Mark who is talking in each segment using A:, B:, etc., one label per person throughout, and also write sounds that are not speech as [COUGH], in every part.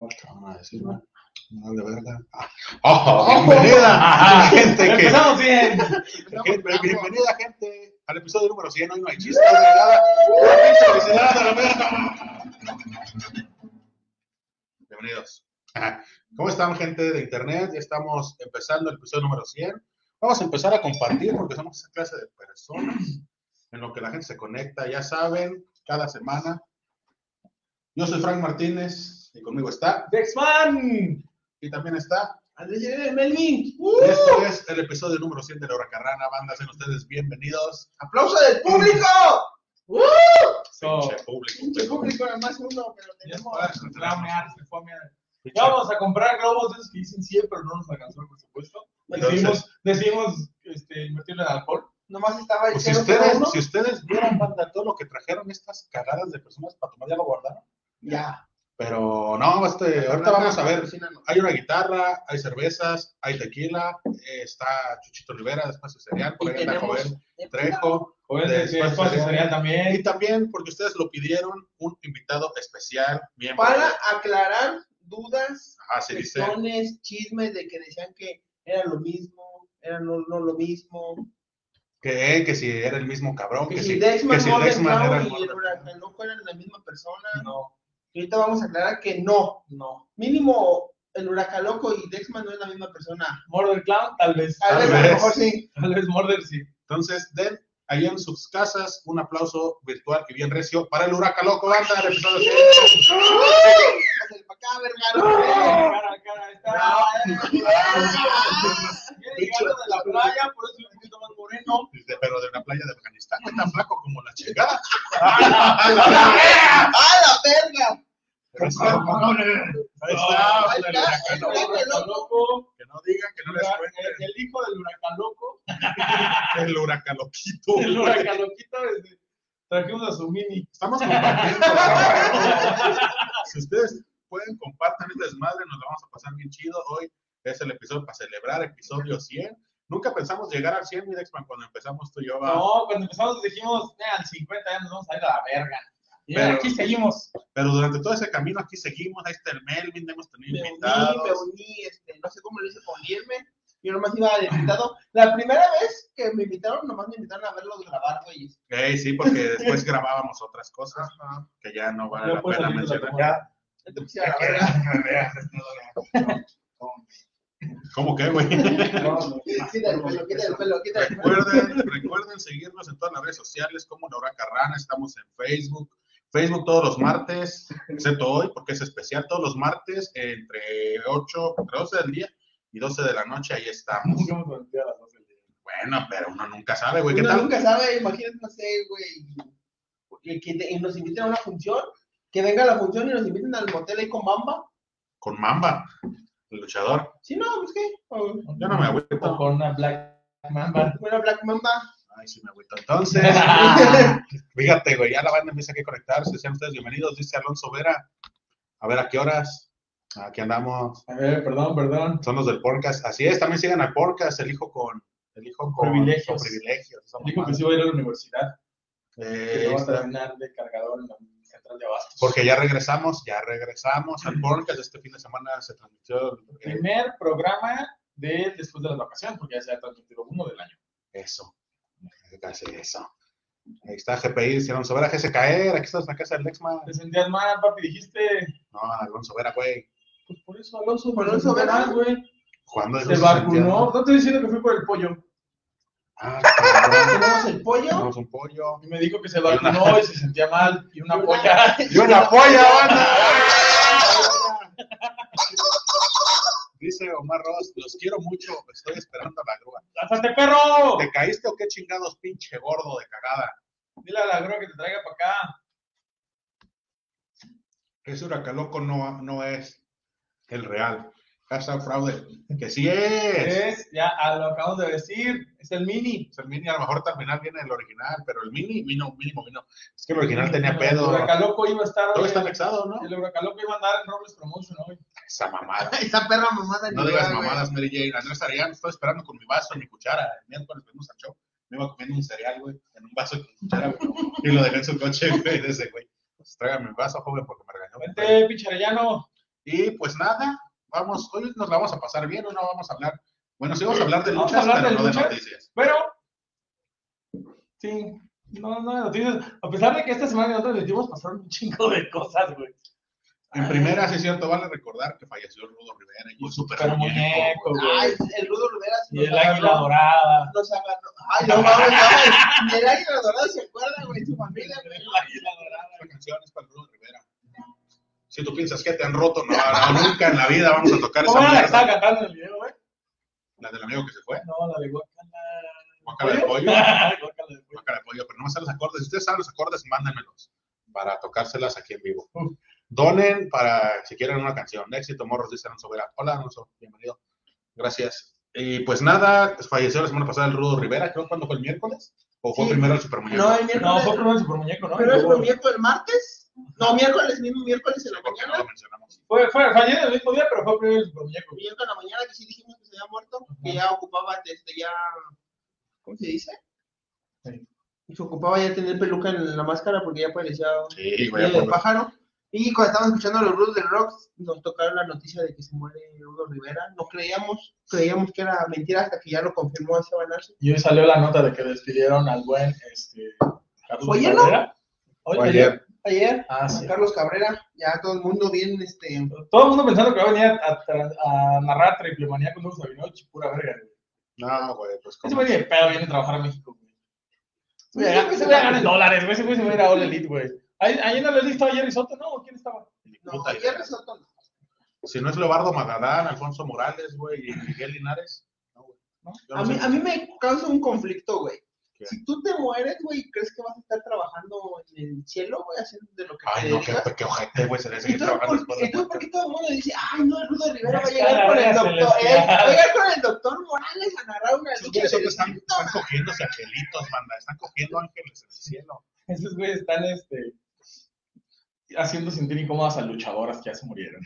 A: vuestra manera de decir, ¿no? Una de verga. Ah. ¡Ojo! ¡Bienvenida! gente que...
B: Empezamos bien.
A: Gente- bienvenida, gente, al episodio número 100. Hoy no hay chistes ni nada. ¡Pura pinche felicidad a la verga! Bienvenidos. Ajá. ¿Cómo están, gente de internet? Ya estamos empezando el episodio número 100. Vamos a empezar a compartir porque somos esa clase de personas en lo que la gente se conecta. Ya saben, cada semana. Yo soy Frank Martínez y conmigo está.
B: Dexman.
A: Y también está.
B: Llévenme el link.
A: Esto es el episodio número 100 de La Hora Carrana. Banda, sean ustedes bienvenidos.
B: ¡Aplauso del público! ¡Uh! So,
A: Pinche
B: el
A: público.
B: público era más uno, pero
A: Ya
B: tenemos.
A: está,
B: Se fue a mear, se fue a mear.
A: Pinche-
B: Ya vamos a comprar globos de esos que dicen 100, pero no nos alcanzó el presupuesto. Decidimos, decidimos este, invertirle en alcohol.
C: Nomás estaba el
A: Pues si,
C: cero, cero,
A: ustedes,
C: uno.
A: si ustedes vieran, banda, todo lo que trajeron estas cagadas de personas para tomar, ya lo guardaron.
C: Ya.
A: Pero no, este, ahorita vamos a ver.
C: Cocina no.
A: Hay una guitarra, hay cervezas, hay tequila, eh, está Chuchito Rivera, después de cereal, por
C: Y
A: ahí anda
C: tenemos-
A: Joel Trejo.
B: Joder,
A: De-
B: después de
A: después de-
B: cereal también.
A: Y también, porque ustedes lo pidieron, un invitado especial, miembro. de-
C: Para aclarar dudas,
A: Ajá, se dice.
C: cuestiones, chismes de que decían que era lo mismo, era no, no lo mismo.
A: Que, que si era el mismo cabrón, que,
C: Que
A: si,
C: si Dexman,
A: que si
C: Morgan
A: Dexman
C: Brown
A: era el
C: y el
A: Morgan
C: huracán loco eran la misma persona.
B: No,
C: Y ahorita vamos a aclarar que no.
B: no.
C: Mínimo el huracán loco y Dexman no es la misma persona.
B: Murder Clown, tal vez.
C: A
A: Tal
C: veces, a
A: vez.
C: lo mejor
A: [LAUGHS]
C: sí.
B: Tal vez Murder sí.
A: Entonces, den ahí en sus casas un aplauso virtual y bien recio para el huracán loco banda del episodio 100.
C: Pásale pa' acá, verga.
B: Cara a cara, ahí está. Viene llegando de la playa, por eso es un poquito más moreno.
A: Dice, Pero de una playa de Afganistán, no es tan flaco como la chingada.
C: ¡A la verga!
A: Ahí está, ahí está, el huracán loco.
C: Huracán
B: loco.
A: Que no digan que no les cuenten
B: El hijo del huracán loco.
A: el huracán loquito.
B: El huracán loquito. este, Trajimos a su mini.
A: Estamos compartiendo. cabrón. si ustedes pueden, compartan el desmadre, nos lo vamos a pasar bien chido. Hoy es el episodio para celebrar, episodio 100. Nunca pensamos llegar al 100, mi Dexman, cuando empezamos tú y yo. ¿va?
B: No, cuando empezamos dijimos, "Eh, al 50 ya nos vamos a ir a la verga. Y
A: Pero-
B: aquí seguimos.
A: Pero durante todo ese camino aquí seguimos, ahí está el Melvin, hemos tenido
C: me
A: invitados.
C: uní, me uní, este, no sé cómo lo hice con irme. Yo nomás iba de invitado. La primera vez que me invitaron, nomás me invitaron a verlos grabar, güey.
A: Ey, sí, porque después grabábamos otras cosas que ya no vale
B: Ya
A: la
B: puedes
A: pena
B: salir de la
A: mencionar.
B: cámara.
C: Entonces, sí, a la verga.
A: ¿Cómo que, güey?
C: [LAUGHS] Quita el pelo, quita el pelo, quita el pelo.
A: recuerden, recuerden seguirnos en todas las redes sociales como Laura Carrana, estamos en Facebook. Facebook todos los martes, excepto hoy porque es especial, todos los martes entre 8, entre 12 del día y 12 de la noche, ahí estamos.
B: Nunca hemos mentido a las dos del día.
A: Bueno, pero uno nunca sabe, güey, ¿qué
C: Uno
A: tal?
C: nunca sabe, imagínate, no sé, güey. Que, que te- nos inviten a una función, que venga la función y nos inviten al motel ahí con Bamba.
A: Con Mamba, el luchador.
C: Sí, no, pues qué. O
A: Yo no me agüito.
B: O Con una Black Mamba.
C: Una Black Mamba.
A: Ay, sí me agüito. Entonces,
B: [LAUGHS]
A: fíjate, güey, ya la banda empieza aquí a conectarse. Sean ustedes bienvenidos, dice Alonso Vera. A ver a qué horas. Aquí andamos.
B: A ver, perdón, perdón.
A: Son los del podcast. Así es, también sigan al podcast, el hijo con. El hijo con
B: Privilegios.
A: con privilegios, esa
B: Dijo que
A: mamada.
B: sí va a ir a la universidad.
A: Eh,
B: que lo va a
A: está-
B: terminar de cargador en la central de abastos.
A: porque ya regresamos, ya regresamos al podcast. Este fin de semana se transmitió. eh,
B: Primer programa de después de las vacaciones, porque ya se ha transmitido uno del año.
A: eso. Casi eso. Ahí está GPI, dice Alonso Vera, se caer. Aquí estás en la casa del Lexman.
B: Te sentías mal, papi, dijiste,
A: No, Alonso Vera, güey.
B: pues por eso Alonso,
C: Por
B: por eso
C: eso, ¿verdad?
B: verás, güey.
A: Jugando de
B: Se vacunó. No estoy diciendo que fui por el pollo.
A: Ah, cabrón.
C: Tenemos el pollo.
A: Tenemos un pollo.
B: Y me dijo que se vacunó y se sentía mal. Y una [LAUGHS] polla.
A: ¡Y una polla, [LAUGHS] banda! Dice Omar Ross, los quiero mucho, estoy esperando la grúa.
B: ¡Lázate, perro!
A: ¿Te caíste o qué chingados, pinche gordo de cagada?
B: Dile a la grúa que te traiga para acá.
A: Ese huracaloco no, no es el real. Casa fraude. Que sí es.
B: Es, ya a lo acabamos de decir, es el mini.
A: Es El mini a lo mejor también viene el original, pero el mini vino, mínimo vino. Es que el original tenía pedo.
B: El huracaloco iba a estar
A: Todo
B: hoy.
A: está mixado, ¿no?
B: El huracaloco iba a andar en Robles Promotion hoy.
A: Esa mamada.
C: [LAUGHS] Esa perra mamada.
A: No
C: ni
A: digas
C: nada, güey.
A: mamadas, Mary Jane. Andrés Arián, estoy esperando con mi vaso y mi cuchara. El miércoles venimos al show. Me iba comiendo un cereal, güey, en un vaso y con cuchara, güey. [LAUGHS] Y lo dejé en su coche, güey, de ese, güey. Pues tráigame mi vaso, joven, porque me regañó.
B: Vente, pinche Arellano.
A: Y pues nada, vamos, hoy nos la vamos a pasar bien, hoy no vamos a hablar. Bueno, sí vamos a hablar de
B: Vamos
A: luchas,
B: a hablar
A: pero
B: de
A: no de
B: luchas.
A: noticias.
B: Pero, sí, no, no hay noticias. A pesar de que esta semana nosotros les dimos pasar un chingo de cosas, güey.
A: En primera, sí es cierto, vale recordar que falleció Rudo Rivera y un super
B: Super
A: muñeco.
B: Pues, muñeco,
C: Ay,
B: güey.
C: el Rudo Rivera se
B: Y
C: nos
B: el águila
C: agarró.
B: dorada.
C: Nos agarró. Ay, no mames, no, güey. Ni el águila dorada se acuerda, güey, su familia, güey.
B: El águila dorada.
A: Esta canción es para Rudo Rivera. Si tú piensas que te han roto, no, no, nunca en la vida vamos a tocar esa
B: ¿Cómo era la que estaba
A: mierda.
B: cantando en el video, güey?
A: La del amigo que se fue,
B: No, la de Guacala.
A: Guacala de
B: [LAUGHS]
A: pollo.
B: Guacala de pollo.
A: Guácala de pollo, pero no me salen los acordes. Si ustedes saben los acordes, mándenmelos para tocárselas aquí en vivo. Donen para, si quieren, una canción. Éxito, morros, dice Alonso Vera. Hola, Alonso, bienvenido. Gracias. Y pues nada, falleció la semana pasada el Rudo Rivera, creo cuando fue el miércoles, o fue
C: Sí.
A: primero el Super Muñeco.
C: No, el
B: No,
C: miércoles.
B: fue primero el super muñeco, ¿no?
C: pero
B: Y
C: es
B: luego-
C: miércoles, el martes. No, miércoles, mismo miércoles en la
A: porque no
C: mañana.
A: lo mencionamos.
B: Fue, fue, fue ayer el mismo día, pero fue primero el super muñeco.
C: Miércoles en la mañana que sí dijimos que se había muerto, que ya ocupaba desde ya. ¿Cómo se dice?
B: Sí.
C: Se ocupaba ya tener peluca en la máscara porque ya parecía un
A: Sí, voy a
C: el
A: poner.
C: pájaro. Y cuando estábamos escuchando los Rudos del Rock, nos tocaron la noticia de que se muere Rudo Rivera. No creíamos, creíamos que era mentira hasta que ya lo confirmó hace Banarse.
B: Y hoy salió la nota de que despidieron al buen este, Carlos
C: Oye, ¿no?
B: Cabrera. Hoy,
A: Fue
B: ayer.
A: ayer.
C: Ayer,
B: Ah, sí.
C: Carlos Cabrera, ya todo el mundo bien, este,
B: Todo el mundo pensando que va a venir a, a tra- a narrar triple manía con Luis Sabinovich, pura verga. güey.
A: No, güey, pues
B: Ese
A: como.
B: güey ni de pedo viene a trabajar a México, güey. Ese güey
C: Sí,
B: gana-
C: pues,
B: [LAUGHS] Ese güey gana en dólares, güey. Ese güey se va a ir a All Elite, güey. Ahí, ahí no lo he estaba Jerry Soto, ¿no? ¿Quién estaba? [LAUGHS]
C: no,
A: Puta
C: ayer
A: idea.
C: resaltó, no.
A: Si no es Leobardo Magadán, Alfonso Morales, güey, y Miguel Linares. No, güey.
B: ¿No?
A: Yo no
C: A mí,
A: sé.
C: a mí me causa un conflicto, güey.
A: ¿Qué?
C: Si tú te mueres, güey, y crees que vas a estar trabajando en el cielo, güey, haciendo de lo que te
A: Ay, no, qué,
C: dedicas.
A: qué ojete, güey, sería seguir
C: Y todo,
A: trabajando
C: por,
A: después
C: y todo
A: de.
C: porque todo el mundo dice, ay, no, el Rudo Rivera va a
B: Las
C: llegar con el
B: calaveras
C: doctor, eh,
B: celestiales.
C: va a llegar con el doctor Morales a narrar una
A: Esos
C: lucha.
A: güeyes
C: de
A: ahorita están,
C: santo
A: están cogiéndose angelitos, banda. Están cogiendo ángeles en el cielo.
B: Esos güeyes están este, haciendo sentir incómodas a luchadoras que ya se murieron.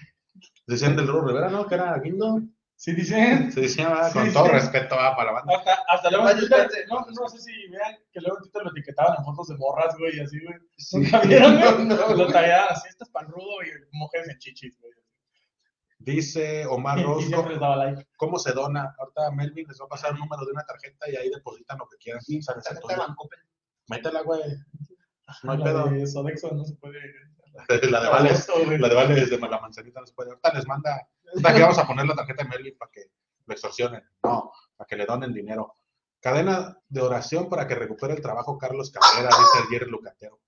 A: Decían del Rudo Rivera, ¿no? Que era Guindo.
B: Sí, dicen.
A: Se decía, ¿verdad?
B: Sí,
A: con todo
B: sí.
A: respeto ¿verdad? para la banda.
B: Hasta, hasta luego en
C: Vaya,
B: Twitter,
C: espérate.
B: no, no sé si vean que luego en Twitter lo etiquetaban en fotos de morras, güey, y así, güey. Nunca vieron, güey.
A: [LAUGHS] No, no,
B: lo
A: güey.
B: tallaban así, estás pan rudo y mujeres en chichis, güey.
A: Dice
B: [LAUGHS]
A: Omar
B: Y, y siempre
A: Rosco,
B: les daba like.
A: ¿cómo se dona? Ahorita Melvin les va a pasar el número de una tarjeta y ahí depositan lo que quieran. ¿Sabes?
C: Santa Bancoppel.
A: Métela, güey. No hay
B: La
A: pedo.
B: de Sodexo no se puede.
A: [LAUGHS] La de Vales.
B: Esto, güey.
A: La de Vales desde la manzanita no se puede. Ahorita les manda. Ahorita que vamos a poner la tarjeta de Melvin para que lo extorsionen. No, para que le donen dinero. Cadena de oración para que recupere el trabajo Carlos Cabrera, dice Jerry Lucatero.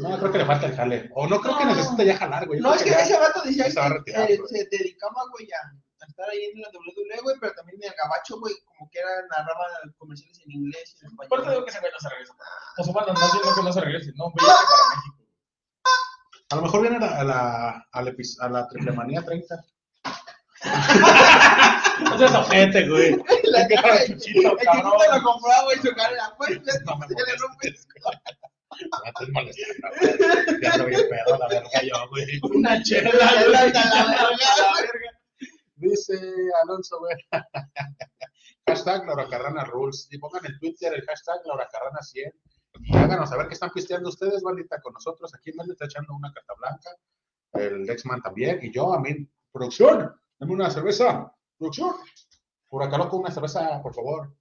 A: No, creo que le falta el jale. O no creo que necesite ya jalar, güey. Yo
C: No,
A: creo
C: es que
A: ya-
C: ese vato
A: ya
C: decía
A: se pues. va a
C: que
A: retirar,
C: eh,
A: güey.
C: se dedicaba, güey, a a estar ahí en la WWE, güey, pero también en el gabacho, güey, como que era, narraba comerciales en inglés y en
B: Por eso digo
C: español.
B: que ese güey no se regresa. O sea, bueno, no digo que no se regrese, no, güey, ya que para México.
A: A lo mejor viene a la, a la, a la, epis- a la Triplemanía 30.
B: No seas ojete, güey.
C: [LAUGHS] La cara de
B: Chichito,
C: el chiquito
B: cabrón.
C: lo compraba, güey, su cara, pues, se
A: No me
C: le rompe [LAUGHS] el
A: Ya estoy molestando. güey. Ya lo vi el pedo, la verga, yo, güey.
B: Una chela,
C: Chela,
B: güey.
C: hasta la verga.
A: Dice Alonso, güey. hashtag Laura Carrana Rules. Y pongan en Twitter el hashtag Laura Carrana 100. Y háganos saber qué están pisteando ustedes, bandita, con nosotros. Aquí Mel está echando una carta blanca. El Lexman también. Y yo, a mí, producción. Dame una cerveza. Producción. Huracaloco, una cerveza, por favor.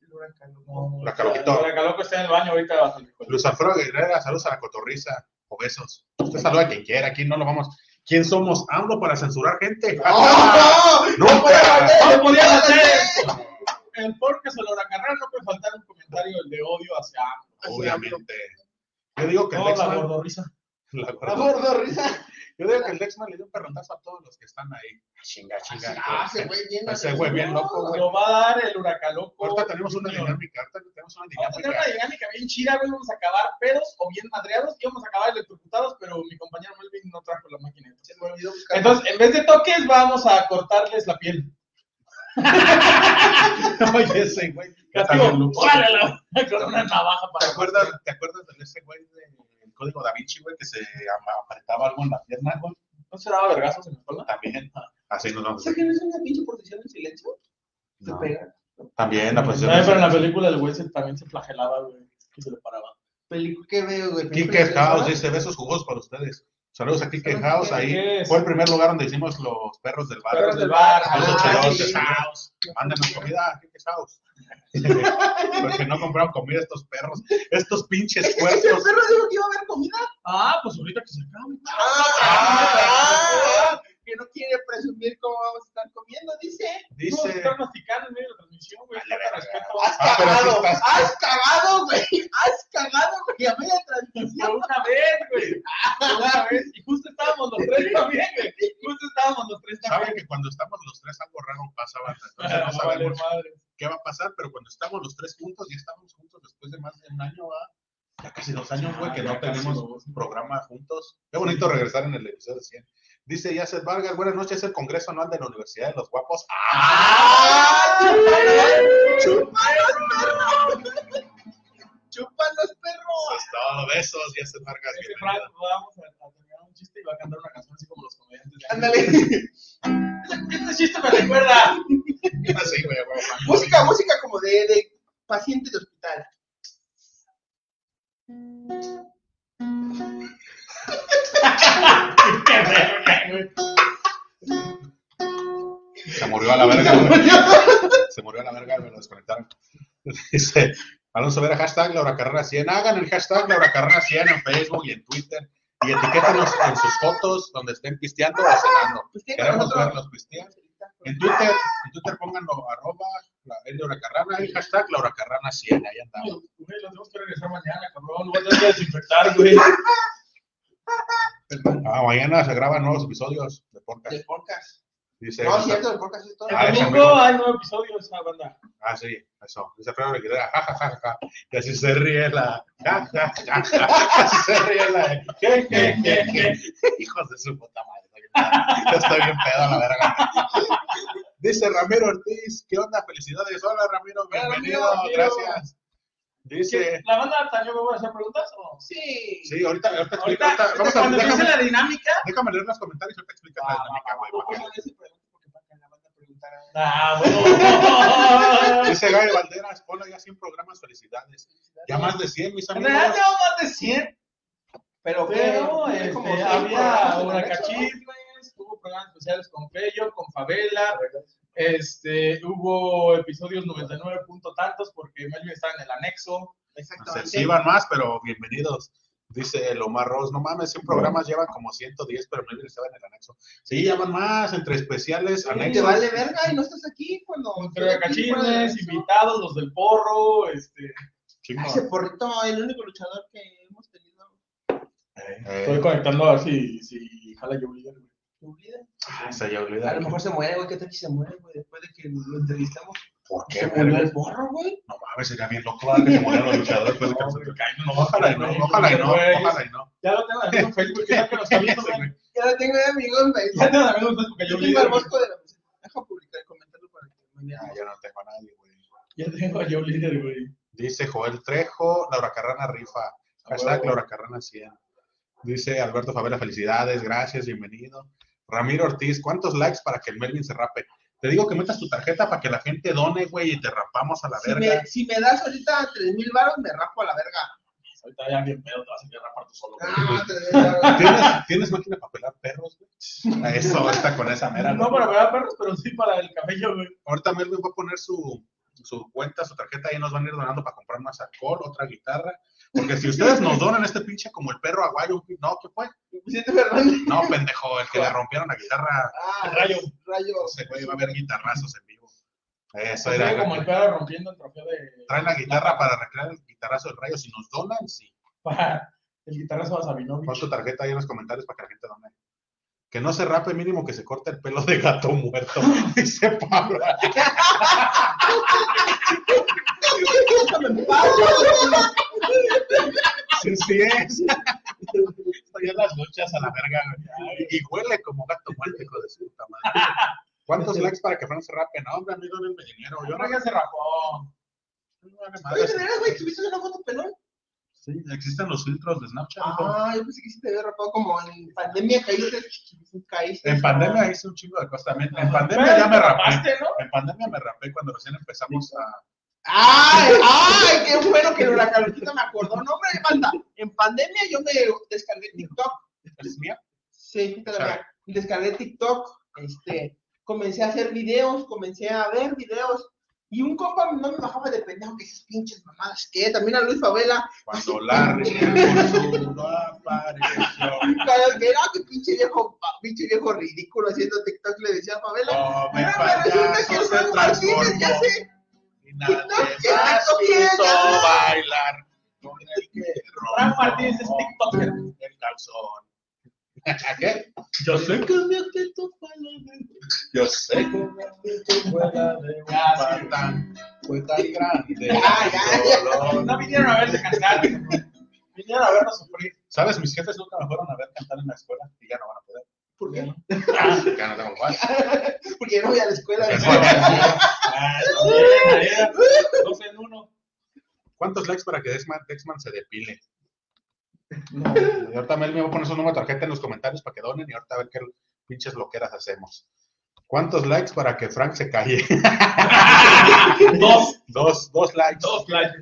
B: No,
A: La Caroquito.
B: La Caroquito está en el baño ahorita. bajo el-
A: Luz Alfredo Guerrera, saludos a la cotorriza. O besos. Usted saluda a quien quiera. Aquí no lo vamos. ¿Quién somos? AMLO para censurar gente.
C: ¡Oh, no!
A: ¡Nunca!
B: ¡No podía hacer! El podcast de Laura Carrera no puede faltar un comentario de odio hacia
A: Obviamente. Yo digo que el
B: toda la
A: Lexman.
B: gordorrisa.
A: la
C: La
A: gorda.
C: gordo risa.
A: Yo digo que el Lexman le dio un perrontazo a todos los que están ahí. Chinga, chinga.
C: Ah, se fue bien.
A: Ese güey bien loco, güey.
B: Lo va a dar el huracaloco.
A: Ahorita tenemos una
B: Junior.
A: dinámica, ahorita tenemos una
B: Vamos a tener una
A: dinámica.
B: dinámica bien chida, güey. Vamos a acabar pedos o bien madreados y vamos a acabar electrocutados, pero mi compañero Melvin no trajo la máquina.
C: Se me olvidó buscar.
B: Entonces, en vez de toques, vamos a cortarles la piel.
A: [LAUGHS] Oye, ese güey.
B: Castigo.
A: También lo-
B: ¡Órale, la- Con una navaja
A: ¿Te
B: para.
A: acuerdas, ¿Te acuerdas de ese güey del código da Vinci, güey, que se ama- apretaba algo en la pierna, güey?
B: ¿No se daba vergazos en la espalda?
A: También. Así nos
C: O
A: vamos. a
C: sea, que no es una pinche posición en silencio. Se
A: No.
C: pega.
A: También la posición.
B: También, pero en la película el güey se- también se flagelaba, güey. Y se le paraba.
C: Película que veo, güey. ¿Ah?
A: Quique Caos dice besos jugosos para ustedes. Saludos a Kike
C: Saludos,
A: House.
C: Kike.
A: Ahí
B: Yes.
A: fue el primer lugar donde hicimos los perros del bar.
B: Perros del bar.
A: Los
C: Ah,
A: ocherotes,
C: sí.
A: House. Mándanos comida a Kike
B: [LAUGHS]
A: House. Porque no compraron comida estos perros. Estos pinches
C: ¿Ese perro
A: puertos.
C: dijo que iba a haber comida?
B: Ah, pues ahorita que se acabe. ah,
C: Ah, ah, que no quiere presumir cómo vamos a estar comiendo, dice.
B: No,
A: Dice.
B: está masticando en medio de la transmisión, güey.
A: Vale,
B: falta
A: verga.
B: respeto.
C: Has
A: Ah, pero sí
C: cagado,
A: estás-
C: has cagado, güey. Has cagado, güey. A media
B: De
C: transmisión.
B: una vez, güey. De una vez. Y justo estábamos los tres también, güey. Justo estábamos los tres
A: Saben
B: también.
A: que cuando estamos los tres algo raro pasa, banda. Entonces
B: Ah,
A: no
B: vale,
A: sabemos
B: madre.
A: qué va a pasar, pero cuando estamos los tres juntos y estamos juntos después de más de un año, ¿va? ya casi dos años, güey, que
B: Ah,
A: no
B: ya casi
A: tenemos
B: dos.
A: programa juntos. Qué bonito regresar en el episodio 100. Dice Yacet Vargas, buenas noches, el Congreso Anual de la Universidad de los Guapos.
C: ¡Ah!
A: Ah.
C: ¡Chúpalos, chúpalos, perro! ¡Chúpalos, perro!
A: Pues todo, besos, Yacet Vargas.
B: Ese
A: bienvenido.
B: Frank, vamos a, a terminar un chiste y va a cantar una canción así como los comediantes. de antes.
C: Ándale.
B: Ese Este chiste me recuerda.
A: Ah, Sí, güey, güey, güey.
C: Música, música como de, de paciente de hospital.
A: Se murió a la verga, güey. Se murió a la verga, me lo desconectaron. Dice Alonso Vera, hashtag Laura Carrera 100. Hagan el hashtag Laura Carrera 100 en Facebook y en Twitter. Y etiquétenos en sus fotos donde estén pisteando o cenando.
C: Pues tiene con
A: Queremos
C: nosotros.
A: verlos pistear. En Twitter, en Twitter pónganlo arroba la es Laura Carrana y hashtag Laura Carrana 100. Ahí andamos.
B: Güey, los tenemos que regresar mañana, cabrón. Lo voy a tener que desinfectar, güey.
A: Ah, mañana se graban nuevos episodios de podcast.
C: Del podcast.
A: Dice,
C: No, cierto, del podcast es todo.
A: Ah,
B: El
A: ese
B: domingo
A: amigo.
B: hay nuevo episodio de esa banda.
A: ah, sí, eso. Dice Alfredo Reguilera, ja, ja, ja, ja. Y así se ríe la. Ja, ja, ja, ja. Así se ríe la. Je, je, je, je. Hijos de su puta madre. estoy bien pedo. Yo estoy bien pedo, la verga. Dice Ramiro Ortiz, ¿qué onda? Felicidades. Hola, Ramiro.
B: Hola, Ramiro,
A: Bienvenido.
B: Ramiro.
A: Gracias. Dice.
B: ¿La banda también me voy a hacer preguntas o?
C: Sí.
A: Sí, ahorita, ahorita,
B: Ahorita,
A: ahorita- vamos a,
B: cuando empiece
A: déjame,
B: la dinámica.
A: déjame leer los comentarios y ahorita explicas la
B: Ah,
A: dinámica, güey.
C: Vamos
A: porque-
C: a ver ese pregunta porque para que la banda preguntara.
B: Ah, [LAUGHS] bueno.
A: Dice Gaby Valderas, hola, ya 100 programas, felicidades. Ya más de 100, mis
B: En
A: amigos.
B: realidad llevo más de 100,
C: Pero,
B: pero
C: ¿qué?
B: este,
C: Como seis
B: había
C: programas en
B: una
C: anexo, ¿no?
B: cachismes, hubo programas especiales con Fello, con Favela, este, hubo episodios 99 punto tantos porque Melvin estaba en el anexo.
A: Se
C: Exactamente.
A: sí van más, pero bienvenidos. Dice el Omar Ross, no mames, 100 programas llevan como 110, pero no estaba en el anexo. Sí, ya van más, entre especiales,
C: Te
A: anexos.
C: vale verga y no estás aquí pues, cuando.
B: Entre cachismes, invitados, los del porro, este.
A: Chingo.
C: Ah, Ese porrito, el único luchador que hemos tenido.
A: Eh,
B: Estoy conectando a ver si, si jala yo güey.
C: que olvida.
A: Ay, ah, se ya
C: A lo
A: olvidó.
C: mejor se muere, güey. ¿Qué tal si se muere, güey? Después de que lo entrevistamos.
A: ¿Por qué,
C: Se murió
A: verga?
C: el borro, güey.
A: No mames, sería bien loco ¿verdad? que se murieran los luchadores. después de que
B: No,
A: nosotros-
B: me cae, no,
A: No, Pues, ojalá y no, ojalá y no,
B: güey.
A: ojalá y no.
B: Ya lo tengo de amigo en Facebook, ya que lo está
A: [LAUGHS]
B: viendo, güey.
C: Ya lo tengo de amigo en Facebook.
B: Ya tengo de amigo en Facebook, que yo
C: Yo
B: líder,
C: tengo el
B: güey.
C: bosco de la música. Deja publicar, comentarlo para que me
A: Ya,
C: vean.
A: ya no tengo a nadie, güey.
B: Ya tengo a yo líder, güey.
A: Dice Joel Trejo, Laura Carrana rifa. Hashtag Laura Carrana 100. Dice Alberto Favela, felicidades, gracias, bienvenido. Ramiro Ortiz, ¿cuántos likes para que el Melvin se rape? Te digo que metas tu tarjeta para que la gente done, güey, y te rapamos a la
C: Si
A: verga.
C: me, si me das ahorita 3000 baros, me raspo a la verga.
B: Ahorita ya bien pedo, te vas a quedar rapar tú solo, güey.
C: Ah,
A: [LAUGHS]
C: 3000 baros.
A: ¿Tienes, tienes máquina para pelar perros, güey? A Eso, ahorita con esa mera.
B: No
A: güey.
B: para pegar perros, pero sí para el cabello, güey.
A: Ahorita Melvin va a poner su, su cuenta, su tarjeta, y nos van a ir donando para comprar más alcohol, otra guitarra. Porque si ustedes nos donan este pinche como el perro aguayo, no, ¿qué fue?
C: Vicente Fernández.
A: No, pendejo, el
B: [LAUGHS]
A: que le rompieron la guitarra
C: Ah,
B: Rayo.
C: Rayo.
A: Ese güey va a haber guitarrazos en vivo. Eso
B: Así
A: era.
B: como el perro rompiendo el trofeo de.
A: Traen la guitarra para recrear el guitarrazo del rayo. Si nos donan, sí.
B: para el guitarrazo a Sabinovich.
A: Pon tu tarjeta ahí en los comentarios para que la gente done. Que no se rape mínimo que se corte el pelo de gato muerto. [LAUGHS] Dice Pablo.
C: Déjame en paz, güey.
A: Sí, sí es. Estoy en las luchas a la verga. güey. Y huele como gato muerto, hijo de su puta madre. ¿Cuántos likes para que Fran se rape? No, hombre, a mí donenme dinero. Yo
B: Yo
A: no
B: creo que se rapó.
C: Oye, de veras, güey, ¿subiste una foto pelón?
A: Sí, existen los filtros de Snapchat. hijo.
C: Ah, yo pensé que sí te había rapado como en pandemia caíste. caíste.
A: En pandemia hice un chingo de cosas también. En pandemia
B: Pero
A: ya me
B: te
A: rapé.
B: rapaste, ¿no?
A: En pandemia me rapé cuando recién empezamos a.
C: ¡Ay! ¡Ay! ¡Qué bueno que el huracanuquita me acordó! No, hombre, banda. En pandemia yo me descargué TikTok.
A: es mía.
C: Sí, te la
A: Chale.
C: verdad. Descargué TikTok, este, comencé a hacer videos, comencé a ver videos. Y un compa no me bajaba de pendejo que esas pinches mamadas que también a Luis Favela,
A: Cuando la revolución apareció.
C: cada que era que pinche viejo, pa- pinche viejo ridículo haciendo TikTok le decía a Favela,
A: Oh, me
C: pero me resulta Ah, que el
A: se
C: Frank Martínez ya
A: transformó.
C: se
A: Y nadie
C: No, que
A: más
C: no quiere
A: hizo
C: nada.
A: bailar con el que
B: Fran
A: rompió
B: Martínez es TikToker.
A: el calzón. [LAUGHS] ¿A qué?
B: Yo sé que mi actitud fue la de-
A: Yo sé que mi actitud fue la de un
B: Ya, sí.
A: patán, fue tan grande.
C: Ah, Ya, ya,
A: dolor.
B: No vinieron a verte cantar. Vinieron a vernos sufrir.
A: ¿Sabes? Mis jefes nunca me fueron a ver cantar en la escuela y ya no van a poder.
C: ¿Por qué?
A: Ah, ya no tengo
C: [LAUGHS]
A: más.
C: Porque yo no voy a la escuela.
B: Ah, también, era Dos en uno.
A: ¿Cuántos likes para que Dexman, Dexman se depile? Y ahorita Mel me voy a poner su número de tarjeta en los comentarios para que donen y ahorita a ver qué pinches loqueras hacemos. ¿Cuántos likes para que Frank se calle? [LAUGHS]
B: Dos.
A: dos, dos likes.
B: Dos likes.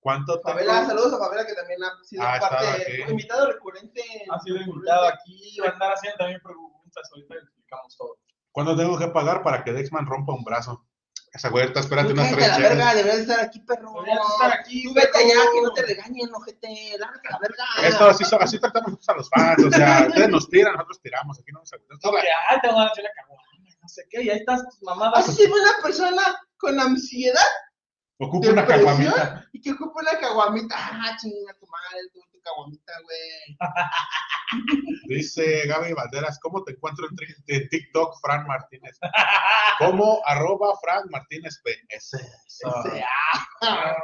A: ¿Cuánto te-
C: Favela, saludos a Favela que también ha sido
A: Ah, estaba
C: parte,
A: aquí.
C: invitado recurrente.
B: Ha sido invitado aquí. Va a andar haciendo también preguntas. Ahorita le explicamos todo.
A: ¿Cuánto tengo que pagar para que Dexman rompa un brazo? Esa güey, ahorita espérate
C: Tú
A: unas
C: cállate a
A: tres
C: la
A: chelas.
C: verga, deberías estar aquí, perro.
B: Deberías estar aquí,
C: Tú vete
B: perro.
C: allá, que no te regañen, ojete. Lárgate a la verga.
A: Esto así, so- así tratamos nosotros a los fans, o sea, ustedes nos tiran, nosotros tiramos, aquí no nos agüitamos.
B: Porque, ah, te van a hacer la caguama, no sé qué. Y ahí estás tus
C: Así
B: mamadas.
C: se ve Ah, una persona con ansiedad,
A: Ocupa una caguamita.
C: depresión, y que ocupa una caguamita. Ah, chinga tu madre, tú, tu caguamita, güey.
A: Dice Gaby Valderas, ¿cómo te encuentro en, tri- en TikTok, Fran Martínez?
B: [LAUGHS]
A: Como arroba Fran Martínez P. Ese, eso.
C: Ese,
A: Ah.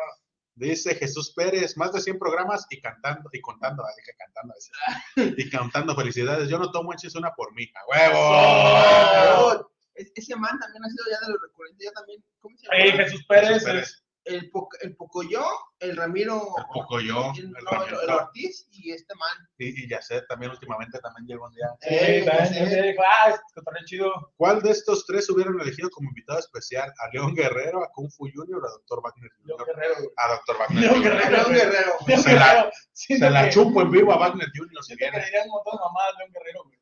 A: Dice Jesús Pérez, más de 100 programas y cantando, y contando, ah, dije cantando,
B: [LAUGHS]
A: ese. y cantando, felicidades. Yo no tomo es una por mí, a
B: Ah. ¡Oh!
A: huevo.
C: Cabrón. Es- Ese man también ha sido ya de los recurrentes, ya también. ¿Cómo se
B: Ey,
C: llama?
B: Jesús Pérez.
A: Jesús Pérez.
C: El, po el Pocoyo, el Ramiro.
A: El Pocoyo,
C: el-
A: el
C: no,
A: Ramiro.
C: el Ortiz y este man.
A: Y, y ya sé, también últimamente también llegó un día.
B: Sí, también.
C: ese-
B: Yo digo, ah, este cotorreo chido.
A: ¿Cuál de estos tres hubieran elegido como invitado especial? ¿A León Guerrero, a Kung Fu Junior o a Doctor Wagner
B: Yo,
A: Jr.?
B: guerrero. güey.
A: A Doctor Wagner
B: León
A: Jr.
B: Guerrero.
C: León Guerrero.
A: Se
B: León
A: la-
B: Guerrero. Siento
A: Se la
B: que-
A: chupo en vivo a Wagner Jr. si
B: siento que
A: viene.
B: le diría un montón de mamadas León Guerrero, güey.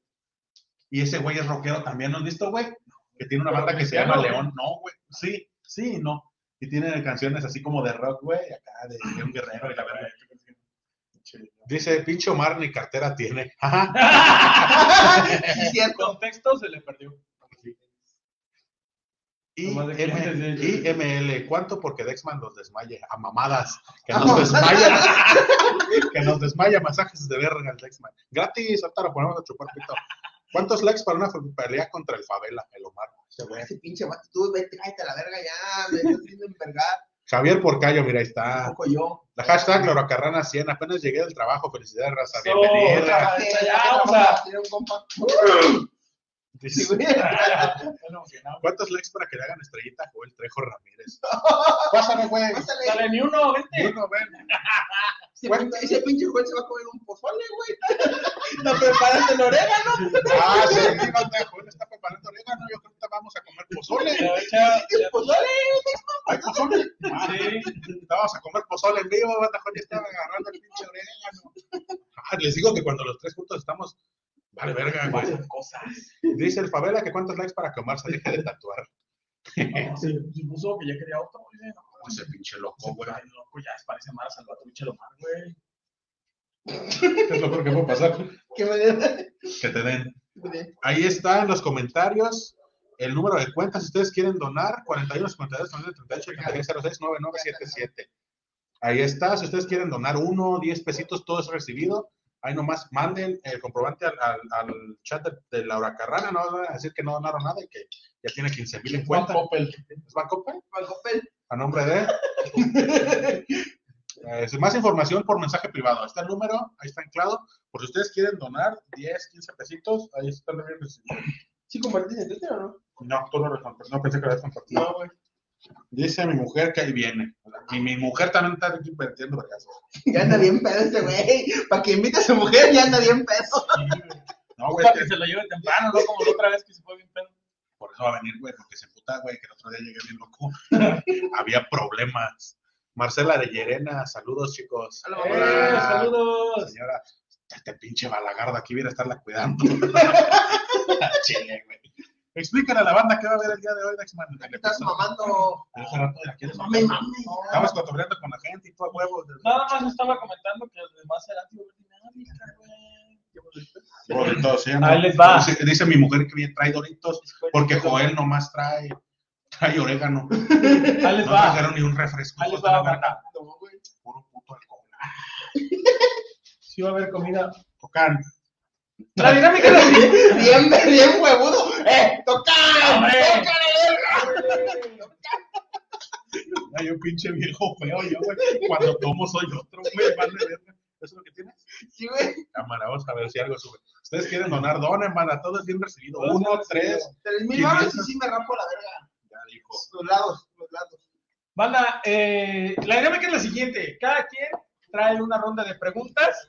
A: Y ese güey es rockero también, ¿no has visto, güey? Que tiene una
B: Pero
A: banda que se
B: cristiano,
A: llama
B: güey.
A: León, no, güey. Sí, sí, no. Y tiene canciones así como de rock, güey, acá de León Guerrero y la verdad. Dice, pinche Omar ni cartera tiene. Ajá.
C: Sí,
B: El
C: cierto.
B: contexto se le perdió.
A: Y
B: Nomás de que antes de ello.
A: M- y ML, ¿cuánto porque Dexman los desmaye? A mamadas. Que
C: A
B: [LAUGHS]
A: nos
C: mamadas. [LAUGHS]
A: desmaya. que nos desmaya masajes de verga el Dexman. Gratis, ahorita lo ponemos a chupar pito. ¿Cuántos likes para una pelea contra el Favela, el Omar? Ese güey.
C: Ese pinche vato, tú vete, cállate a la verga ya, me estás haciendo envergar.
A: Javier Porcayo, mira, ahí está.
C: Poco yo.
A: La hashtag Lorocarrana 100, apenas llegué del trabajo, felicidades, raza,
B: So-
C: Ah,
A: [LAUGHS] bienvenida.
C: Trabajé,
B: Ya, vamos
C: trabajé, trabajé,
B: a-
C: tenía un compa.
A: Dice,
C: Sí, güey.
B: Estoy emocionado.
A: ¿Cuántos likes para que le hagan estrellita a Joel Trejo Ramírez? [LAUGHS] Pásame, güey.
C: Pásale.
B: Dale ni uno,
A: [LAUGHS]
B: vente.
A: Bueno, ven.
C: Ese pinche- Ese pinche juez se va a comer un pozole, güey. No preparas el orégano.
A: Ah, sí, no, te- Joel está preparando orégano, yo creo que vamos a comer pozole.
B: Ya, ya,
C: El pozole.
A: ¿Hay pozole? Ah,
B: Sí.
A: Vamos a comer pozole en vivo, banda, Joel ya estaba agarrando el pinche orégano. Ah, les digo que cuando los tres juntos estamos, vale verga, güey.
B: Pasan cosas.
A: Dice el Favela que cuántos likes para que Omar se deje de tatuar.
B: No, se se puso que ya quería otro, güey. No,
A: Uy, Ese pinche
B: se
A: loco, güey.
B: está loco, ya parece más salvatrucha lo más, güey.
A: Es lo peor que puede pasar.
C: Que me den.
A: Que te den. Ahí está en los comentarios el número de cuentas. Si ustedes quieren donar, 41 52 38 8606 9977. Ahí está. Si ustedes quieren donar uno, 10 pesitos, todo es recibido. Ahí nomás manden el comprobante al, al- al chat de, de Laura Carrana. No van a decir que no donaron nada y que ya tiene 15 mil en cuenta.
B: Juan Popel.
A: ¿Es Bancoppel?
C: Malcopel.
A: A nombre de.
C: [LAUGHS]
A: Eh, más información por mensaje privado. Ahí está el número, ahí está anclado. Por si ustedes quieren donar 10, 15 pesitos, ahí está el número.
C: ¿Sí compartiste en Twitter o no?
A: No, tú no lo compartiste, no pensé que lo habías compartido.
C: güey.
A: Dice mi mujer que ahí viene. Y mi mujer también está aquí metiendo vergazos.
C: Ya anda bien pedo ese güey. Para que invite a su mujer, ya anda bien pedo.
A: No, güey,
B: Para
A: es
B: que
A: que
B: se lo lleve temprano, no como la otra vez que se fue bien pedo.
A: por eso va a venir, güey, porque se puta, güey, que el otro día llegué bien loco. [LAUGHS] Había problemas. Marcela de Llerena, saludos, chicos.
C: Hola,
B: Eh,
C: Hola.
B: saludos.
A: Señora, Este pinche balagarda aquí viene a estarla cuidando. Chile, güey. Explícale a la banda qué va a ver el día de hoy, Dexman. en el
C: Estás
A: episodio.
C: mamando.
A: Hace rato de aquí les-
C: Mame, mame.
A: Estabas cotorreando con la gente y tú a huevos.
B: Nada más estaba comentando que los demás eran dinámica, güey.
A: Doritos, ¿sí?
B: Ahí les va.
A: Dice, dice mi mujer que bien trae Doritos porque Joel nomás trae, trae orégano.
B: Ahí les
A: No
B: va.
A: trajeron ni un refresco.
B: Ahí
A: hijos
B: les
A: de la
B: va,
A: verga.
B: banda. No, güey.
A: Puro puto alcohol.
B: Sí va a haber comida.
A: Tocan.
B: La dinámica era así.
C: Bien, bien huevudo. ¡Eh! ¡Toca!
B: Hombre.
C: ¡Toca la verga!
A: Hay un pinche viejo feo yo, güey. Cuando tomo soy otro, güey. Vale, verga. ¿Eso es lo que tienes?
C: Sí, güey.
A: Cámara, vamos a ver si algo sube. Ustedes quieren donar, donen, manda. Todo es bien recibido.
B: Todo es
A: Uno,
B: bien
A: tres.
B: recibido.
C: Tres mil
A: ¿Quién es?
C: baros y sí me rapo la verga.
A: Ya dijo.
C: Los lados, los lados.
B: Banda, eh, la dinámica es la siguiente. Cada quien trae una ronda de preguntas.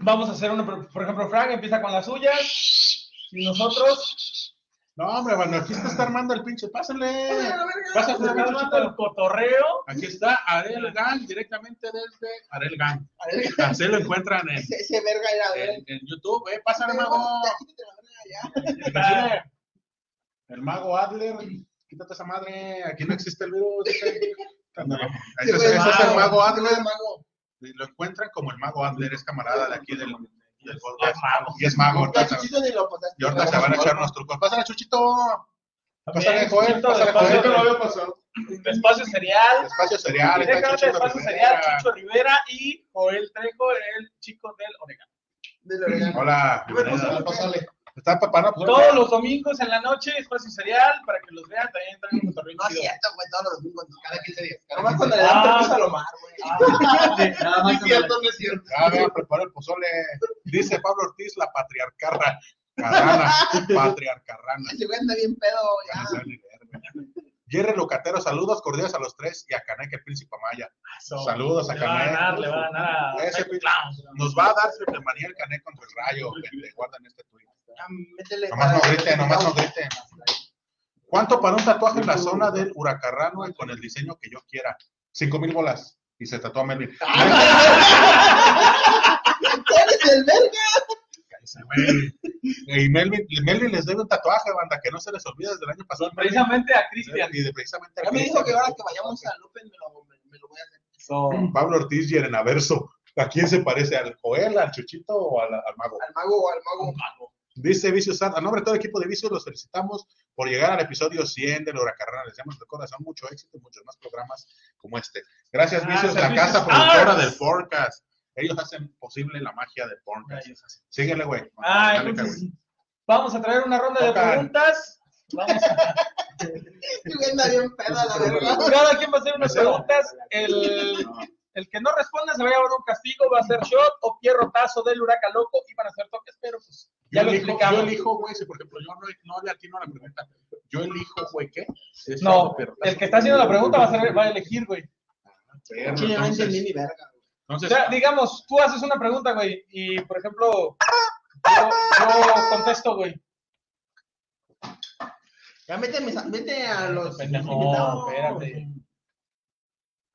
B: Vamos a hacer una, por por ejemplo, Frank empieza con las suyas. Y nosotros,
A: No, hombre, bueno, aquí está, está armando el pinche. Pásenle.
B: pasa
A: Pásenle,
B: con
A: pinche
B: el cotorreo.
A: Aquí está Arel Gang, directamente desde Arel Gang. Así lo encuentran en,
C: Ese, ese verga era
A: en- en YouTube. Eh,
B: [LAUGHS]
A: pásale, mago.
C: verga.
A: Pásale. El mago Adler. Quítate esa madre. Aquí no existe el virus. dice. Ese es- ese es el mago Adler.
C: mago.
A: Y lo encuentran como el mago Adler, es camarada de aquí del, del podcast. Y es mago.
C: Ya,
A: ahorita se-
C: Chuchito, ni lo pasaste.
A: Y ahorita se van a echar unos trucos. Pásale, Chuchito. Pásale,
B: También,
A: Joel.
B: Chuchito,
A: Pásale,
B: Ah, despacio,
A: Joel.
B: Espacio Cereal.
A: Espacio cereal. está pues,
B: Directamente de
A: Chuchito
B: Espacio Cereal,
A: Rivera.
B: Chicho Rivera y Joel Trejo, el chico del orégano.
C: De la
A: Hola.
C: Pásale, pásale.
A: Está papá.
B: Todos los domingos en la noche, Espacio Cereal, para que los vean, también traen un cotorreo
C: No es
B: chido.
C: cierto, güey, todos los domingos, no, cada 15 días. Nomás cuando le
B: Ah.
C: dan permiso a Lomar, güey.
B: Nada más
C: no es cierto.
A: Ya, vea, prepara el pozole. Dice Pablo Ortiz, la patriarcarra.
B: [LAUGHS]
A: Carrana, patriarcarrana.
C: Ese güey anda bien pedo,
A: Ya no
C: ya.
A: sabe ni leer, güey. Jerry Lucatero, saludos cordiales a los tres y a Canek, el príncipe Maya. Saludos a
B: Le va a ganar, le va
A: Canek.
B: a ganar a
A: Ese
B: Frank
A: pinche-
B: Clown.
A: Nos va a dar triple manía el Canek contra el rayo. que Le guardan este tweet.
C: Ya, Métele.
A: Nomás no griten, nomás no griten. ¿Cuánto para un tatuaje en la zona del huracarrano y con el diseño que yo quiera? Cinco mil bolas. Y se tatúa
C: [LAUGHS]
A: Melvin.
C: ¿Tú eres el verga?
A: Cállese, güey. Y Melvin, Melvin les debe un tatuaje, banda, que no se les olvide desde el año pasado. Melvin.
B: Precisamente a Cristian.
A: Y de- precisamente
C: Ya me
A: aquí-
C: dijo que ahora que vayamos a López me lo, me, me lo voy a hacer.
A: Pablo Ortiz y el Averso. ¿A quién se parece? ¿Al Joel, al Chuchito o al, al Mago?
C: Al mago o al mago.
A: Dice este Vicio Sar, a nombre de todo el equipo de Vicio, los felicitamos por llegar al episodio 100 de Lora Carrera. Les deseamos de corazón mucho éxito y muchos más programas como este. Gracias,
B: Ah,
A: Vicios, la
B: servicios.
A: casa productora
B: Ah.
A: del podcast. Ellos hacen posible la magia del podcast. Síguele, güey.
B: Ah,
A: Dale,
B: entonces,
A: güey.
B: vamos a traer una ronda de
A: Tocan.
B: preguntas. Vamos a-
C: Ese güey anda bien pedo, la
A: [LAUGHS]
C: verga.
B: Cada quien va a hacer unas
A: Mesero.
B: preguntas. El, el que no responda se va a llevar un castigo, va a ser shot o pierrotazo del huracán loco y van a ser toques, pero pues [LAUGHS] ya
A: Yo
B: lo
A: elijo, yo
B: explicamos.
A: elijo, güey, si por ejemplo yo no, no le atino a la pregunta, yo elijo, güey, ¿qué? Eso,
B: No,
A: pero-
B: el que está haciendo la pregunta va a, ser, va a elegir, güey.
A: Perro,
C: Yo ya no
A: entonces-
C: entendí ni verga.
B: O
A: entonces,
B: sea, digamos, tú haces una pregunta, güey, y por ejemplo, yo, yo contesto, güey.
C: Ya mete, mis- mete a los.
B: Este Pendejo,
C: invitados.
B: espérate.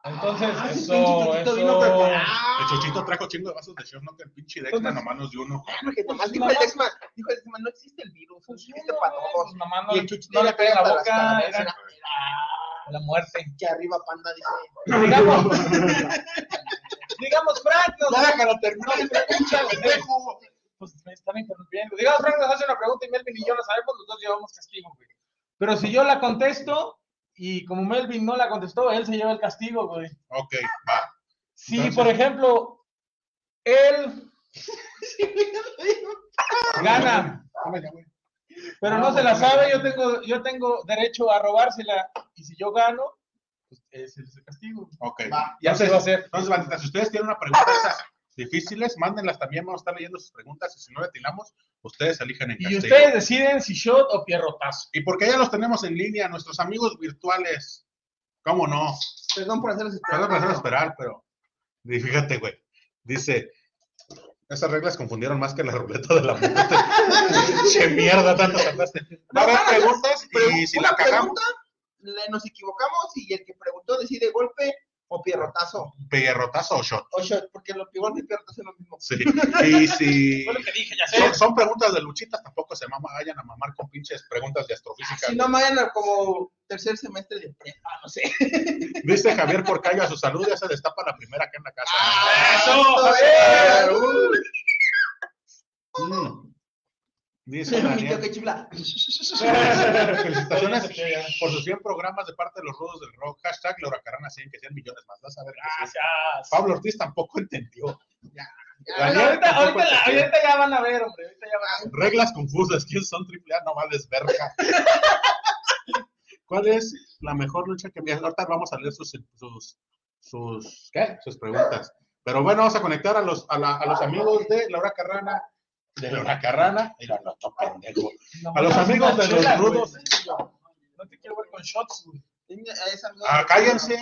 B: Entonces,
C: Ah, ese pinche
B: eso,
C: Chuchito
B: eso.
C: vino preparado.
A: El Chuchito trajo chingo de vasos de shot, no que el pinche Dexman
B: Entonces-
A: nomás nos dio uno.
C: Porque Ah, nomás dijo el Dexman, dijo el Dexman, no existe el virus, no existe para todos.
B: Mamá Pues no,
C: Y el chuchito
B: no le
C: ya
B: pega en la
C: para las
B: boca,
C: calaveras,
B: era la muerte.
C: Que arriba panda
B: Digamos,
C: dice.
B: [LAUGHS] digamos, Frank nos
C: déjalo
B: no le pega en la pendejo. Pues me están interrumpiendo. Digamos, Frank nos hace una pregunta y Melvin y yo la sabemos, los dos llevamos castigo, güey. Pero si yo la contesto y como Melvin no la contestó, él se lleva el castigo, güey.
A: Ok, va.
B: Si,
A: Entonces-
B: por ejemplo, él gana
A: Ah,
B: pero no, se la sabe, yo tengo, yo tengo derecho a robársela, y si yo gano, pues ese es el castigo.
A: Ok.
C: Va,
B: ya se va a hacer.
A: Entonces, bandita, si ustedes tienen una pregunta de esas difíciles, mándenlas también. Vamos a estar leyendo sus preguntas y si no le atinamos, ustedes eligen en
B: Y
A: castigo.
B: ustedes deciden si shot o pierrotazo.
A: Y porque ya los tenemos en línea, nuestros amigos virtuales. ¿Cómo no?
C: Perdón por hacerlos
A: Perdón
C: esperar.
A: por hacer esperar, pero y fíjate, güey. Dice, esas reglas confundieron más que la ruleta de la muerte. [LAUGHS] che mierda, tanto tardaste. Va a haber preguntas
C: Pero
A: y si
C: una
A: la cagamos,
C: pregunta, le- nos equivocamos y el que preguntó decide golpe o pierrotazo
A: Pierrotazo o shot.
C: o shot, porque lo igual mi pierrotazo es lo mismo.
A: Sí. Y si
B: Fue lo que dije, ya sé.
A: son, son preguntas de luchitas, tampoco se mama, vayan a mamar con pinches preguntas de astrofísica.
C: Si no me vayan a como tercer semestre de prepa, no sé.
A: Viste Javier Porcayo a su salud, ya se destapa la primera acá en la casa.
B: eso,
C: Javier!
B: eh, uh,
A: Mm. Dice
C: Soy un mito
A: Daniel.
C: que chula.
A: [LAUGHS] Felicitaciones por sus 100 programas de parte de los rudos del rock. Hashtag la huracarana 100, que sean millones más. Vas a ver. que sí.
B: Gracias.
A: Pablo Ortiz tampoco entendió.
C: Ya,
A: Daniel,
B: ahorita,
A: tampoco
B: ahorita la-
A: entendió.
B: ahorita ya van a ver, hombre. Ahorita ya van a ver.
A: Reglas confusas. ¿Quién son triple A? No vales verga. ¿Cuál es la mejor lucha que me Ahorita vamos a leer sus, sus, sus, ¿qué? sus preguntas. Pero bueno, vamos a conectar a los, a la- a los amigos de Laura Carrana. De Laura Carrana. Mira, no, to- pendejo.
B: No,
A: A los
B: no,
A: amigos de los
B: chela, güey.
A: rudos.
B: pues, No te quiero ver con shots, güey.
C: tenía a esa amiga-
A: Ah, cállense.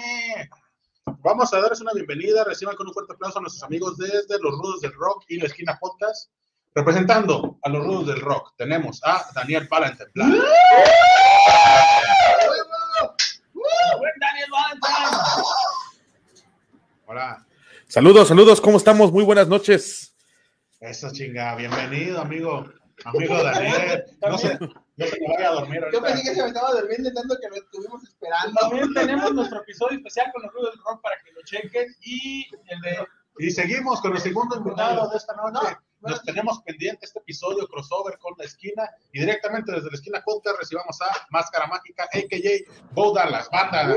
A: Vamos a darles una bienvenida. Reciban con un fuerte aplauso a nuestros amigos desde Los Rudos del Rock y la esquina podcast. Representando a los Rudos del Rock, tenemos a Daniel Valentine. Blanc.
C: ¡Huevo!
B: Buen Daniel Valentine.
A: Hola.
D: Saludos, saludos, ¿cómo estamos? Muy buenas noches.
A: Eso chinga. Bienvenido, amigo. Amigo Daniel. No se, no se me vaya a dormir
C: Yo pensé
A: ahorita.
C: que se me estaba durmiendo tanto que lo estuvimos esperando.
B: También tenemos nuestro episodio especial con los rudos del rock para que lo chequen. Y el de
A: Y seguimos con el segundo invitado de esta noche. Nos tenemos pendiente este episodio crossover con la esquina y directamente desde la esquina podcast recibamos a Máscara Mágica, a.k.a. Boda las Batas.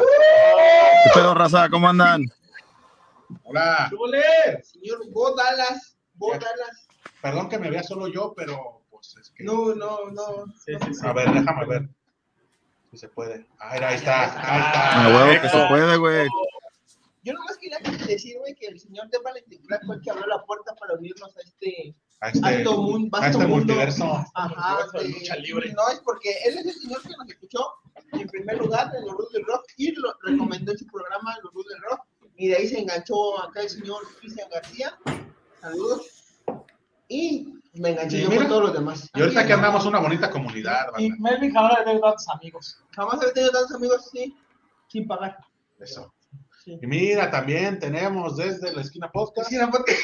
E: ¿Qué pedo, raza? ¿Cómo andan?
A: Hola.
B: Chule.
C: Señor, vos Dallas, vos Dallas.
A: Perdón que me vea solo yo, pero pues es que.
C: No, no, no.
B: Sí, sí, sí.
A: A ver, déjame ver. Si se puede. Ah, era, ahí está, ahí
E: A
A: está.
E: huevo que se puede, güey.
C: Yo nomás quería decir, güey, que el señor de Valentín Blanco fue el que abrió la puerta para unirnos a este
A: A este,
C: alto mun- vasto
A: a este
C: mundo.
A: multiverso.
C: Ajá,
B: Universo de
C: de-
B: lucha libre.
C: No, es porque él es el señor que nos escuchó en primer lugar en los Rudos del Rock y lo recomendó en su programa Los Rudos del Rock. Y de ahí se enganchó acá el señor Cristian García. Saludos. Y me enganché
A: Y
C: yo
A: mira,
C: con todos los demás.
A: Y ahorita que andamos una bonita comunidad,
B: Y
A: banda.
B: Melvin jamás le debe tantos amigos.
C: Jamás había tenido tantos amigos así, sin pagar.
A: Eso.
C: Sí.
A: Y mira, también tenemos desde la esquina podcast
C: Sí, no, porque-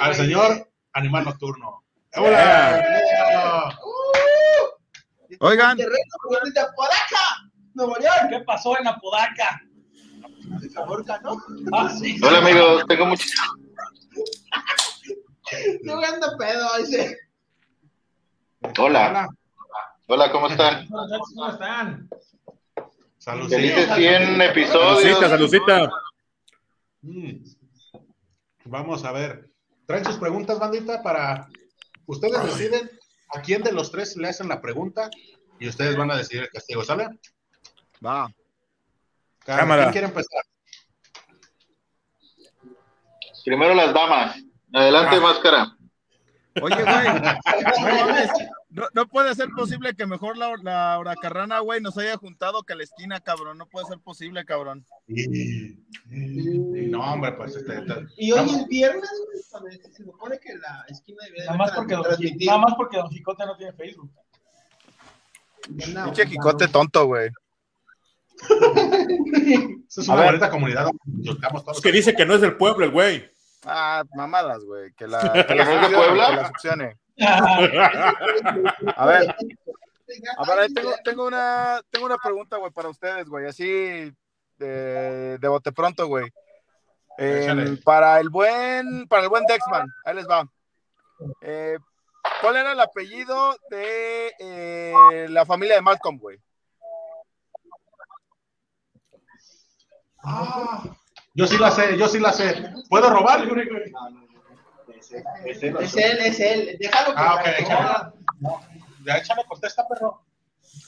A: al
C: Se me-
A: señor Animal Nocturno. ¡Hola!
F: Eh.
A: bienvenido.
C: ¡Uh!
E: Oigan.
C: Monterrey, Nuevo León, desde Apodaca, Nuevo León.
B: ¿Qué pasó en Apodaca?
C: De Caborca, ¿no? [LAUGHS]
B: Ah, sí.
F: Hola amigos, tengo mucho.
C: Yo ando pedo, dice.
F: Hola. Hola, ¿cómo están?
B: Hola, muchachos, ¿Cómo están?
A: Saludos.
F: Felices 100
D: Salucita,
F: episodios.
D: salucita.
A: Mm. Vamos a ver. Traen sus preguntas, bandita, para. Ustedes deciden a quién de los tres le hacen la pregunta y ustedes van a decidir el castigo, ¿sale?
E: Va.
A: Cada
D: Cámara.
A: quien quiere empezar?
F: Primero las damas.
D: Ah.
F: Adelante, máscara.
E: Oye, güey. no mames, No, no puede ser posible que mejor la, la huracarrana, güey, nos haya juntado que la esquina, cabrón. No puede ser posible, cabrón.
A: Y- y- no, hombre, pues este, este-
C: Y hoy
A: Vamos.
C: es viernes, güey, cuando se supone que la esquina debe
B: Nada más porque don, Ji- nada más porque don Jicote no tiene Facebook.
E: Pinche jicote tonto, güey.
A: esta es
D: A
A: una
D: ver.
A: bonita comunidad donde juntamos todos.
D: Es que dice que no es del pueblo el güey.
E: Ah, mamadas, güey. Que la. Que la
F: ¿No es de
E: succione,
F: Puebla?
E: que la succione.
C: A
E: A ver, a ver, ahí tengo, tengo, una, tengo una pregunta, güey, para ustedes, güey. Así de, de bote pronto, güey. Eh,
A: Échale.
E: para el buen, para el buen Dexman, ahí les va. Eh, ¿Cuál era el apellido de eh, la familia de Malcolm, güey?
A: Ah, yo sí la sé, yo sí la sé. ¿Puedo robar?
C: Es él, es él. Déjalo que
A: Ah, ok,
C: platicara.
A: déjalo. Ya échame contesta, perro.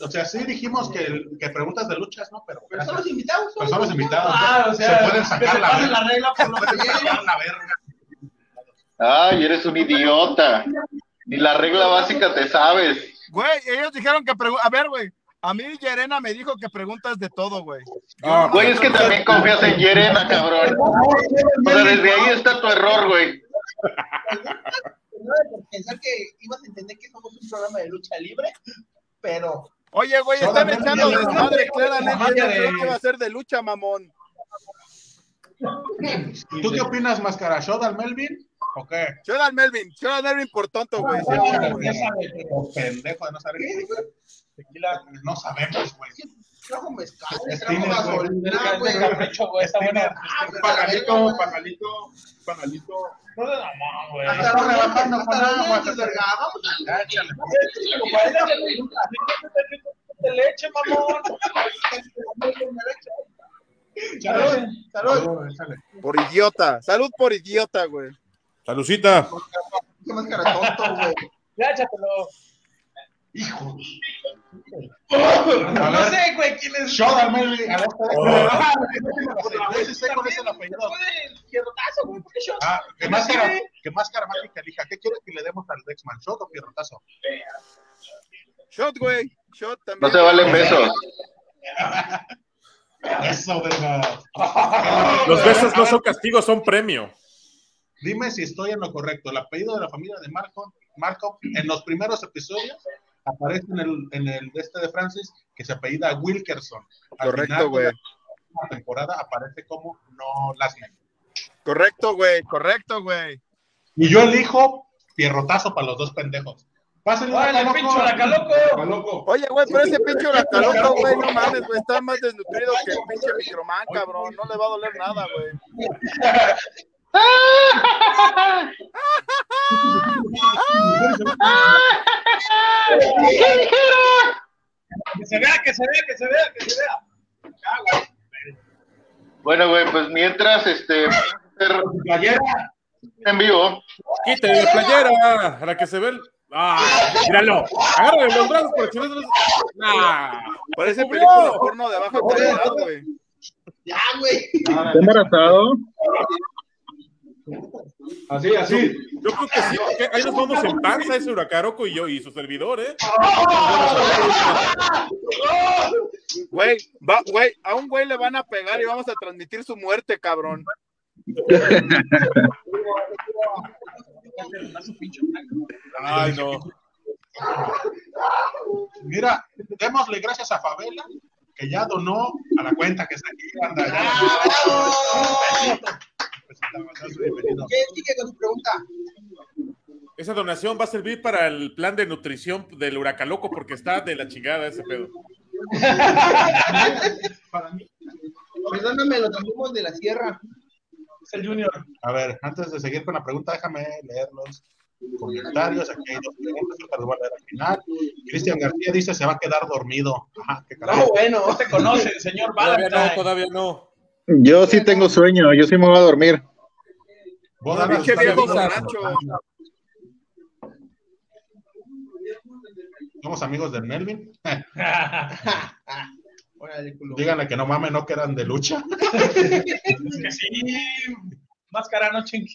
A: O sea, sí dijimos que, que preguntas de luchas, ¿no? Pero,
C: Pero son los invitados.
A: Pero Pues son los invitados.
B: Ah, o sea,
A: Se pueden sacar
B: que se
A: la
B: pase
A: verga.
B: la regla por lo
A: Puedes sacar la verga.
F: Ay, eres un idiota. Ni la regla básica te sabes.
E: Güey, ellos dijeron que preguntas. A ver, güey. A mí Yerena me dijo que preguntas de todo, güey.
D: No,
F: Güey, es que también confías en Yerena, cabrón.
A: Pues
F: O sea, desde ahí está tu error, güey.
C: No, por Pensar que ibas a entender que somos un programa de lucha libre, pero
E: Oye, güey,
A: No,
E: están
A: no, no,
E: echando
A: no,
B: no,
E: desmadre,
B: no,
E: claramente.
B: no,
E: Yo
B: no,
E: creo
B: no,
E: que va a ser de lucha, mamón.
A: ¿Tú qué opinas, Máscara? ¿Shot al Melvin? ¿O qué?
E: Chora al Melvin, chora al Melvin por tonto,
A: Pues,
E: güey. Sí, ahora, güey.
A: Ya sabes, pero pendejo de no saber qué tequila. Tequila, no sabemos, güey.
C: Trajo mezcal,
A: Es
C: trajo
A: Tiner, güey.
C: gasolina,
B: Es
C: güey.
B: de capricho, güey. Está bueno.
A: Pajalito, pajalito, pajalito.
B: No de mamón, güey.
C: Hasta
A: Está
C: los
A: rebajando
C: hasta
A: con
C: los
A: agua,
C: niños
A: hasta-
C: se vergaban.
A: Ya, échale, pues.
B: De leche, mamón.
A: Échale.
C: Salud.
A: échale.
E: Por idiota. Salud por idiota, güey.
D: Salucita.
C: Qué máscara tonto, güey.
B: Ya, échatelo.
A: Hijo. A
B: No
A: ver.
B: sé, güey, quién es.
A: Shot al Melvin. [LAUGHS] A ver,
D: Oh.
A: Yo sí sé cuál es el apellido.
B: Pierrotazo, güey, ¿por qué yo?
A: Ah, ¿qué máscara? ¿Qué máscara mágica elija? ¿Qué quieres que le demos al Dexman? ¿Shot o pierrotazo?
E: Shot, güey. Shot también.
F: No se valen besos.
A: Eso, verga.
D: Los besos no son castigos, son premio.
A: Dime si estoy en lo correcto. El apellido de la familia de Marco, Marco en los primeros episodios aparece en el, en el de este de Francis que se apellida Wilkerson. Al final
E: Correcto,
A: de
E: güey.
A: La temporada aparece como no las
E: Correcto, güey. Correcto, güey.
A: Y yo elijo pierrotazo para los dos pendejos. Pásenle la
B: Órale,
A: Caloco.
B: pincho, la caloco.
A: Caloco.
E: Oye, güey, pero ese pinche huracaloco, güey, no mames, güey. Está más desnutrido que el pinche microman, cabrón. No le va a doler nada, güey.
B: Que se vea, que se vea, que se vea, que se vea.
F: Bueno, güey, pues mientras, este, vamos a hacer
A: Playera.
F: en vivo.
D: Quítale la playera a la que se ve el. ¡Ah! ¡Míralo! Agárrale los Ah. brazos porque si no. no- ¡Nah!
E: Parece
D: ¡Cubrió!
E: película porno de baja calidad, güey.
C: Ya, güey.
G: embarazado?
A: Así, así.
D: Yo creo que sí, porque ahí nos vamos en panza ese huracaroco y yo y su servidor, ¿eh?
E: Güey, va, güey, a un güey le van a pegar y vamos a transmitir su muerte, cabrón.
D: Ay, no.
A: Mira, démosle gracias a Favela, que ya donó a la cuenta que está aquí. Anda, Bienvenido.
C: ¿Qué sigue con su pregunta?
D: Esa donación va a servir para el plan de nutrición del huracaloco porque está de la chingada ese pedo.
C: Perdóname, lo tomamos de la sierra.
B: Es el Junior.
A: A ver, antes de seguir con la pregunta, déjame leer los comentarios. Aquí hay dos preguntas, ahorita las voy a leer al final. Cristian García dice: se va a quedar dormido. Ajá, qué
C: No,
A: carajo.
C: bueno.
B: No te conoce, el señor
D: Todavía no,
B: Valentine.
D: todavía no.
G: Yo sí tengo sueño, yo sí me voy a dormir.
A: Vos, Dana,
E: Pinche
A: ¿estás
E: viejo
A: bien?
E: borracho.
A: Somos amigos de Melvin.
B: [LAUGHS]
C: Órale, culo.
A: Díganle que no mames, no que eran de lucha.
B: Es que sí. Máscara no chingues.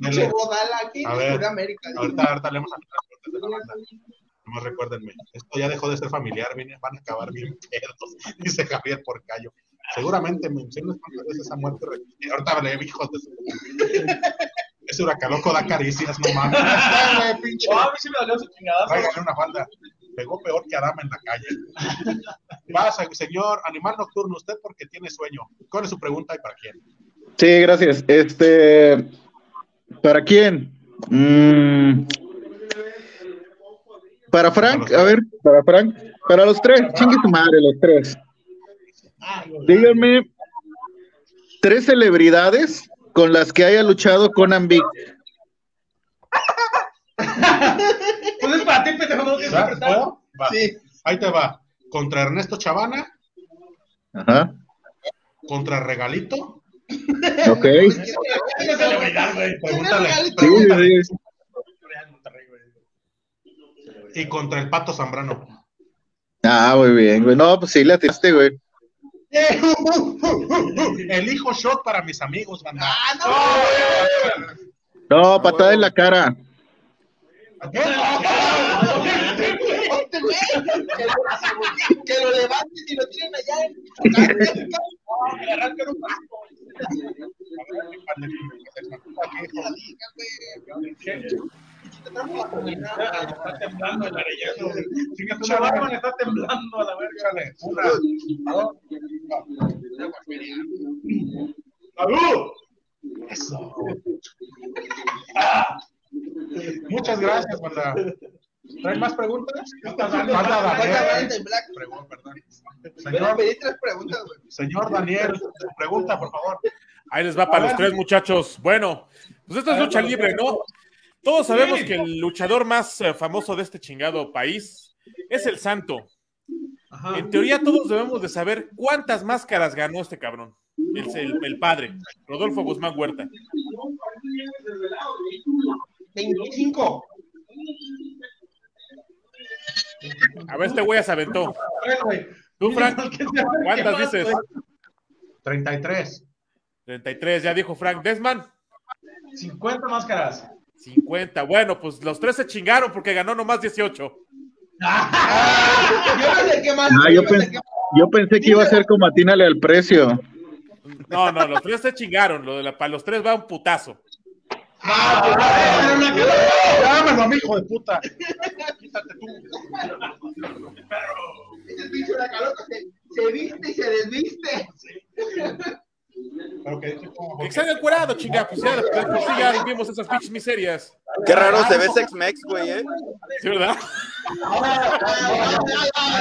C: Pinche bodala aquí
A: A ver,
C: en América.
A: Ahorita, ahorita leemos a las preguntas de la banda. Nomás recuérdenme, esto ya dejó de ser familiar, viene- van a acabar bien pedos, [LAUGHS] dice Javier Porcayo. Seguramente mencionas cuántas veces esa muerte. repetida. Ahorita hablé, hijos de su. [LAUGHS] Ese huracaloco da caricias, no mames. Está, güey, pinche.
B: No, Oh, a mí sí me dolió su chingadazo.
A: Tráigale una falda. Pegó peor que Adama en la calle. Pasa, señor, animal nocturno, usted porque tiene sueño. ¿Cuál es su pregunta y para quién?
G: Sí, gracias. Este, ¿para quién? Mm, para Frank, a ver, para Frank, para los tres, chingue tu madre, los tres. Díganme tres celebridades con las que haya luchado Conan Big.
B: Pues es para ti, pendejo, no tienes que
A: ¿Sabes?
B: apretar.
A: ¿Puedo? Va.
C: Sí.
A: Ahí te va. Contra Ernesto Chavana,
G: Ajá.
A: contra Regalito.
G: Ok.
B: Una celebridad, güey.
A: Pregúntale,
C: Sí,
G: Sí,
A: pregúntale.
G: sí, sí.
B: Real Monterrey, güey.
A: Y contra el Pato Zambrano.
G: Ah, muy bien, güey. No, pues sí, le atinaste, güey.
A: Elijo shot para mis amigos, banda.
C: Ah, no.
G: No, patada en la cara.
C: Este güey, que lo- Que lo levanten y lo tiren allá en Michoacán.
B: No, que le arranquen un pasto. Está temblando el arellano, güey.
A: Chinga tu
B: Pinche Batman
A: madre.
B: está temblando a la verga.
A: Échale, una. ¡Salud! Eso. Ah. Muchas gracias, banda. ¿Traen más preguntas? Banda Daniel. Pregun- perdón.
C: Pero
A: Señor,
C: pedí tres preguntas, güey.
A: señor Daniel, su pregunta, por favor.
D: Ahí les va para los tres muchachos. Bueno, pues esto es lucha libre, ¿no? Todos sabemos que el luchador más eh, famoso de este chingado país es el Santo. En teoría todos debemos de saber cuántas máscaras ganó este cabrón, el, el- el padre, Rodolfo Guzmán Huerta.
C: 25.
D: A ver, este güey ya se aventó.
B: Tres, güey.
D: Tú, Frank,
B: Mínimo, que sea-
D: ¿cuántas
B: que más,
D: dices?
B: güey.
A: 33.
D: 33, ya dijo Frank Desman.
B: 50 máscaras.
D: 50. Bueno, pues los tres se chingaron porque ganó nomás 18.
C: Yo no sé qué más.
G: Ah, yo,
C: no sé
G: pens-
C: qué más.
G: yo pensé que iba a ser como atínale al precio.
D: No, no, los tres se chingaron. Lo de la, para los tres va un putazo.
A: Dámelo a mi hijo de puta. Quítate tú.
C: Ese pinche huracaloco se, se viste y se desviste.
A: Pero que dije, ¿cómo?
D: Que salga el curado, chinga. Pues ya, de por sí ya vimos esas pinches miserias.
E: Qué raro se ve Sex Mex, güey, ¿eh?
D: ¿Sí, verdad?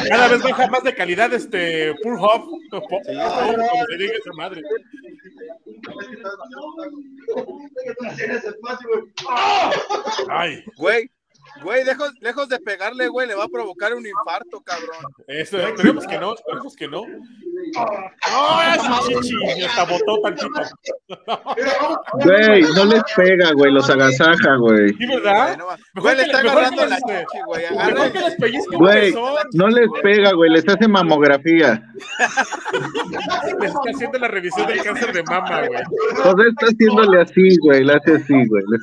D: Cada vez baja más de calidad este Poor Hub. o po- o como se diga esa madre.
C: Que tú tienes espacio, güey.
D: Ay,
E: Güey, güey, lejos, lejos de pegarle, güey, le va a provocar un infarto, cabrón.
D: eso, este, esperemos que no, esperemos que no. ¡Ah, esa chichi! Hasta botó tan chico.
G: Güey, no les pega, güey, los agasaja, güey.
D: ¿Sí,
E: Güey,
D: verdad?
E: no va-
D: Mejor
E: güey, le
D: que-
E: está
D: mejor
E: agarrando
D: que
E: la
D: este-
E: chichi, güey.
D: Mejor que
E: Agarra
D: les pellizquen un
G: Güey,
D: pezón.
G: no les pega, güey, les hace mamografía.
D: Les este, está haciendo la revisión del cáncer de mama, güey.
G: O sea, está haciéndole así, güey, le hace así, güey. le-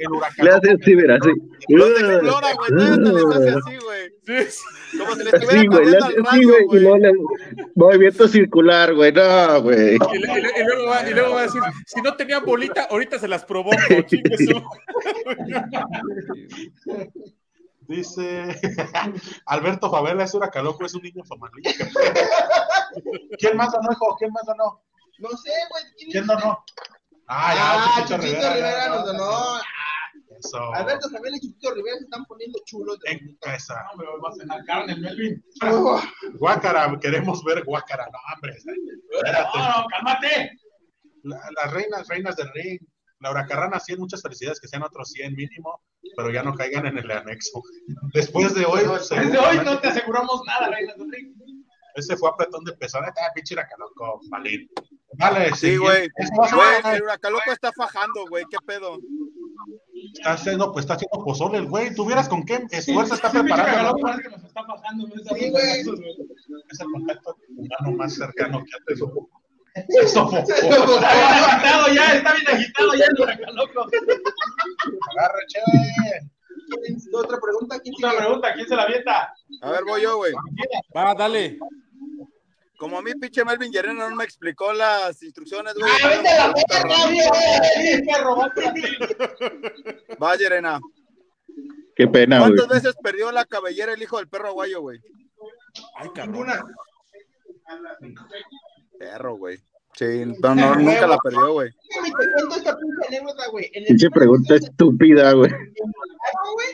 A: El huracán.
G: Le hace así, mira, así.
E: Los de Explora, güey, todavía les hace así, güey.
D: Sí, sí.
E: Como si le
G: Sí,
E: estuviera
G: güey, le
E: corriendo
G: hace
E: al
G: así,
E: radio,
G: güey, y luego
E: güey.
G: le movimiento circular, güey, no, güey.
D: Y, le- y le- y luego va, y luego va a decir, si no tenían bolita, ahorita se
E: [LAUGHS]
D: las provoco. chingue su-
A: Dice [LAUGHS] Alberto Favela es huracaloco, es un niño somalí. ¿Quién más ganó, hijo? ¿Quién más ganó?
C: No sé, güey. ¿quién
A: ¿Quién
C: es?
A: ganó? Ah,
C: Ah,
A: ya,
C: Chuchito Rivera,
A: ya,
C: nos donó. Ah,
A: Eso.
C: Alberto Javier y Chuchito Rivera se están poniendo chulos.
A: Eh,
C: de bonito.
A: Empresa.
B: Vas a cenar carne, Melvin.
C: Uf,
A: Guácara, queremos ver Guácara. No, hombre. Espérate.
B: No, no, cálmate.
A: La- las reinas, reinas del ring. Laura Carrana, 100, muchas felicidades, que sean otros 100 mínimo, pero ya no caigan en el anexo. [LAUGHS] Después de hoy,
B: Desde hoy no te aseguramos nada, Reina del Ring.
A: ese fue apretón de pesada. Ah, pinche huracaloco, malín. Vale,
E: Sí,
A: siguiente. [LAUGHS]
E: güey.
A: Eso va a
E: Güey,
A: ser-
E: el huracaloco está fajando, güey, qué pedo.
A: Está haciendo, pues está haciendo pozole el güey. ¿Tuvieras con qué esfuerzo está
B: Sí, pinche
A: preparando?
B: Cagaloco parece que nos está bajando. ¿no? Está
C: Sí,
B: bien,
C: güey.
B: güey.
A: ¿no? Es el contacto humano más cercano que antes. Se sofocó.
B: Está bien agitado ya, está bien agitado ya el huracaloco.
A: Agarra, che.
C: ¿quién- Otra pregunta. ¿Quién
B: Una
C: sigue?
B: pregunta, ¿quién se la avienta?
E: A ver, voy yo, güey.
D: Va, dale.
E: Como a mí, pinche Melvin Llerena no me explicó las instrucciones, güey.
C: ¡Ah, vete a la verga, güey!
B: Sí, perro, bótate.
E: Va, Llerena.
G: Qué pena, Ah, güey.
E: ¿Cuántas veces perdió la cabellera el hijo del perro aguayo, güey?
D: Ay, cabrón.
A: Ninguna.
E: Perro, güey. Sí, no,
C: Ah,
E: no, nunca la perdió, güey.
C: Déjame te cuento esta pinche anécdota, güey. En el-
G: Pinche pregunta estúpida, güey.
C: Ah, güey,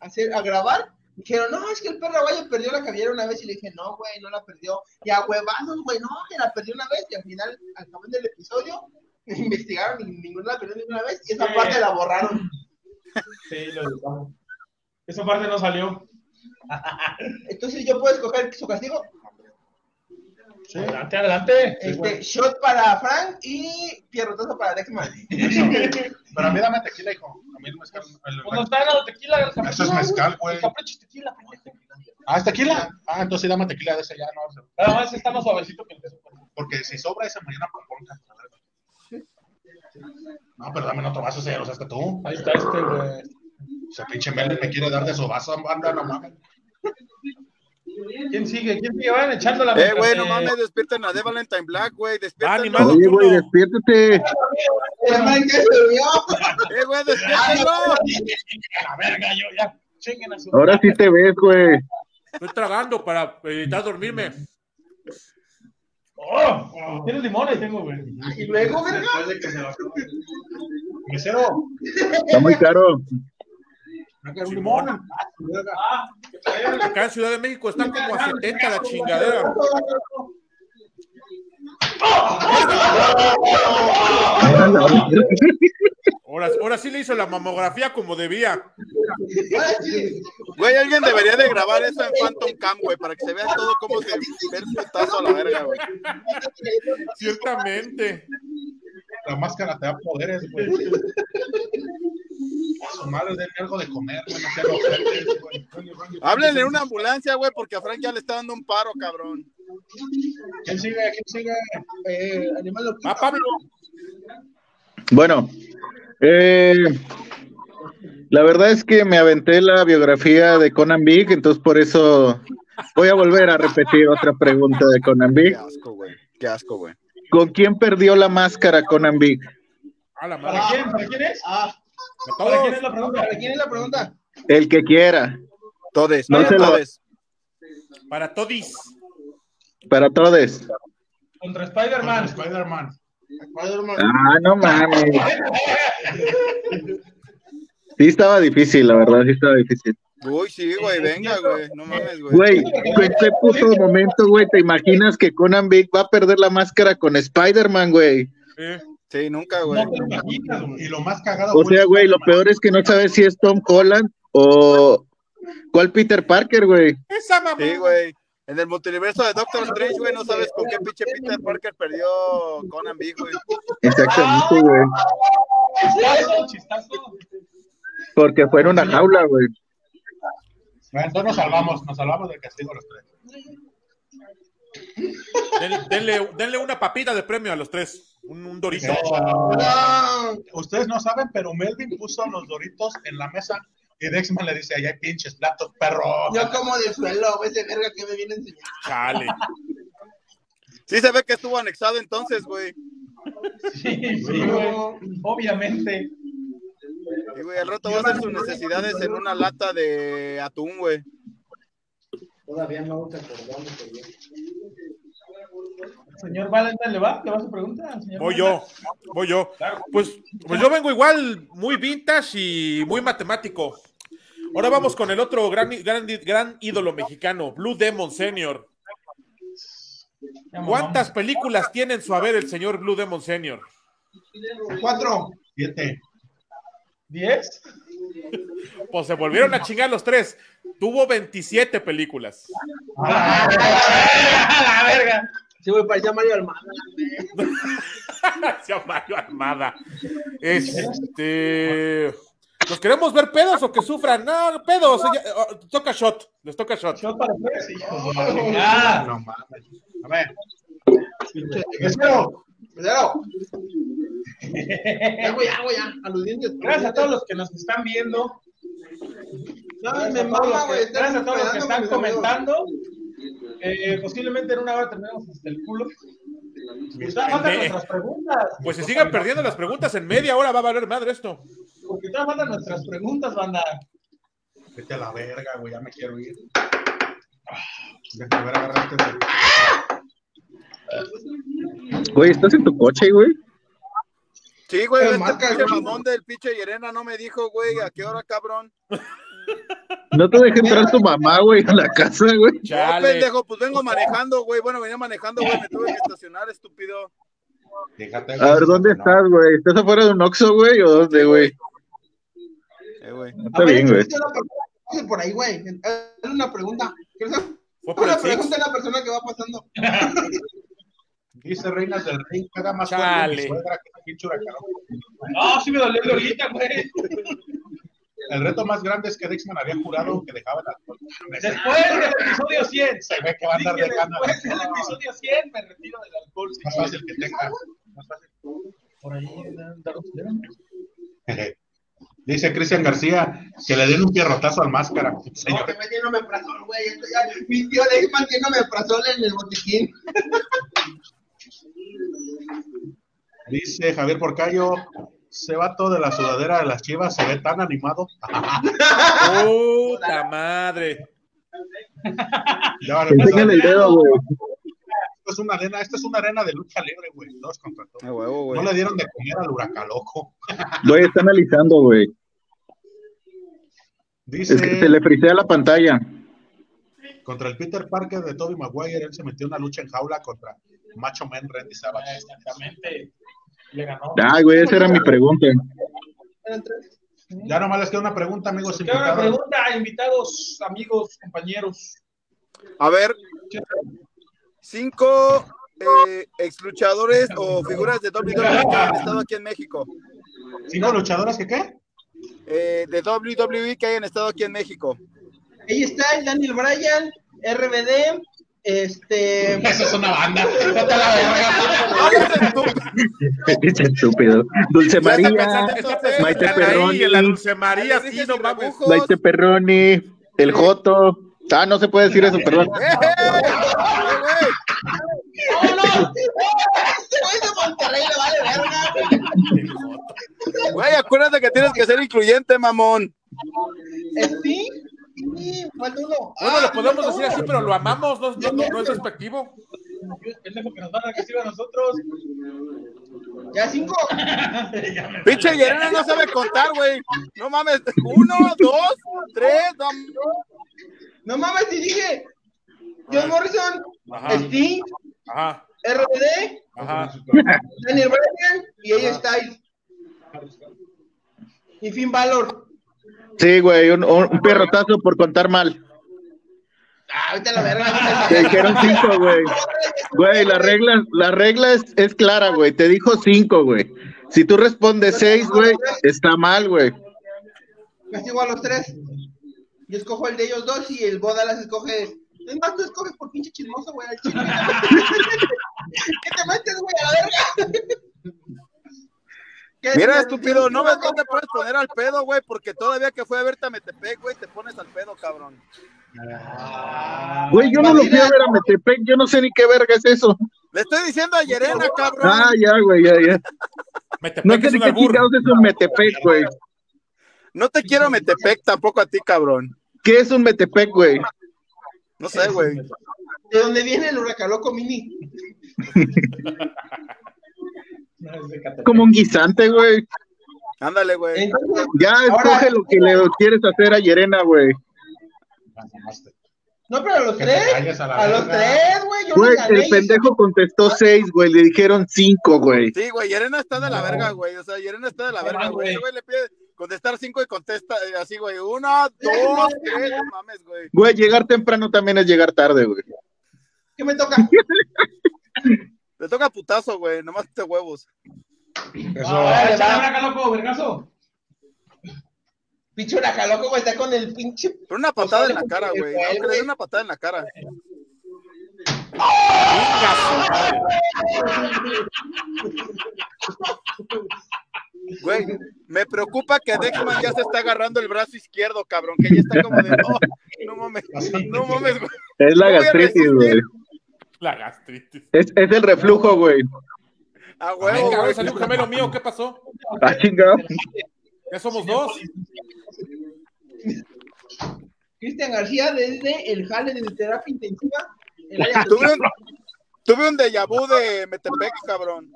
C: a hacer- a grabar. Dijeron, no, es que el perro guayo perdió la cabellera una vez y le dije, no, güey, no la perdió. Y a huevados, güey, no, que la perdió una vez. Y al final, al final del episodio, [LAUGHS] investigaron y ninguna la perdió ninguna vez. Y esa
B: Sí.
C: parte la borraron.
B: Sí, lo editamos. Esa parte no salió.
C: Entonces, ¿yo puedo escoger su castigo?
B: Adelante, adelante.
C: este, shot para Frank y pierrotazo para Dexman.
A: [LAUGHS]
C: [LAUGHS]
A: Pero a mí dame tequila, hijo. A mí Pues no me escapan.
B: Cuando está en la tequila, el capricho.
A: Eso es mezcal, güey.
B: El capricho es tequila, pendejo.
A: Ah, ¿es tequila? Ah, entonces sí dame tequila de ese ya, no.
B: Nada más está más suavecito que el de su cuerpo.
A: Porque si sobra ese mañana, pues ponga. No, pero dame otro vaso, ese ya lo usaste tú.
B: Ahí está este, güey.
A: Ese pinche Melvin me quiere dar de su vaso, anda, no mames.
B: ¿Quién sigue? ¿Quién sigue? Vayan echando la
E: Eh, güey, no mames, despierten a The Valentine Black, güey.
D: Va, ni
E: Despiértenlo.
D: madre.
G: Oye, güey, despiértate.
C: Frank, ¿qué se vio?
E: Eh, güey, despiértenlo.
B: La verga, yo ya. Chinguen a su.
G: Ahora sí te ves, güey.
D: eh, Estoy tragando para evitar dormirme.
B: Oh, ¿Tienes limones? Tengo, güey.
C: Ah, Y luego, verga.
A: Después de que se lo acabe. Mesero,
G: Está muy caro.
A: saca un limón. Ah, verga.
D: Acá en Ciudad de México están como a 70 la chingadera. Ahora, ahora sí le hizo la mamografía como debía.
E: Güey, alguien debería de grabar eso en Phantom Cam, güey, para que se vea todo cómo se ve el putazo a la verga, güey.
D: Ciertamente.
A: La máscara te da poderes, güey. A su madre, denle algo de comer, güey. No sean ojetes, güey.
E: Háblenle en una ambulancia, güey, porque a Frank ya le está dando un paro, cabrón.
A: ¿Quién sigue? ¿Quién sigue?
C: Eh, animal loquito.
D: Ah, Pablo.
G: Bueno, eh, la verdad es que me aventé la biografía de Conan Big, entonces por eso voy a volver a repetir otra pregunta de Conan
E: Qué
G: Big.
E: asco, güey. Qué asco, güey.
G: ¿Con quién perdió la máscara Conan Big?
D: A la madre.
B: ¿Para quién? ¿Para quién es?
C: Ah,
D: A
B: ¿Para quién
D: todos.
B: es la pregunta?
C: ¿para quién es la pregunta?
G: El que quiera,
E: Todes,
G: No
E: no
G: se lo-
E: todes.
D: Para todis.
G: para todos.
B: Contra
A: Spider-Man,
B: Spider-Man.
A: Spider-Man.
G: Ah, no mames. Sí estaba difícil, la verdad, sí estaba difícil.
E: Uy, sí, güey, venga, güey. No mames, güey.
G: Güey, en este puto momento, güey, ¿te imaginas que Conan Big va a perder la máscara con Spider-Man, güey?
D: Eh,
E: Sí, nunca, güey.
A: No te lo imaginas, güey. Y lo más cagado.
G: O
A: fue-
G: sea, güey, lo peor es que no sabes si es Tom Holland o cuál Peter Parker, güey.
D: Esa mamá.
E: Sí, güey. En el multiverso de Doctor Strange, güey, no sabes con qué pinche Peter Parker perdió Conan B, güey.
G: Exactamente, güey.
B: Chistazo, chistazo.
G: Porque fue en una jaula, güey.
A: Bueno, entonces nos salvamos, nos salvamos del castigo los tres.
D: Den- denle, denle una papita de premio a los tres. Un, un dorito.
C: Ah,
A: Ustedes no saben, pero Melvin puso los doritos en la mesa y Dexman le dice, allá hay pinches platos, perro.
C: Yo como de suelo, ese verga que me viene a enseñar.
D: Chale.
E: Sí se ve que estuvo anexado entonces, güey.
B: Sí, sí, güey. Obviamente.
E: Y, güey, al rato va a hacer sus necesidades en una lata de atún, güey.
H: Todavía no nos acordamos de bien.
B: Señor Valentine, ¿le va? ¿Le va su pregunta? al señor
D: Voy yo. Voy yo. Pues, pues yo vengo igual muy vintage y muy matemático. Ahora vamos con el otro gran, gran, gran ídolo mexicano, Blue Demon Senior.
B: Valentine?
D: ¿Cuántas películas tiene en su haber el señor Blue Demon Senior?
C: Cuatro.
A: Siete.
C: [LAUGHS]
B: ¿Diez?
D: Pues se volvieron a chingar los tres. Tuvo 27 películas.
B: ¡A la verga!
C: Sí, güey, para allá Mario Almada. güey.
D: Hacia Mario Armada. Este. ¿Los queremos ver pedos o que sufran? No, pedos. ya- eh, toca shot. Les toca shot.
B: ¿Shot para tres? ¡Hijo Ah. de la chingada!
A: Ah, No mames. A ver,
C: Pinche-
A: mesero,
C: Primero. Ya, güey, ya, güey, ya. A los dientes.
B: Gracias a todos los que nos están viendo.
C: No, me
B: Gracias a todos los
C: mama,
B: que-
C: güey. estar
B: gracias a todos los que
C: esperando
B: están
C: con mis amigos.
B: comentando. Eh, posiblemente en una hora terminemos hasta el culo. Pues todavía faltan
D: Eh,
B: nuestras preguntas.
D: Pues si sigan perdiendo las preguntas en media hora, va a valer madre esto.
B: Porque todavía faltan nuestras preguntas, banda.
A: vete a la verga, güey, ya me quiero ir. Déjame ver, agarra este, güey.
G: Güey, ¿estás en tu coche, güey?
E: Sí, güey,
C: Qué
E: este
C: marca,
E: pinche
C: güey.
E: mamón del pinche Yerena no me dijo, güey, a qué hora, cabrón.
G: No te deja entrar tu mamá, güey, a la casa, güey.
E: No,
D: Chale.
E: pendejo, pues vengo manejando, güey. Bueno, venía manejando, güey, me tuve que estacionar, estúpido.
A: Déjate,
G: A ver, ¿dónde estás, güey? ¿Estás afuera de un Oxxo, güey, o dónde, güey?
E: [LAUGHS] Eh, güey.
G: Está
C: A ver,
G: bien, güey.
C: yo la pregunta Por ahí, güey. Hazle una pregunta. ¿Quieres hacer
D: Fue por el
C: Una
D: six.
C: pregunta a la persona que va pasando.
A: Dice Reinas del Ring, caga más fuerte
D: Chale.
A: mi suegra que la pinche huracán.
B: No, sí me dolió el de ahorita, güey.
A: El reto más grande es que Dexman había jurado que dejaba el alcohol.
B: Después del episodio 100.
A: Se ve que va a andar
B: Dije,
A: dejando
B: después del
A: el alcohol.
B: episodio 100 me retiro del alcohol.
A: Más
B: señor.
A: fácil que tenga. Más fácil.
B: Por ahí, ¿no?
A: Jeje. [LAUGHS] Dice Cristian García que le den un pierrotazo al máscara.
C: No, que
A: Señor,
C: me tiene omeprazol, güey. Esto ya- Mi tío Leisman tiene omeprazol en el botiquín.
A: dice Javier Porcayo, se va todo de la sudadera de las chivas, se ve tan animado.
D: Puta madre.
A: Ah, Ya van a empezar.
G: Enséñale el dedo, güey.
A: esto es una arena, esto es una arena de lucha libre, güey. Dos contra
G: Ah,
A: todos.
E: A huevo,
A: No
E: güey.
A: le dieron de comer al huracaloco.
G: Güey, está analizando, güey.
A: Dice
G: Es que se le frisea la pantalla.
A: contra el Peter Parker de Toby Maguire, él se metió en una lucha en jaula contra Macho Man Randy Savage.
B: Exactamente. Le ganó.
G: Ay, güey, esa era mi pregunta. [LAUGHS]
C: Eran tres.
A: Ya nomás les queda una pregunta, amigos
B: Tengo una
A: invitados.
B: pregunta, invitados, amigos, compañeros.
E: A ver, cinco eh, exluchadores o figuras de WWE que han estado aquí en México.
A: ¿Cinco luchadoras que qué?
E: Eh, de WWE que hayan estado aquí en
D: [LAUGHS]
E: México.
C: Ahí está el Daniel Bryan, RBD, este.
A: Eso es una [LAUGHS] banda. Vete a la verga.
E: Háganse tú.
G: Es Este estúpido. Dulce
D: Ya está
G: María,
D: pensando- está pensando
G: Maite
D: en
G: Perroni.
D: ahí, en la
E: [LAUGHS]
D: Dulce María,
E: Les
D: sí,
E: dije
D: no
E: sin
D: mames.
E: rebujos.
G: Maite Perroni, el Joto. Ah, no se puede decir eso,
E: [LAUGHS] [LAUGHS]
G: perdón.
E: ¡Eh, eh! güey!
C: ¡Oh, no! [LAUGHS] Este güey de Monterrey le vale verga.
E: Güey, acuérdate que tienes que ser incluyente, mamón.
C: ¿Sí? Sí, falta uno.
D: Bueno,
C: Ah,
D: lo podemos
C: falta
D: decir así,
C: uno.
D: pero lo
E: Ah,
D: amamos, no, no- no- no es despectivo.
B: El pendejo que nos van a recibir a nosotros.
C: Ya cinco.
E: Pinche Guerrero no sabe contar, güey. No mames. Uno, dos, tres. No,
C: No mames, te dije. John Morrison,
D: Ajá.
C: Sting,
D: Ajá,
C: RBD,
D: ajá.
C: Daniel Bryan y AJ Styles. Y Finn Balor.
G: Sí, güey, un, un- un pierrotazo por contar mal.
C: Ah, ahorita la verga.
G: Te dijeron cinco, güey. Güey, la regla, la regla es, es clara, güey. Te dijo cinco, güey. Si tú respondes seis, güey, está mal, güey.
C: Castigo a los tres. Yo escojo el de ellos dos y el Bodalas escoge. Es más, tú escoges por pinche chismoso, güey. al chile. [LAUGHS] ¿Qué te metes, güey? A la verga. ¿Qué
E: Mira,
C: es-
E: estúpido, no ves dónde puedes poner al pedo, güey, porque todavía que fue a verte a Metepec, güey, te pones al pedo, cabrón.
G: Güey, yo no lo quiero ver a Metepec, yo no sé ni qué verga es eso.
E: Le estoy diciendo a Yerena, cabrón.
G: Ah, ya, güey, ya, ya. No
D: Metepec
G: sé
D: es
G: ni
D: un
G: qué
D: albur.
G: chingados es un Metepec, güey.
E: No te quiero Metepec tampoco a ti, cabrón.
G: ¿Qué es un Metepec, güey?
E: No sé, güey.
C: De dónde viene el huracaloco mini.
G: Como un guisante, güey.
E: Ándale, güey.
C: Entonces,
G: Ya escoge lo que le quieres hacer a Yerena, güey.
A: Ah,
C: no, pero a los
A: Que te
C: tres.
A: calles a la
C: A los
A: verga.
C: tres, güey. Yo
G: Güey,
C: les gané.
G: el pendejo contestó seis, güey. Le dijeron cinco, güey.
E: Sí, güey, Yerena está de la verga, güey. O sea, Yerena está de la
B: No
E: verga,
B: más,
E: güey.
B: güey.
E: Ese güey le pide contestar cinco y contesta eh, así, güey. Uno, dos, tres. No mames, güey.
G: Güey, llegar temprano también es llegar tarde, güey.
C: ¿Qué me toca?
E: Le toca putazo, güey. Nomás te huevos.
B: Ah, échale, braca, loco, vergazo.
C: Pinche huracaloco, güey. Está con el pinche.
E: Pero una patada en la cara, güey. No, que le dé una patada en la cara. Güey, me preocupa que Dexman ya se está agarrando el brazo izquierdo, cabrón. Que ya está como de. No, no mames. No mames, güey.
G: Es la
E: No voy a
G: gastritis,
E: resistir.
G: güey.
D: La gastritis.
G: Es, es el reflujo, güey.
E: A
D: Ay,
E: huevo,
D: cabrón,
E: güey.
D: salió un gemelo mío, ¿qué pasó?
G: Ah, chingado.
D: Ya somos dos.
C: Cristian García desde el jale de terapia intensiva. El área
E: Tuve un, tuve un déjà vu de Metepec, cabrón.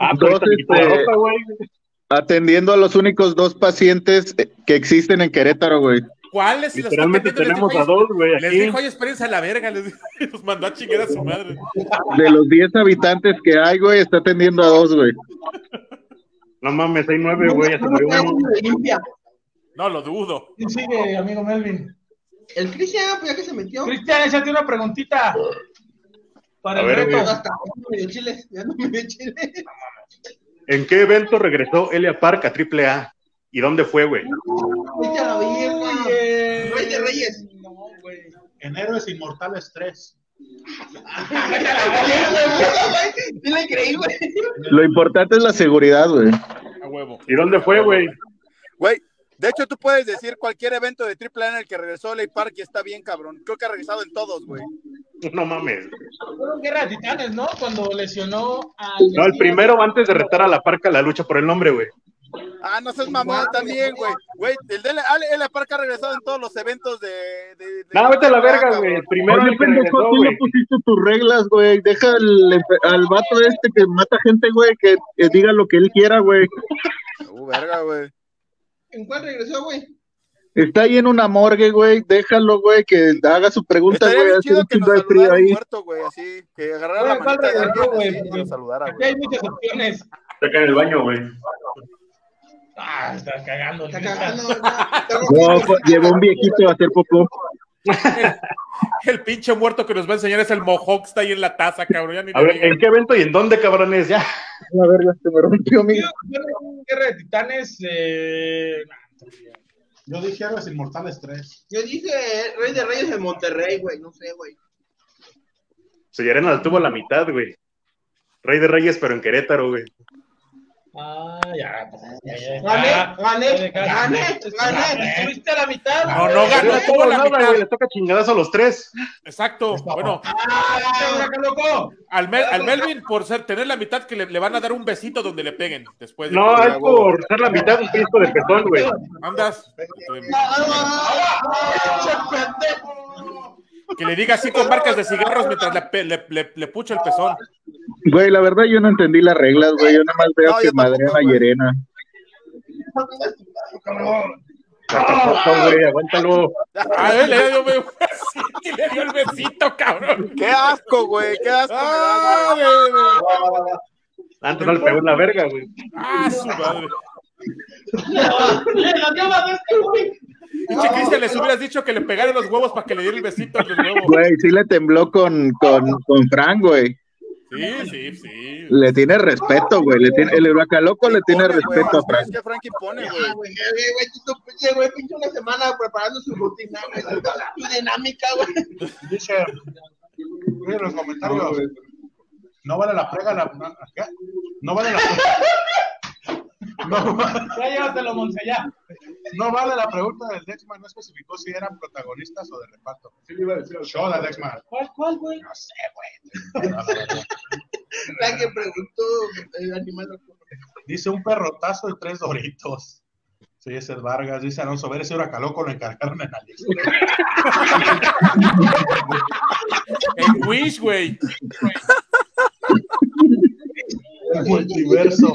I: Ah,
G: Dos, este, atendiendo a los únicos dos pacientes eh, que existen en Querétaro, güey.
D: ¿Cuáles? Si las están
I: Literalmente
D: vendiendo,
I: tenemos
D: les
I: a
D: dijo,
I: dos, güey,
D: Les
I: aquí.
D: dijo, hay experiencia a la verga. Les dijo, [LAUGHS] los mandó a chingar a su madre.
G: De los 10 habitantes que hay, güey, está atendiendo a dos, güey.
I: No mames, hay nueve, güey, ya se murió uno.
C: limpia.
D: No, lo dudo.
B: ¿Quién sigue, amigo Melvin?
C: El Cristian, pues ya que se metió.
B: Cristian, échate una preguntita. Para
I: A
B: el
I: ver,
B: reto.
I: güey.
C: Hasta ahora no me dio chile, ya no me dio chile.
I: ¿En qué evento regresó Elia Park a AAA? ¿Y dónde fue, güey?
C: Vete a la verga.
B: Oye.
C: Rey de Reyes.
B: No, güey.
A: En Héroes Inmortales 3.
C: Vete a la verga, güey. Dile creí, güey.
G: Lo importante es la seguridad, güey.
D: A huevo.
I: ¿Y dónde fue, güey?
E: Güey, de hecho tú puedes decir cualquier evento de AAA en el que regresó Ley Park y está bien, cabrón. Creo que ha regresado en todos, güey.
I: No mames.
B: Fueron guerra de titanes, ¿no? Cuando lesionó al.
I: No, el primero antes de retar a la parca la lucha por el nombre, güey.
E: Ah, no seas mamón también, güey. Güey, el de la, el Parca ha regresado en todos los eventos de. de, de-
I: No, vete a la verga, güey. Primero
G: Oye,
I: el que regresó,
G: pendejo, tú no
I: güey.
G: pusiste tus reglas, güey. Deja al, al vato este que mata gente, güey, que, que diga lo que él quiera, güey.
E: Uh, verga, güey.
C: ¿En cuál regresó, güey?
G: Está ahí en una morgue, güey. Déjalo, güey, que haga su pregunta,
E: Estaría
G: güey.
E: bien
G: Hace
E: chido
G: un
E: que nos
G: chingo de frío
E: saludara un
G: ahí.
E: muerto, güey, así. Que agarrara la
B: Güey, ¿cuál
E: manita de
B: regresó,
E: alguien así
B: güey?
E: y lo saludara,
B: Aquí
E: güey.
B: hay muchas opciones.
I: Está acá en el baño, güey.
B: Ah, está cagando.
C: Está
B: Luis.
C: cagando. ya. Está
G: No,
C: rojito.
G: pues, llegó un viejito a hacer popó.
D: El pinche muerto que nos va a enseñar es el mohawk, está ahí en la taza, cabrón. Ya ni
I: A
D: le
I: ver,
D: digas.
I: ¿en qué evento y en dónde, cabrones? Ya.
G: A ver, se me rompió mi.
B: Yo yo, Guerra de Titanes. Eh...
A: Yo dije Héroes Inmortales 3.
C: Yo dije Rey de Reyes en Monterrey, güey. No sé, güey.
I: Se llenaron al tubo a la mitad, güey. Rey de Reyes, pero en Querétaro, güey.
B: Ah, ya, pues, ya, ya.
C: Gané, Ah, gané,
B: ya, ya.
C: gané, Ah, gané.
B: Estuviste a la mitad.
D: No,
B: güey.
D: no ganó,
I: No,
D: estuvo
I: no,
D: la
I: nada,
D: mitad.
I: güey, Les toca chingadazo a los tres.
D: Exacto. Bueno,
B: Ah, una que loco.
D: al, Mel- al Melvin, por ser, tener la mitad que le, le van a dar un besito donde le peguen después. de
I: No,
D: que-
I: es por ser la mitad un pisco de pezón, güey.
D: Andas.
C: ¡Ah, pendejo!
D: Que le diga así con marcas de cigarros mientras le, pe- le, le- le pucho el pezón.
G: Güey, la verdad yo no entendí las reglas, güey. Yo nada más veo
E: No,
G: que
E: yo tampoco,
G: madrean a
E: güey.
G: Yerena.
I: No, güey, aguántalo.
D: A él le dio un besito y le dio el besito, cabrón.
E: Qué asco, güey. Qué asco me
D: Ah,
E: das, güey.
I: Antes no le pegó en la verga, güey.
D: Ah, su madre.
C: ah.
B: Le la dio más de este, güey.
D: Pinche Cristian, les hubieras dicho que le pegaran los huevos para que le diera el besito en los huevos.
G: Güey, sí le tembló con, con, con Frank, güey.
D: Sí, sí, sí.
G: Le tiene respeto, güey. Le tiene, el huracaloco le tiene
E: Impone, güey,
G: respeto a
E: Es
G: Frank.
E: que Frank impone, güey.
C: Ah, güey, güey, güey, tú- tú, pinche, güey, pinche una semana preparando su rutina, güey, su, su dinámica, güey.
A: Dice, güey, en los comentarios. No vale la prueba, la. la- ¿qué? No vale la No, va-
B: Ya llévatelo, Monse, ya.
A: no vale la pregunta del Dexman, no especificó si eran protagonistas o de reparto. Sí, iba a decir. Shoda Dexman.
B: ¿Cuál, cuál, güey?
A: No sé, güey.
C: La que preguntó eh, animando.
A: Dice un perrotazo y tres doritos. Sí, ese es Vargas. Dice Alonso, ver ese huracaloco lo encargaron en AliExpress.
D: En Wish, güey.
A: El multiverso.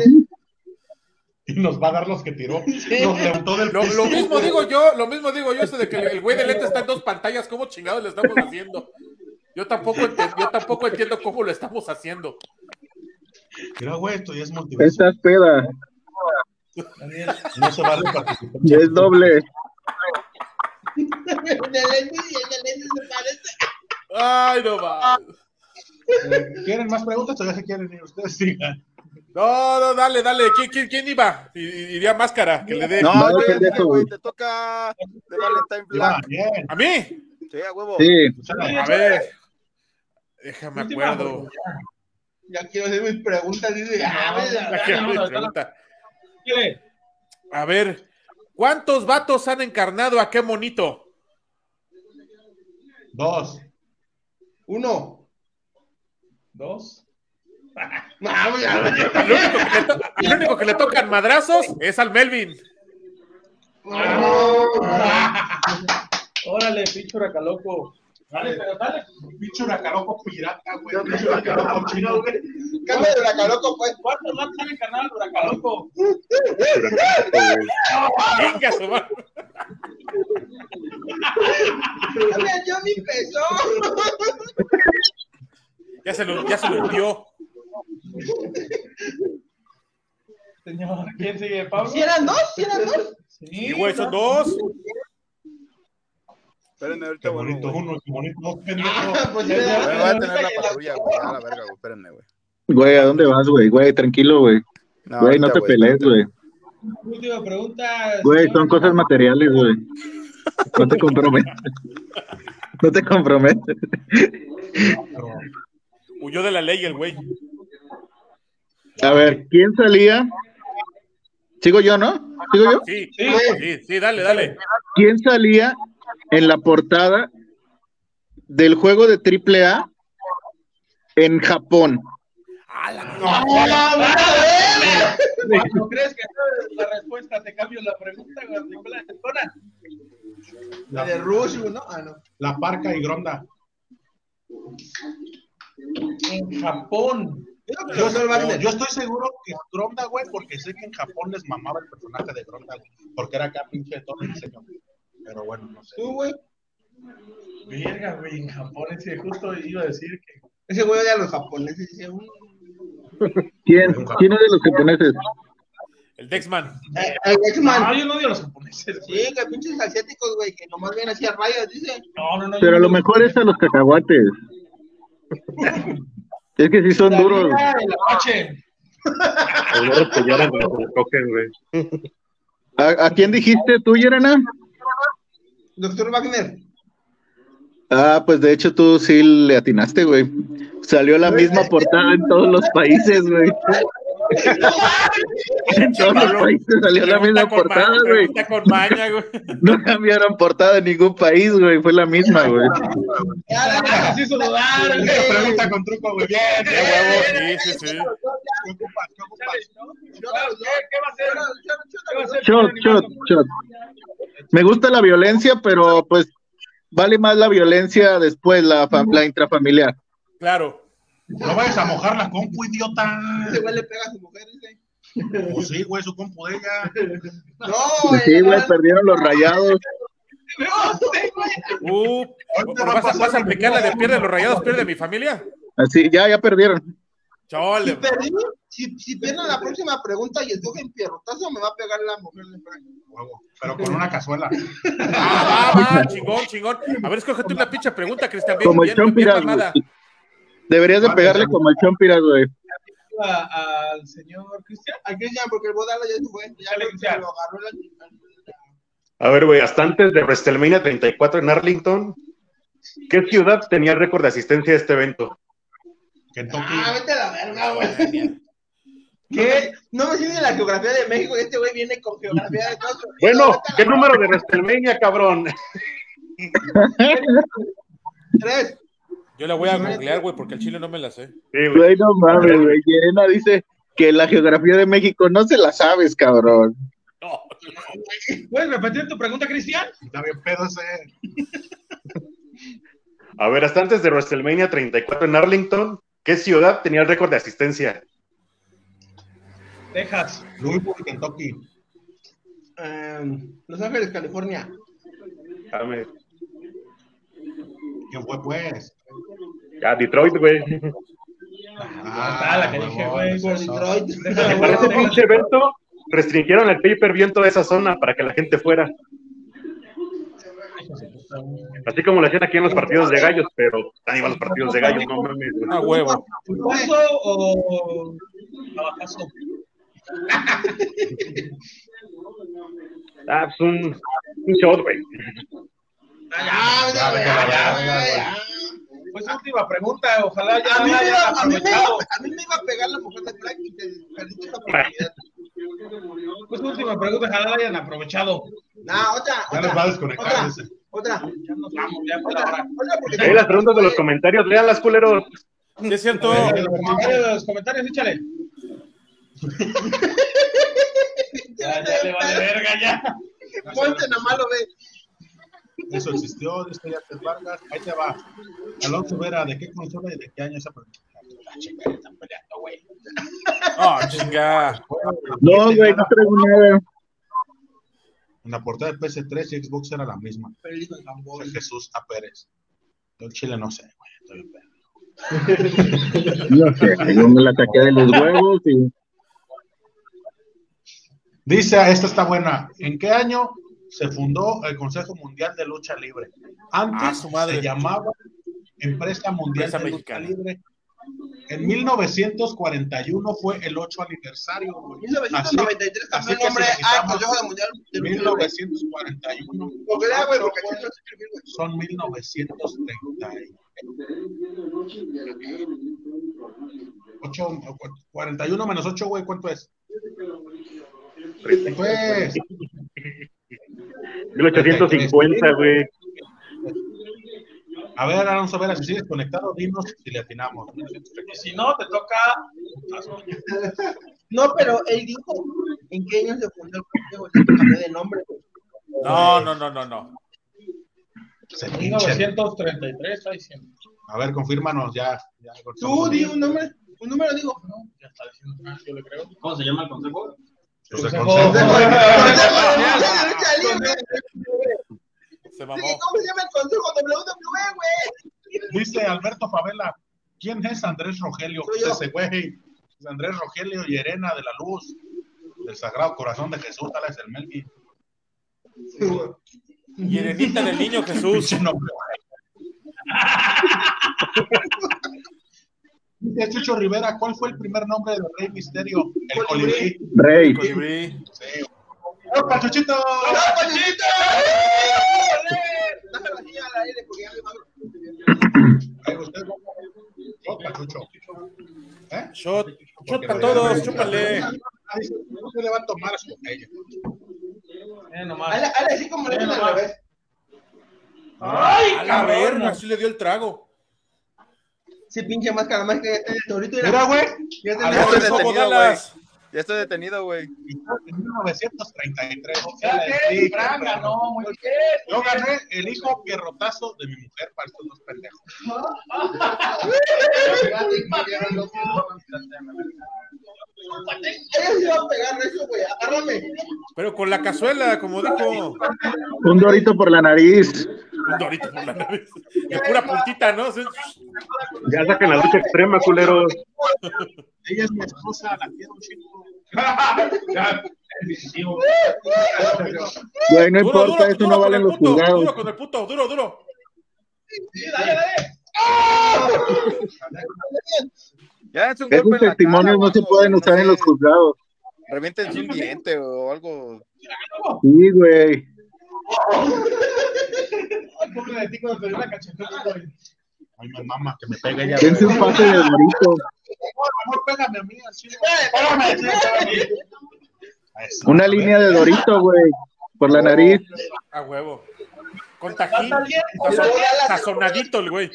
A: Y nos va a dar los que tiró. Nos levantó del
D: Lo,
A: piso.
D: lo mismo digo yo, lo mismo digo yo, eso de que el güey de lente está en dos pantallas, ¿cómo chingados le estamos haciendo? Yo tampoco, ente- yo tampoco entiendo cómo lo estamos haciendo.
A: Mira, güey, esto ya es multiverso.
G: Esta es peda.
A: No se vale participar.
G: Ya es doble.
C: El de Lenny y el de Lenny se parece.
D: Ay, no va.
A: Eh, ¿Quieren más preguntas o ya se quieren ir? Ustedes sigan.
D: No, no, dale, dale. ¿Quién, quién, quién iba? I- i- Iría máscara, que le dé.
E: No,
G: No,
E: yo ya
G: pendejo,
E: dije,
G: güey.
E: güey, te toca de Valentine
A: Iba
E: Black.
A: bien.
D: ¿A mí?
E: Sí, a huevo.
G: Sí.
A: O sea,
D: A ver. Déjame
B: Última,
D: acuerdo.
C: Ya quiero hacer mis preguntas, dice. ah, güey, la-
D: La que
B: no,
D: me
B: no, no.
D: pregunta.
B: Quiere.
D: A ver, ¿cuántos vatos han encarnado a qué monito?
A: Dos.
C: Uno.
B: Dos.
C: No, güey, ya, güey.
D: Al único que le, to- al único que le tocan madrazos es al Melvin.
B: [LAUGHS] Órale, pinche huracaloco. Dale, pero dale.
A: Pinche huracaloco pirata, güey. Pinche huracaloco chino, güey.
C: Cambia de la caloco, pues.
B: ¿Cuántos más están en canal huracaloco?
D: Venga, su madre.
C: Cambia yo mi peso.
D: Ya se lo, ya se lo hundió.
B: Señor, ¿quién sigue? ¿Pablo?
C: [LAUGHS] Si eran dos, si eran dos.
D: Y güey, son dos.
E: Espérenme,
A: Qué
E: ahorita
A: bonito
E: vuelvo, güey.
A: uno, qué bonito dos, pendejo.
C: Ah, pues
B: Ya, ya.
C: ya.
E: Voy a tener la patrulla, güey. A la verga, güey. Espérenme, güey.
G: Güey, ¿a dónde vas, güey? Güey, tranquilo, güey. Güey, no
E: ahorita,
G: te pelees,
E: espérate.
G: güey.
B: Última pregunta.
G: Güey,
B: señor.
G: son cosas materiales, güey. No te comprometas. No te comprometas.
D: Huyó de la ley el güey.
G: A ver, ¿quién salía? ¿Sigo yo, no? ¿Sigo yo?
D: Sí,
B: Sí.
D: sí, sí, dale, dale.
G: ¿Quién salía en la portada del juego de AAA en Japón?
D: A la-
C: ¡Hola,
B: [LAUGHS] Cuando crees que sabes la respuesta, te cambio la pregunta, güey. te cambio la- Conan,
C: La de Rush, ¿no? Ah, no.
A: La parca y gronda.
B: En Japón.
A: Yo, yo estoy seguro que Gronda, güey, porque sé que en Japón les mamaba el personaje de Gronda, güey, porque era acá pinche todo y se cambió. Pero bueno, no sé.
C: Tú, güey.
B: Verga, güey, en Japón. Ese justo iba a decir que.
C: Ese güey de los japoneses. Dice, "Mm, un...
G: ¿Quién, ¿Quién es de los japoneses?
D: El Dexman.
C: Eh, el X-Man.
B: No, Ah, yo no odio a los japoneses. güey.
C: Sí, que pinches asiáticos, güey, que nomás ven así a rayas, dice.
B: No, no, no.
G: Pero
B: yo
G: a lo
B: no-
G: mejor es a los cacahuates. Es que sí son
B: La
G: duros.
B: vida, el Apache.
I: El gorro que lloran cuando se Pues lo cogen, güey.
G: ¿A, a quién dijiste tú, Yerana?
C: Doctor Wagner.
G: Ah, pues de hecho tú sí le atinaste, güey. Salió la misma portada en todos los países,
D: [LAUGHS]
G: güey. En todos los países salió la
D: Pregunta
G: misma
D: con
G: portada,
D: ma-
G: güey.
D: pregunta con maña, güey.
G: No cambiaron portada en ningún país, güey. Fue la misma, güey.
C: Ya, la
B: Ah, sí, eso lo da, güey.
A: Pregunta con truco, güey. Bien,
D: Qué huevo, sí, sí, sí.
A: ¿Qué ocupas? ¿Qué ocupas?
B: Ah, ¿Qué qué va a hacer? ¿Qué va a hacer?
G: Shot, shot, shot. Me gusta la violencia, pero pues vale más la violencia después, la, fa- la intrafamiliar.
D: Claro.
A: No vayas a mojar la compu, idiota.
C: Ese güey le pega a su mujer, dice.
A: Pues sí, güey, su compu de ella.
C: No, güey.
G: Sí, güey,
C: ahora-
G: perdieron los rayados.
D: Uh,
A: Ahorita va a
D: ¿vas, a-
A: pasar
D: vas a aplicar la de pierde los rayados, pierde mi familia?
G: Así, ya, ya perdieron.
D: Chole.
C: Si
D: güey.
C: perdimos, si, si pierden la próxima pregunta y escogen pierrotazo, me va a pegar la mujer de Frank.
A: Huevo, pero con una cazuela.
D: Ah, va, va,
G: [LAUGHS]
D: chingón, chingón. A ver, escógete una pinche pregunta, Cristian. Bien,
G: Como el
D: bien, bien,
G: Chompiras,
D: palmada.
G: güey. Deberías de
D: Ah,
A: Vale,
G: pegarle
A: vale.
G: como el Chompiras, güey.
B: A- Al señor Cristian.
C: A Cristian, porque el bodala ya se fue. Ya
B: Dale,
C: lo,
B: Cristian.
C: lo agarró la
I: A ver, güey, hasta antes de WrestleMania 34 en Arlington, ¿qué ciudad tenía el récord de asistencia a este evento?
A: Kentucky.
C: Ah, vete a la verga, güey.
B: ¿Qué?
C: No me sirve la geografía de México. Este güey viene con geografía de Estados Unidos.
I: Bueno,
C: Vete a la
I: ¿qué número de WrestleMania, cabrón?
C: Tres.
D: Yo la voy a googlear, güey, porque el chile no me la sé.
I: Sí, güey.
G: Güey, no mames, güey. Yerena dice que la geografía de México no se la sabes, cabrón.
D: No.
B: ¿Puedes repetir tu pregunta, Cristian?
A: Está bien pedo ese.
I: A ver, hasta antes de WrestleMania 34 en Arlington, ¿qué ciudad tenía el récord de asistencia?
B: Texas.
A: Louisville, Kentucky.
C: Em, Los Ángeles, California.
I: Dame.
A: ¿Quién fue, pues?
I: Ya, Detroit, güey.
A: Ah,
B: la que dije,
A: huevón,
B: güey,
A: es
C: Por
A: eso.
C: Detroit.
I: Para ese pinche evento, restringieron el pay-per-view en toda esa zona para que la gente fuera. Así como lo hacían aquí en los partidos de gallos, pero ahí van los partidos de gallos, no mames. güey.
D: Ah, huevo.
B: ¿Ruso o Navajazo?
I: Ah, pues un, un shot, güey.
C: Ah, vete a la
A: Ya,
C: verga,
A: ya,
C: güey,
A: ya,
C: ah.
B: Pues última pregunta, ojalá ya
C: A mí
B: la
C: me
B: hayan
C: iba- a mí me
B: aprovechado.
C: iba- a mí me iba a pegar la mujer de Frank y te perdiste la oportunidad.
B: Pues última pregunta, ojalá la hayan aprovechado.
C: No, otra,
A: Ya
C: otra.
A: les va a desconectar,
C: Otra,
A: dice.
C: otra.
B: Ya nos vamos, ya por la
C: Otra,
B: hora.
C: otra, porque
I: Ahí las preguntas de los comentarios, léanlas, culeros.
D: Sí, es cierto.
B: Eh, Los comentarios, los comentarios, [LAUGHS] échale. Ya, ya le vale verga, ya.
C: Ponte nomás lo ve.
A: Eso existió, dice ya te Vargas. Ahí te va. Alonso Vera, ¿de qué consola y de qué año esa pregunta?
D: Ah, chinga.
G: No, güey, no traigo nada.
A: En la portada de PS3 y Xbox era la misma.
C: Pero el hijo de Gamboa.
A: Dice Jesús A. Pérez. Yo el chile no sé, güey. Estoy bien pedo.
G: No sé, yo me la saqué de los huevos y
A: Dice, ah, esta está buena. ¿En qué año se fundó el Consejo Mundial de Lucha Libre? Antes
D: Ah, su madre.
A: se llamaba Empresa Mundial
D: Empresa
A: de
D: Mexicana.
A: Lucha Libre. En 1941 fue el 8 aniversario. güey. Así-
C: 1993
A: así
C: cambió el
A: que
C: nombre
A: se
C: al
A: necesitaba-
C: Consejo de Mundial de Lucha Libre.
A: 1941.
C: Googlea, güey, porque aquí no se escribe, güey.
A: Son 1930. 8, 41 menos 8, güey, ¿cuánto es? Pues,
I: 1850, güey.
A: A ver, Alonso, a ver, si sigues conectado, dinos si le atinamos.
B: Y si no, te toca.
C: No, pero él dijo en qué año se fundó el partido, güey, se cambió de nombre. güey.
D: No, no, no, no, no.
A: Se pinche.
B: 1933, está diciendo.
A: A ver, confírmanos ya. ya
C: Tú di un nombre, un número, digo.
B: Ya está diciendo, ah, yo le creo.
H: ¿Cómo se llama el consejo?
A: Los de
B: Consejo.
A: consejo. [LAUGHS]
C: Lucha libre.
D: Se
C: Sí,
D: mamó.
C: ¿Cómo se llama el consejo WWE, güey?
A: Dice Alberto Favela, ¿quién es Andrés Rogelio?
C: Soy yo.
A: Ese güey. Es Andrés Rogelio y Erena de la Luz, del Sagrado Corazón de Jesús, tal es el Melvin.
D: Y Erenita del Niño Jesús.
A: Pinche nombre, güey. Dice Chucho Rivera, ¿cuál fue el primer nombre del Rey Misterio? El Colibrí. ¡Oh,
G: Rey.
D: Colibrí.
A: Sí. ¡Opa, Chuchito!
C: ¡Ah, Pañuelito! Dame la silla al aire, porque ya me va a-
A: Ahí usted. Opa, Chucho. ¿Eh?
D: Shot. Shot para todos. Chúpale.
A: Ahí se- no se le va a tomar eso con ella.
B: Eh, nomás.
C: Hazle hazle así como le hacen al revés.
D: A la verga. Así le dio el trago.
C: Ese pinche máscara mágica ya está en el torito.
A: Mira, güey.
C: Ya está en el-
E: Alonso,
D: Alonso,
E: detenido,
D: ¿cómo
E: güey.
D: Dallas?
E: Ya estoy detenido, güey.
A: En 1933.
B: Ya te,
A: Sí,
B: Fran ganó, muy bien.
A: Yo gané el hijo pierrotazo de mi mujer para estos dos pendejos.
C: Ella se va a pegar recio, güey. Agárrame.
D: Pero con la cazuela, como dijo.
G: Un dorito por la nariz.
D: Un dorito por la nariz. De pura puntita, ¿no? Así,
I: Ya saquen la lucha extrema, culeros.
A: Ella es mi esposa, la quiero un [LAUGHS] chico.
G: Güey, no
D: Duro,
G: importa,
D: duro,
G: eso
D: duro
G: no
D: con
G: valen
D: el
G: los
D: puto. Duro
G: juzgados.
D: con el puto. Duro, duro.
E: Ya es un golpe
G: Esos
E: en la
G: testimonios
E: cara,
G: no se
E: güey,
G: pueden
E: no
G: usar en
E: sé,
G: los juzgados.
E: Reviéntense un diente o algo.
G: Sí, güey.
B: Ay, pobre de ti cuando te dio la cachetada, güey.
A: Ay, mi mamá, que me pegue ella.
G: Dense un pase de dorito.
A: Amor, pégame a mí, así. Eso,
G: Una
A: a ver.
G: línea de dorito, güey. Por la nariz.
D: A huevo. Con tajín.
B: Está bien,
D: Sazon-
B: está bien.
D: Sazonadito el güey.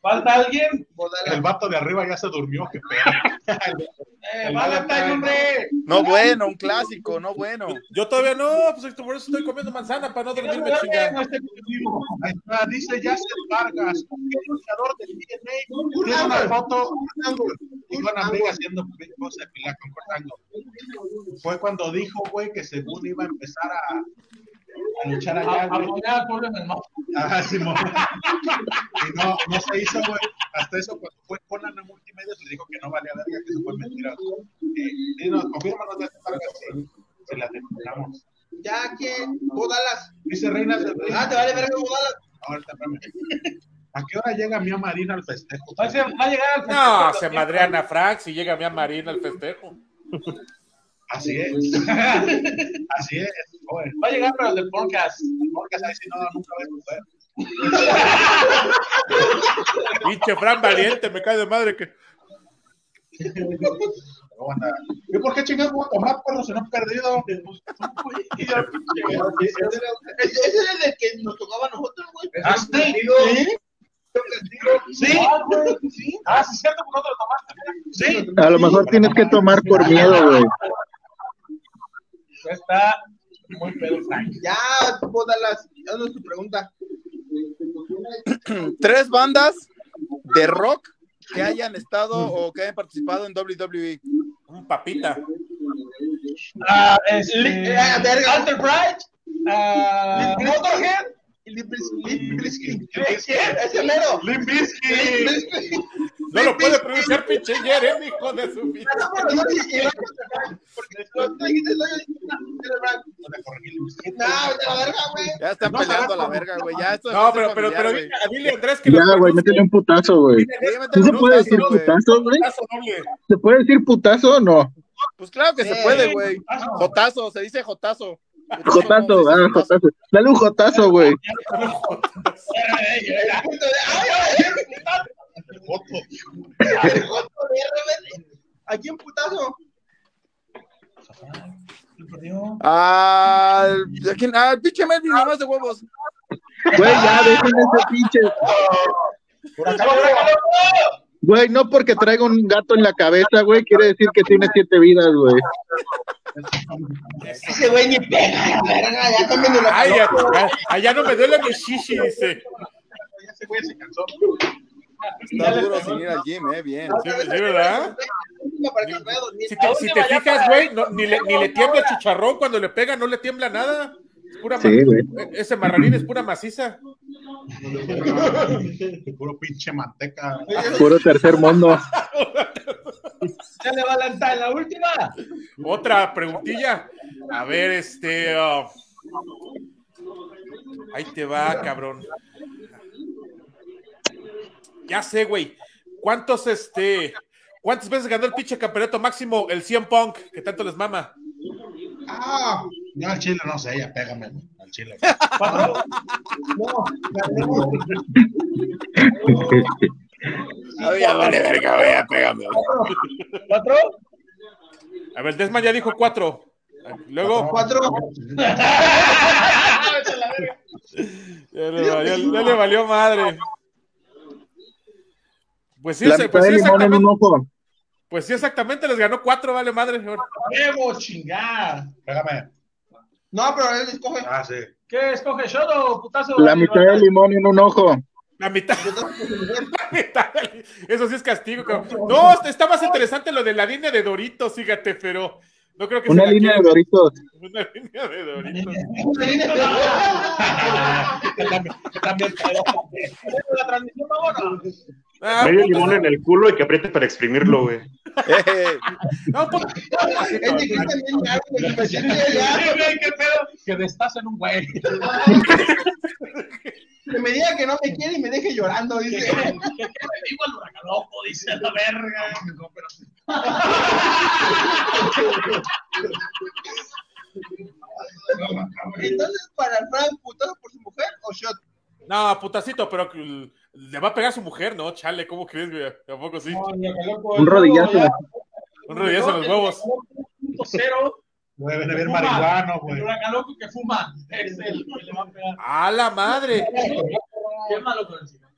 B: ¿Falta alguien?
A: El vato de arriba ya se durmió, qué pedo. [LAUGHS]
B: Eh, ¡Valentine, hombre!
E: No bueno, un clásico, no bueno.
D: Yo todavía no, pues por eso estoy comiendo manzana para no dormirme chingada.
A: este Ahí está, dice Yasser Vargas, el luchador del DNA. Tiene una foto y con amiga haciendo cosas de pilar con cortango. Fue cuando dijo, güey, que según iba a empezar a, a luchar allá, güey.
B: Apoyar al pueblo en el mapa.
A: Ah, Simón. Y no, no se hizo, güey. Hasta eso, cuando fue Conan a Multimedia, le dijo que no valía verga, que eso fue mentira. Eh, dinos, confírmanos de esta verga, sí. Se la terminamos.
C: Ya, ¿quién? Vos dalas.
A: Dice Reinas del Rey.
C: Ah, te vale verga, vos dalas.
A: Ahorita, espérame. ¿A qué hora llega Mía Marina al festejo?
B: Va a ser- va a llegar al
D: No, se madrean a Frank si llega mi Marina al festejo.
A: Así es. Así es, joven.
B: Va a llegar, pero el del podcast.
A: Porque sabes si no, nunca ves
B: eh.
A: mujer.
D: Pinche Frank valiente, me cae de madre que.
A: Pero bueno, ¿Y por qué chingados voy a tomar, perro, si no he perdido? Y yo, pinche,
C: Ese ese era el del que nos tocaba a nosotros, güey.
A: ¿Ah, sí? ¿Sí? ¿Sí?
B: Ah, güey, sí. Ah, sí, cierto, porque no te lo tomaste.
A: ¿Sí?
G: A lo mejor tienes que tomar por miedo, güey.
B: Ya Está muy pedo, Frank.
C: Ya, vos dalas. Haznos tu pregunta.
E: Tres bandas de rock que hayan estado o que hayan participado en E. WWE.
D: Un papita.
B: Ah, es.
C: Li- eh, ah, verga.
B: Alter Bright. Ah,
C: Limp Bizkit.
B: Motorhead.
C: Lim- Lim- Lim-
A: ¿Quién?
C: Ese mero.
A: Limp
C: Lim-
A: Bizkit.
C: Lim-
D: No lo puede pronunciar pinche Jeremy, hijo de su pinche.
C: Ah, bueno, no, y- y va contra- porque cuando tú dijiste, no, yo dije, no, era Frank. No, vete a la verga, güey.
E: Ya están
A: No,
E: peleando a la
A: sabes,
E: verga, güey. Ya esto es
D: No, pero, pero,
E: familiar,
D: pero
E: güey.
D: dile, a- dile a Andrés que
G: Ya, güey, métele un putazo, güey.
E: Sí, métele
G: ¿Sí se
E: un
G: puede
E: putazo,
G: decir
E: güey.
G: putazo, güey?
D: Putazo doble.
G: ¿Se puede decir putazo o no?
E: Pues claro que
C: Sí.
E: se puede, güey.
B: Ah, no.
E: Jotazo, se dice jotazo. Putazo no, se
G: Jotazo,
E: dice
G: ah,
E: jotazo.
G: jotazo. Dale un jotazo, güey.
C: El punto de- ¡Ay, ay, ay! El punto de RBD. ¿A quién putazo?
B: perdió?
E: Al, ¿a quién? Al pinche Melvin, nomás de huevos.
G: Güey, ya dejen ese pinche. Güey, no porque traiga un gato en la cabeza, güey, quiere decir que tiene siete vidas, güey.
C: Ese güey ni pega, la verga, ya cámbienle la
D: Ay, ya, allá no me duele mi shishi, dice.
B: Ese güey se cansó.
E: Está duro sin ir al gym, eh, bien. [LAUGHS]
D: Sí, sí, ¿verdad?
C: para que pueda dormir.
D: Si te, si te fijas, güey, no- ni, le, ni le tiembla el chicharrón cuando le pega, no le tiembla nada. Es pura ma- e,
G: Sí, güey.
D: Ese marranín es pura maciza.
A: Puro pinche manteca.
G: Puro tercer mundo.
B: Ya le va a lanzar en la última.
D: Otra preguntilla. A ver, este. ah, Ahí te va, cabrón. Ya sé, güey. ¿Cuántos, este. ¿Cuántas veces ganó el pinche campeonato máximo el 100 Punk? Que tanto les mama.
A: Ah, yo al chile no sé, ya pégame, güey, al chile.
B: Cuatro.
C: No, ganemos.
E: Ay, ya vale verga, güey, ya pégame. güey.
B: ¿Cuatro?
D: A ver, Desman ya dijo cuatro. Luego.
C: Cuatro.
D: Ya le, valió, ya le valió madre. Pues sí,
G: La
D: se-
G: mitad
D: pues, sí,
G: de limón en un
D: exactamente,
G: ojo.
D: pues sí, exactamente, les ganó cuatro, vale madre.
B: Debo chingar.
A: Pégame.
C: No, pero él escoge.
A: Ah, sí.
B: ¿Qué escoge Shoto, putazo?
G: La mitad
B: [LAUGHS]
G: de limón en un ojo.
D: La mitad,
C: Yo tengo que escoger.
D: [LAUGHS] la mitad. Eso sí es castigo. cabrón. No, está- está más interesante lo de la línea de Doritos, fíjate, pero no creo que
G: Una
D: se la
G: línea de
D: quieran.
G: doritos.
D: [LAUGHS] Una línea de Doritos.
B: ¿La transmisión va o no?
D: Ah,
I: Medio
D: puto,
I: limón en el culo y que apriete para exprimirlo, güey.
E: Eh,
D: no, puto.
C: [LAUGHS] Él dijo también, ya,
A: [LAUGHS]
C: güey, me siento ya.
B: Sí, güey, qué pedo. Que destacen un güey. [LAUGHS]
C: Que me diga que no me quiere y me deje llorando, dice.
B: Que me digo el huracán loco, dice la verga. No, pero
C: Entonces, para Frank, putazo por su mujer o shot.
D: No, putacito, pero que- le va a pegar a su mujer, ¿no? Chale, ¿cómo crees, güey? Tampoco sí.
G: Un rodillazo.
D: Un rodillazo en los huevos.
B: Punto cero.
A: Güey, viene bien marihuano, güey.
B: El huracán loco que fuma. Es el que le va a pegar.
D: A la madre.
B: Qué malo con el cigarro.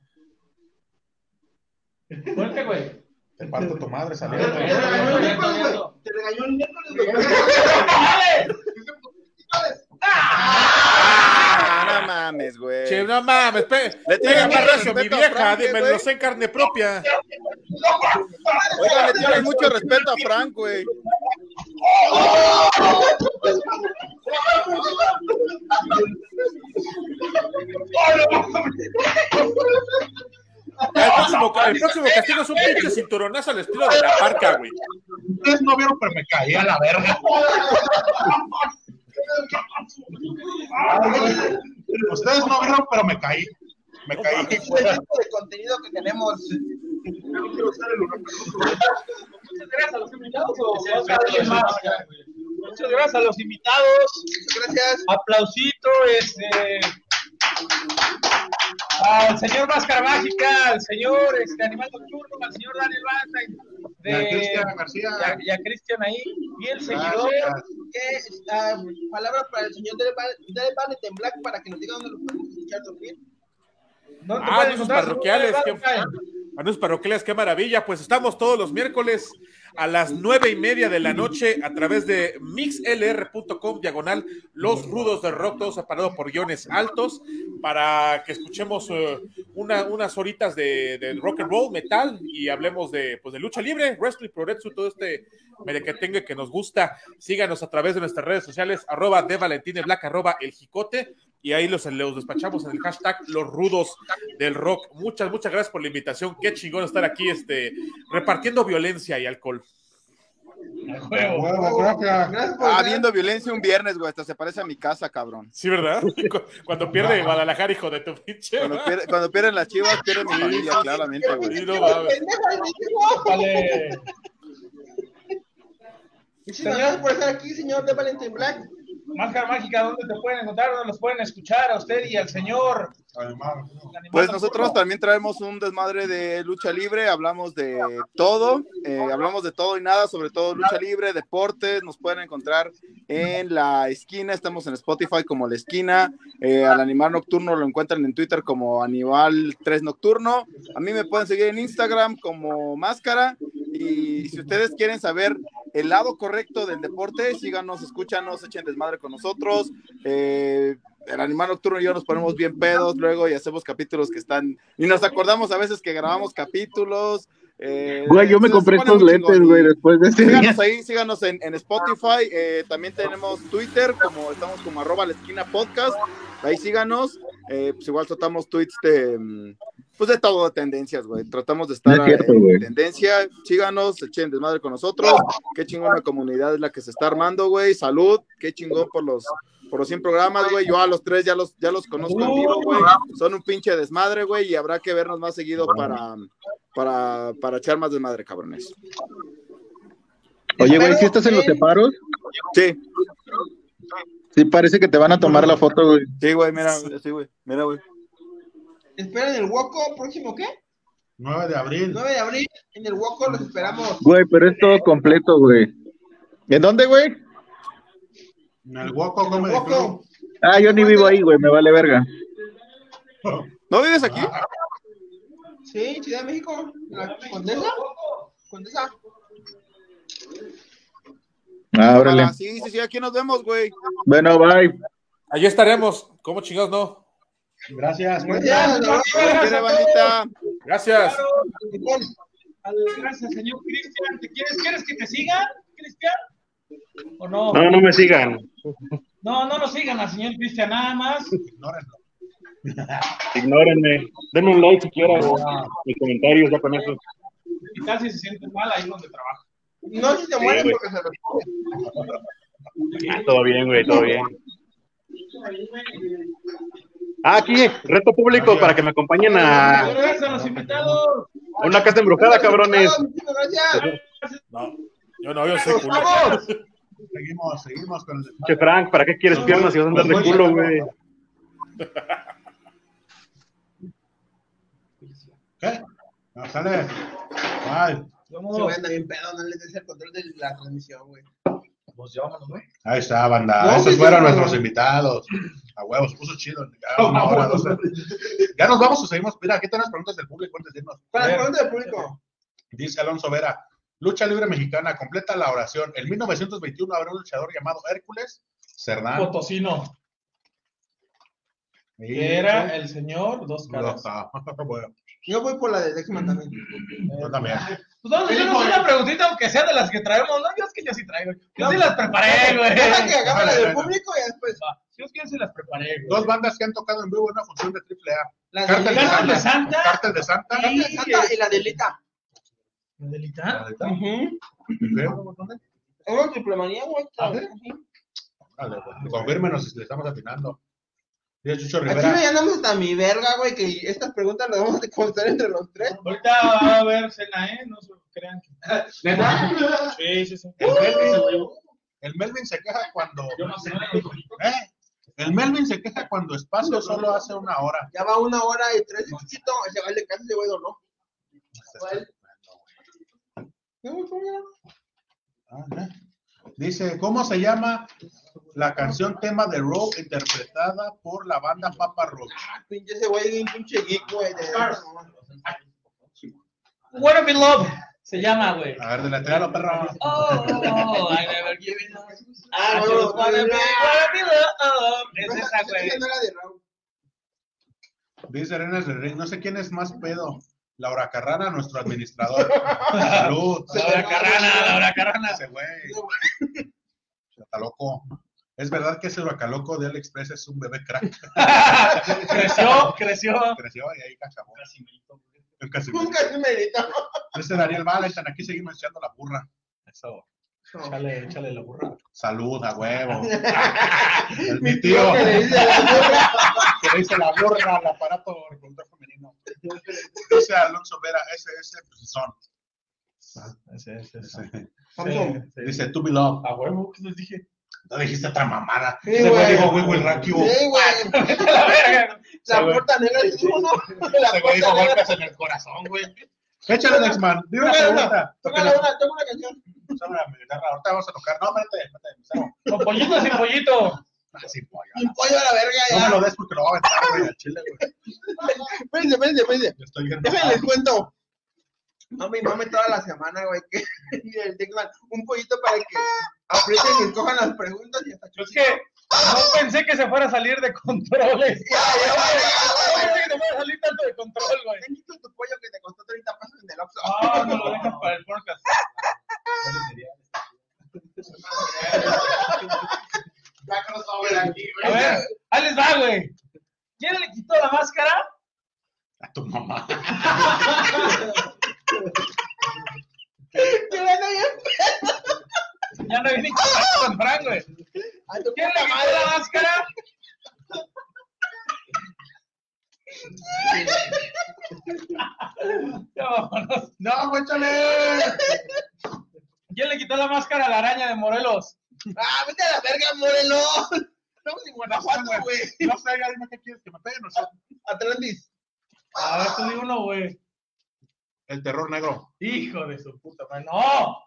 B: Fuerte, güey.
A: Te parto tu madre
C: Te
A: saliendo.
C: regañó el miércoles, güey. Te regañó el miércoles, güey.
E: ah, no mames, güey.
D: Che, no mames, pe
E: Le tiene
D: pega
E: mucho
D: más recio, mi
E: respeto a
D: vieja,
E: Frank,
D: dime,
E: güey.
D: lo sé en carne propia.
E: Oigan, le tienen mucho respeto a Frank, güey.
D: Ya, El próximo, el próximo castigo es un pinche cinturonazo al estilo de la parca, güey.
A: Ustedes no vieron, pero me caí a la
C: [LAUGHS]
A: verga. Ustedes no vieron, pero me caí. Me caí.
C: Ese es el tipo de contenido que tenemos.
B: Muchas gracias a los invitados. o vas a alguien más? Muchas gracias a los invitados.
C: Gracias.
B: Aplausito, este. Al señor Vázquez Mágica, al señor este, Animal Nocturno, al señor Daniel Banda.
A: Y a Cristian García.
B: y a- y a Cristian ahí. Y el seguidor.
A: Gracias.
C: ¿Qué ah, palabra para el señor Dele Val- Dele Ballet en Black para que nos diga dónde lo podemos escuchar dormir?
B: ¿Dónde
D: Ah,
B: pueden
D: esos
B: encontrar?
D: parroquiales,
B: ¿Dónde
D: qué- [LAUGHS]
B: pueden?
D: Manos parroquiales, qué maravilla. Pues estamos todos los miércoles a las nueve y media de la noche a través de mixlr.com diagonal Los Rudos del Rock, todo separado por guiones altos, para que escuchemos eh, una- unas horitas de, de rock and roll, metal y hablemos de, pues, de lucha libre, wrestling, progreso, todo este merequetengue que nos gusta. Síganos a través de nuestras redes sociales, arroba de Valentine Black, arroba el jicote. Y ahí los, los despachamos en el hashtag Los Rudos del Rock. Muchas, muchas gracias por la invitación. Qué chingón estar aquí este, repartiendo violencia y alcohol.
A: Huevo, gracias.
C: Gracias por
E: Ah,
C: estar.
E: viendo violencia un viernes, güey. Hasta se parece a mi casa, cabrón.
D: Sí, ¿verdad? Cu- Cuando pierde Guadalajara, hijo de tu pinche.
E: Cuando, pier- cuando pierden las chivas, pierden mi familia, claramente, güey.
D: pues, Sí, no mames.
C: Pendejo, ahí mismo.
B: Vale.
C: Muchísimas gracias por estar aquí, señor de Valentine Black.
B: Máscara Mágica, ¿dónde te pueden encontrar? ¿Dónde los pueden escuchar a usted y al señor?
A: Además,
E: Pues nosotros también traemos un desmadre de lucha libre, hablamos de todo, eh, hablamos de todo y nada, sobre todo lucha libre, deportes, nos pueden encontrar en la esquina, estamos en Spotify como la esquina, eh, al Animal Nocturno lo encuentran en Twitter como Animal 3 Nocturno, a mí me pueden seguir en Instagram como Máscara y si ustedes quieren saber el lado correcto del deporte, síganos, escúchanos, echen desmadre con nosotros, eh, el animal nocturno y yo nos ponemos bien pedos luego y hacemos capítulos que están. Y nos acordamos a veces que grabamos capítulos. eh,
G: Güey, yo me
E: se
G: compré
E: pone
G: estos
E: muy chingón.
G: lentes, güey, después de este día.
D: [LAUGHS]
G: [LAUGHS]
E: Síganos ahí, síganos en, en Spotify. eh, también tenemos Twitter, como estamos como arroba la esquina podcast. Ahí síganos. eh, pues igual tratamos tweets de mm, pues de todo de tendencias, güey. Tratamos de estar
G: No es cierto,
E: eh, en
G: güey.
E: tendencia. Síganos, echen desmadre con nosotros. Qué chingona comunidad es la que se está armando, güey. Salud, qué chingón por los por los 100 programas, güey. Yo a los tres ya los, ya los conozco en vivo, güey. Son un pinche desmadre, güey, y habrá que vernos más seguido para, para, para echar más desmadre, cabrones.
G: Oye, güey, si estás en los separos,
E: Sí,
G: sí parece que te van a tomar la foto, güey.
E: sí, güey, mira, sí, güey, mira, güey.
C: Esperen el Woco, próximo qué?
A: 9 de abril.
C: 9 de abril, en el Woco los esperamos.
G: Güey, pero es todo completo, güey. ¿En dónde, güey?
A: En el Woco
C: El
A: Comedy
C: Woco,
A: Club.
G: Ah, yo ni vivo ahí, güey, me vale verga.
E: ¿No vives aquí?
C: sí, Ciudad de México, en la Condesa. Condesa.
G: Ah, órale.
E: Ah, sí, sí, sí, aquí nos vemos, güey.
G: Bueno, bye.
D: Allí estaremos. ¿Cómo chingados no?
A: Gracias, güey.
C: Gracias, la
E: Te
C: verdad.
E: quiere, bandita.
D: Gracias.
B: Al- Gracias, señor Cristian. ¿Te quieres, quieres que te sigan, Cristian? ¿O no?
I: No, no me sigan.
B: No, no lo sigan al señor Cristian, nada más.
A: Ignórenlo.
I: Ignórenme. Denme un like si quieren. Mis comentarios ya con eso.
B: Y casi se siente mal ahí donde trabaja.
C: No si te mueres porque se responde.
I: Ah, todo bien, güey, todo bien. Ah, aquí, reto público para que me acompañen a
B: Gracias a los invitados.
I: Ah. una casa embrujada, cabrones.
C: Muchas gracias.
D: No, yo no, yo soy culo.
C: ¡Vamos!
A: Seguimos, seguimos con el
I: Che, Frank, ¿para qué quieres piernas si vas a andar
A: Pues,
I: de culo, güey?
A: ¿Qué? No, sale. Bye.
C: Se voy a andar bien pedo, no les des el control de la transmisión, güey.
A: Ahí está, banda.
C: No,
A: Esos
C: sí, sí,
A: fueron
C: sí,
A: nuestros
C: sí.
A: invitados. A huevos, puso chido. Ya, una hora, dos horas. Ya nos vamos o seguimos. Mira, aquí están las preguntas del público antes de irnos.
C: Para el pronto del público.
A: Dice Alonso Vera, lucha libre mexicana, completa la oración. En 1921 habrá un luchador llamado Hércules Cerdán.
B: Ah. Potosino,
A: Y-
B: que era el señor Dos Caras.
A: Bueno, [LAUGHS]
C: Yo voy por la del ex mandamiento.
A: yo también.
B: Pues vamos a hacernos una preguntita, aunque sea de las que traemos, ¿no? Yo es que yo sí traigo. Yo sí las preparé, güey.
C: Deja que hagamos la del
A: Vale, vale.
C: público y después.
B: Yo es que yo sí las preparé, güey.
A: Dos bandas que han tocado en vivo en una función de AAA.
C: La de
A: Cártel de
B: Cártel
A: Santa.
B: de Santa.
A: Cártel de Santa. Ah,
C: Carta de Santa y la de Lita.
B: ¿Delita?
C: Ujú.
A: Creo.
C: Era diplomanía, güey.
A: ¿Ah, sí? Vale, pues, Confírmenos si le estamos atinando. Dice Chucho
C: Aquí me
A: Rivera.
C: andamos hasta mi verga, güey, que estas preguntas las vamos a contestar entre los tres.
B: Ahorita va a haber cena, ¿eh? No se lo crean. Sí, sí, sí.
A: El
C: ¡Uh!
A: Melvin, el Melvin se queja cuando.
B: Yo más
A: [LAUGHS] ¿Eh? El Melvin se queja cuando espacio solo hace una hora.
C: Ya va una hora y tres de chiquito, se va el de casa y se va el dolor.
A: Ajá. Dice, ¿cómo se llama la canción tema de Rock interpretada por la banda Papa Rock?
C: Pinche ese güey, bien pinche geek, güey. de-
B: What of Love se llama, güey.
A: A ver, deletréalo, perro.
B: Oh, [LAUGHS] I never give it up. I just wanna be wanna be loved. Es esa, güey.
C: Esa no era de Raúl.
A: Dice Arenas del Ring, no sé quién es más pedo. Laura Carrana, nuestro
C: [LAUGHS]
A: administrador. Salud.
B: Laura Carrana, Laura Carrana.
A: Ese güey. Chacaloco. Es verdad que ese huracaloco de AliExpress es un bebé crack.
B: Creció, creció.
A: Creció y ahí cachamón. Un
C: Nunca
A: Casimiro.
C: se me editaba.
A: Dice Daniel Valentine, aquí seguimos echando la burra. Eso.
B: Échale, échale la burra.
A: Salud, a
C: [LAUGHS]
A: huevo. El-
C: Mi tío que le dice a la morra,
A: que le dice la burra al aparato reproductor femenino. Dice Alonso Vera, ese, ese, pues, son.
B: Ese, ese, ese.
A: Dice, to be love.
B: A huevo, ¿qué les dije?
A: No dijiste otra mamada.
C: Sí,
A: Ese güey
C: güey.
A: dijo, güey, güey, raquio.
C: Sí, güey.
B: La verga.
A: Sí,
C: La
A: güey.
C: puerta negra es uno.
A: Ese
C: La
A: güey dijo
C: puerta negra.
A: golpes en el corazón, güey. Échale, Nexman. Dime una
C: Tócale
A: pregunta.
C: una, tócale
A: Tócale.
C: una, tócale una canción.
A: Sobre la guitarra. Ahorita vamos a tocar. No, espérate, espérate. empezamos.
B: Con pollito sin pollito.
A: Ah, sí, pollo.
C: Y pollo a la verga
A: No
C: ya.
A: me lo des porque lo va a aventar, güey, al chile, güey.
C: Espérense, espérense, espérense.
A: Yo estoy viendo.
C: Déjenme les cuento. Mami, mami, toda la semana, güey, que [LAUGHS] y el teclado, un pollito para que aprieten y escojan las preguntas y hasta
B: Yo es que no pensé que se fuera a salir de control. este. No pensé que se fuera a salir tanto de control, güey.
C: Tengo tu pollo que te costó 30 pesos en el Oxxo.
B: Ah, no lo dejas para el podcast.
A: Ya crossover aquí,
B: A
A: güey.
B: ver, ahí les va, güey. ¿Quién le quitó la máscara?
A: A tu mamá.
C: Te van a ir-
B: Ya no hay ni contacto con Frank, güey.
C: a tu
B: ¿Quién le
C: puta
B: quitó
C: madre.
B: la máscara? Ya vámonos.
A: ¡No, güey, échale!
B: ¿Quién le quitó la máscara a la araña de Morelos?
C: Ah, vete a la verga, Moreno. Estamos en Guanajuato, güey.
A: No sé, ya dime qué quieres que me peguen. O sea,
C: Atlantis.
B: A ver, tú di uno, güey.
A: el terror negro.
B: Hijo de su puta madre. ¡No!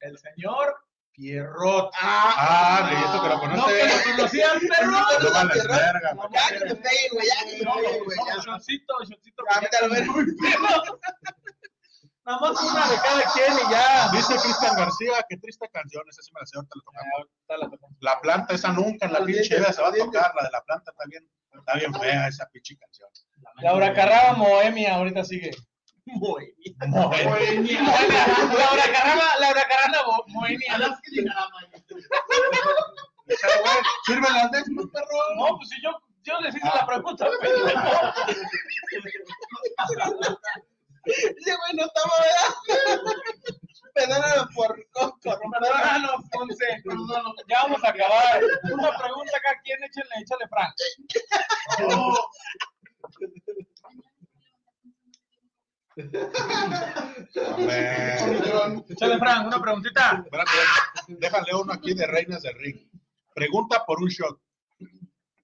B: El señor Pierrot.
A: Ah, de eso que lo
B: ¿No que
A: conoces.
B: lo conocías, perro?
A: No vales verga, güey.
C: Ya que te peguen, güey. Ya que te peguen, güey. ya.
B: Shotcito, shotcito.
C: Ya, vete a la verga.
B: [LAUGHS] Nada más una de cada quien y ya.
A: Dice Cristian García, qué triste canción. Esa sí me la sé, ahorita la tocamos.
B: Está la tocamos.
A: La planta, esa nunca en la pinche vida se va a tocar. La de la planta está bien, está bien fea esa pinche canción.
B: Laura Carraba Moemia, ahorita sigue. Moemia. Laura Carraba, Laura Carraba Mo- Moemia.
A: Échale, güey. Sirve las de no, perro.
B: No, pues si yo, yo les hice
A: Ah.
B: la pregunta, [LAUGHS] pendejo.
C: Ese güey no estaba, ¿verdad? Perdónalo por coco.
B: Perdónanos, Ponce. Perdónanos. Ya vamos a acabar. Una pregunta acá, ¿quién? Échale, échale, Frank.
A: Hombre.
B: Échale, Frank, una preguntita.
A: Espérate, déjale uno aquí de Reinas del Ring. Pregunta por un shot.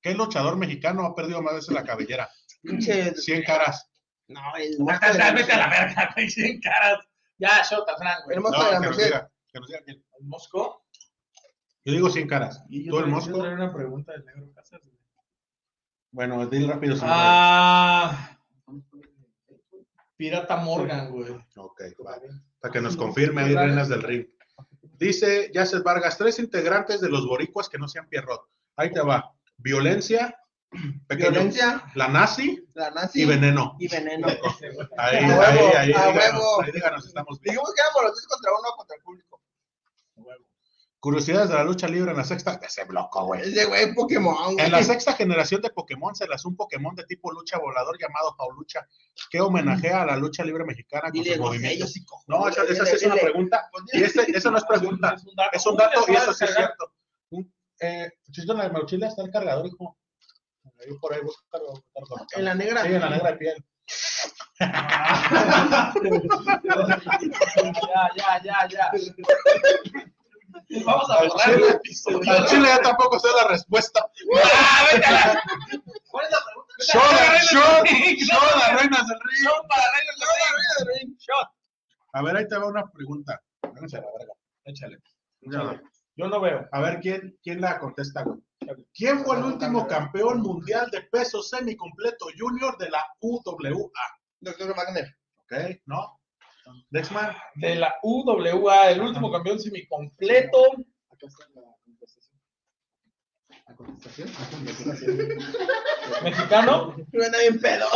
A: ¿Qué luchador mexicano ha perdido más veces la cabellera?
C: Pinche-
A: 100 caras.
C: No, el monstruo de la-
B: Vete a la verga, güey, sin caras. Ya, shota, Frank, güey.
C: El
A: No,
C: monstruo de la
A: que nos
C: Merced.
A: diga, que nos diga quién.
B: ¿El Mosco?
A: Yo digo 100 caras. ¿Tú el
B: Yo
A: mosco?
B: traía una pregunta del negro Casas.
A: Bueno, dile rápido. su nombre.
B: Ah. Pirata Morgan, güey.
A: Ok, va. Para que nos confirme ahí Reinas del Ring. Dice Yacet Vargas, tres integrantes de los boricuas que no sean Pierrot. Ahí te va. Violencia, pequeño,
C: Violencia,
A: la nazi
C: la nazi
A: y veneno.
C: y veneno.
A: Ahí,
C: A huevo,
A: ahí, ahí,
C: a
A: díganos,
C: huevo.
A: ahí díganos, estamos bien.
C: Dijimos que éramos los tres contra uno contra el público.
A: Curiosidades de la lucha libre en la sexta. Ese bloco, güey.
C: Ese güey Pokémon, güey.
A: En la sexta generación de Pokémon se lanzó un Pokémon de tipo lucha volador llamado Paulucha, que homenajea a la lucha libre mexicana con sus
C: Dile, no sé, yo
A: movimientos.
C: sí cojo.
A: No, esa, esa sí es una
C: Dile,
A: pregunta. Y ese, esa no es pregunta,
B: Es un dato.
A: es un dato y
B: Uy,
A: eso sí es
B: descargar.
A: cierto. Un- Eh, Chito, en la de Mauchila está el cargador, hijo. Yo por ahí busco cargador. cargador.
C: En la negra.
A: Sí, en la negra de piel.
B: Ya, ya, ya, ya. Vamos a
A: Al
B: borrar
A: chile,
B: el piso.
A: al chile ya tampoco sé la respuesta.
B: ¡Ah, vete a la- ¿Cuál es la pregunta?
A: Shoda, Shoda, Shoda,
B: Shoda,
A: reinas del río.
B: Shot para Reyes del Ring. Shot.
A: A ver, ahí te va una pregunta. Háganse la verga. Échale. Échale.
B: Yo no veo.
A: A ver quién, quién la contesta, güey. ¿Quién fue el último campeón mundial de peso semicompleto junior de la UWA?
C: Doctor Wagner.
A: ¿Ok? ¿No? Dexman,
B: De la UWA, el último campeón semicompleto.
H: Acá está la contestación. ¿La contestación? La contestación.
B: ¿Mexicano?
C: Suena bien pedo.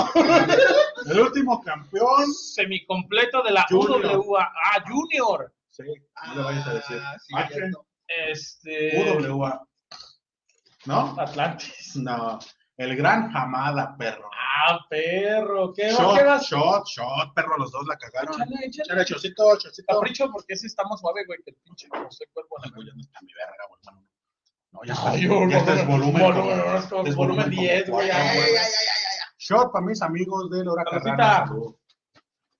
A: el último campeón.
B: Semicompleto de la
A: Junior.
B: UWA. Ah, Junior.
A: Sí, no le vayas a decir.
C: Ah, sí,
A: H,
C: cierto.
B: Este.
A: UWA. ¿No?
B: Atlantis.
A: No. El gran Hamada, perro.
B: Ah, perro. ¿Qué va? ¿Qué
A: Shot,
B: vas?
A: shot, shot, perro, los dos la cagaron.
B: Échale, échale.
A: Échale, chocito, chocito.
B: Capricho, porque ese está más suave, güey, que el pinche no sé cuerpo de
A: Ay,
B: la
A: güey,
B: güey.
A: ya Pues, no está mi verga, güey, mano. No, ya
B: Ay,
A: está.
B: yo,
A: Ya está es volumen. como-
B: volumen, ahora es como
A: es
B: volumen 10,
A: como
B: güey,
A: cuatro,
C: Ay,
B: ya,
C: ay, ay, ay, ay, ay.
A: Shot para mis amigos de Laura
B: Saludita.
A: Carrana. salud.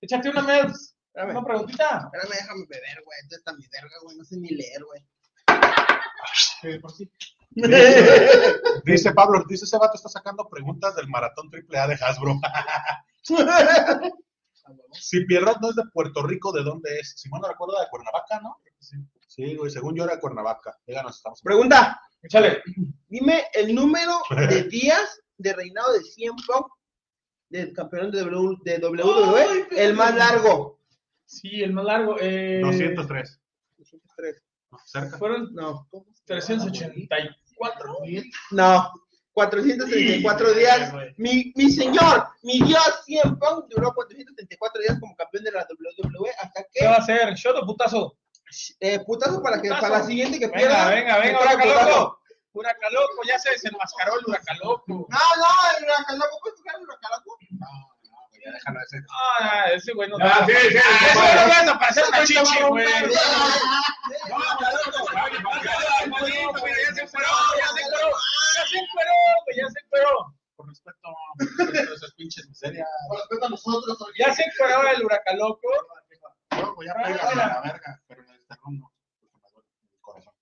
B: Échate una meds.
C: Espérame.
B: Una preguntita.
C: Espérame, déjame beber, güey. Esto está mi verga, güey. No sé ni leer, güey.
B: que de por
A: [LAUGHS]
B: sí.
A: pues Dice Pablo, dice ese vato está sacando preguntas del maratón triple A de [LAUGHS] Hasbro. si Pierrot no es de Puerto Rico, ¿de dónde es? Si mal no recuerdo, de Cuernavaca, ¿no? Sí, güey, según yo era de Cuernavaca. Díganos, estamos.
C: Pregunta,
B: Échale.
C: dime el número [LAUGHS] de días de reinado de 100 Punk del campeón de, W- de
B: Ay,
C: WWE,
B: pero-
C: el más largo.
B: Sí, el más largo. Eh,
A: 203.
C: 203.
A: ¿no? Cerca.
B: Fueron
C: No,
B: 384.
C: no. 434 días. Mi, mi señor, mi Dios, 100 Punk duró 434 días como campeón de la WWE hasta
B: ¿Qué
C: que
B: va a ser? ¿Shot o putazo?
C: eh, putazo para que
B: Putazo.
C: para la siguiente que
B: Venga,
C: pierda.
B: venga, venga,
C: que
B: huracaloco.
C: traiga putazo.
B: Huracaloco, ya se desenmascaró el huracaloco.
C: No, no, el huracaloco, ¿puedes tocar el huracaloco?
B: Ah, ese güey no.
I: Ah, sí, sí,
B: Ah,
I: sí,
B: ese güey
I: sí.
B: no va a desaparecer una chichi, güey. Ya se encueró, ya se encueró, ya se encueró, güey, ya se encueró.
A: Por respeto a esas pinches miserias. Por respeto a nosotros.
B: Ya se encueró el huracaloco.
A: Luego pues ya pégale a la verga, pero en este rumbo. porque me duele el corazón.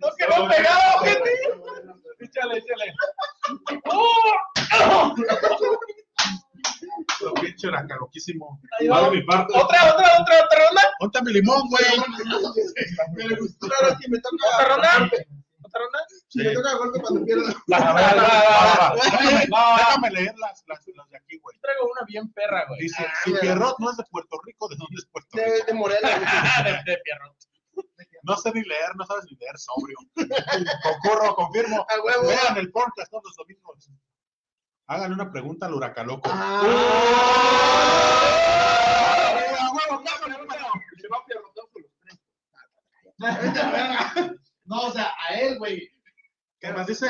B: No quedó pegado, gente. Échale, échale. ¡Oh!
A: Lo pinche huracán, loquísimo.
B: Ahí va.
I: Vale, mi parte.
B: Otra, otra, otra, otra ronda.
A: Ponte mi limón, güey.
C: Claro, si me toca.
B: Otra ronda. Otra ronda.
C: Si me toca golpe cuando pierda.
B: Va, va, va, va,
A: [LAUGHS] Va, va,
B: va.
A: Déjame
B: Va, va.
A: déjame leer las, las, las de aquí, güey.
B: Traigo una bien perra, güey.
A: Dice, si Pierrot no es de Puerto Rico, ¿de dónde es Puerto
C: De, de
A: Rico?
C: Morelia.
B: Ah, de Pierrot.
A: No sé ni leer, no sabes ni leer, sobrio. [LAUGHS] Concurro, confirmo.
C: A huevo.
A: Vean el podcast todos los domingos. Háganle una pregunta al huracaloco.
C: Ah.
A: Eh,
H: No, o sea, a él, güey.
A: ¿Qué más dice?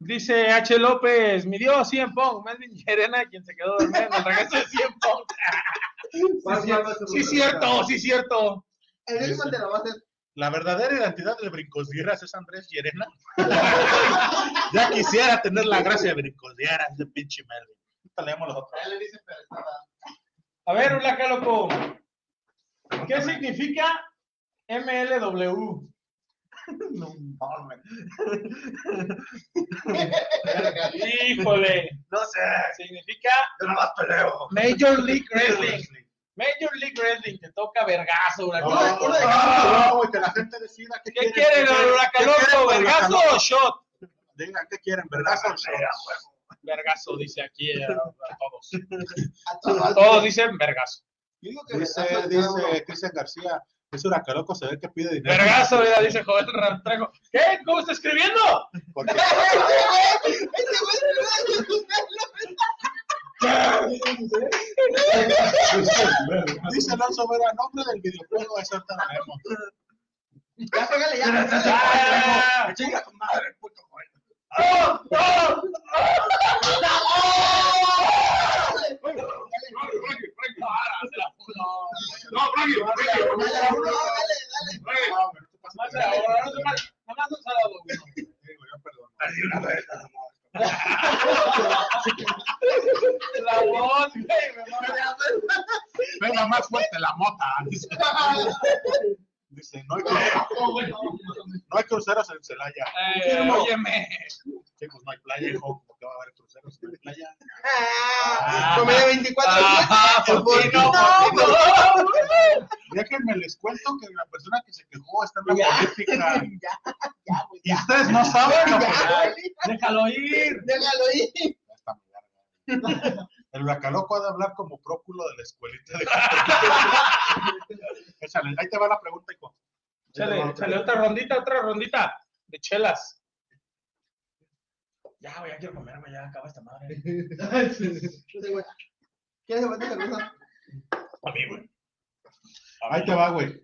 B: Dice H. López, mi Dios, 100 Pong. [LAUGHS] Melvin Gerena, quien se quedó dormido en el regreso de 100 Pong. Sí, cierto, sí, cierto.
C: El Enigma te la va a hacer.
A: La verdadera identidad de Brincosdieras es Andrés Llerena. [LAUGHS] ya quisiera tener la gracia de Brincosdieras, de pinche Melvin. Ahorita leemos los otros.
B: A ver, Ulaca, loco. ¿Qué significa MLW? Híjole.
A: No sé,
B: Significa
A: yo nada más peleo.
B: Major League Wrestling. Major League Wrestling, te toca vergazo,
A: No,
B: Huracán.
A: no, no, güey, que la gente decida qué,
B: ¿Qué quieren, el
A: ¿Qué
B: Huracán
A: quieren,
B: loco? ¿Vergazo
A: huracaloco?
B: o shot?
A: Digan, ¿qué quieren? ¿Vergazo o shot?
B: Vergazo, dice aquí eh, a, a todos. A todos dicen vergazo.
C: Yo digo que
A: Dice,
C: vergazo,
A: dice Cristian García, ese huracaloco se ve que pide dinero.
B: Vergazo,
A: [LAUGHS]
B: mira, dice Joel Ramtrago. ¿Qué? ¿Cómo está escribiendo?
A: Porque dice Alonso Vera, nombre del videojuego, eso ahorita lo leemos.
C: Ya pégale, ya.
B: ¡Ah!
C: Chinga tu madre, puto Joel.
B: ¡Oh! ¡Oh! La voz, güey, me mola.
A: Pega más fuerte la mota. Dice, Dice, no hay, cruceros- no hay cruceros en Celaya.
B: Eh, óyeme.
A: Chicos, no hay playa, hijo. ¿Por qué va a haber cruceros en playa?
C: Ah, Comedia 24
B: Ah, ¿por qué no? ¿Por qué
A: Déjenme les cuento que la persona que se quejó está en la política. Y ustedes no saben
B: ah,
A: lo que
C: Ya,
B: no? Déjalo ir.
C: Déjalo ir.
A: Está muy larga. El huracaloco ha de hablar como próculo de la escuelita. De... [LAUGHS] Échale, ahí te va la pregunta, hijo.
B: Échale, échale otra rondita, otra rondita de chelas. Ya, güey, ya quiero comer, güey, ya acaba esta madre.
C: ¿Quieres levantar la cabeza?
A: A mí, güey. Ahí te va, güey.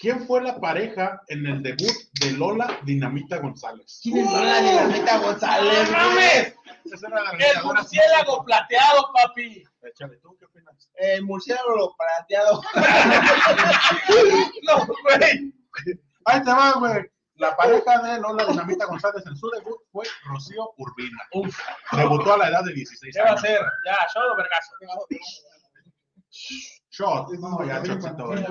A: ¿Quién fue la pareja en el debut de Lola Dinamita González?
C: ¿Quién es la dinamita González?
B: ¡No mames!
A: Esa era la
B: El murciélago plateado, papi. [LAUGHS]
A: Échale, ¿tú qué opinas?
B: Eh,
C: El murciélago plateado.
B: No, güey.
A: Ahí te va, güey.
B: Oh.
A: La pareja de Lola Dinamita González en su debut fue Rocío Urbina.
B: Uf,
A: Debutó a la edad de 16
B: ¿qué va a
A: años.
B: hacer? Ya, yo lo vergazo.
A: Shot. No, ya, Shotcito. Ya, ya,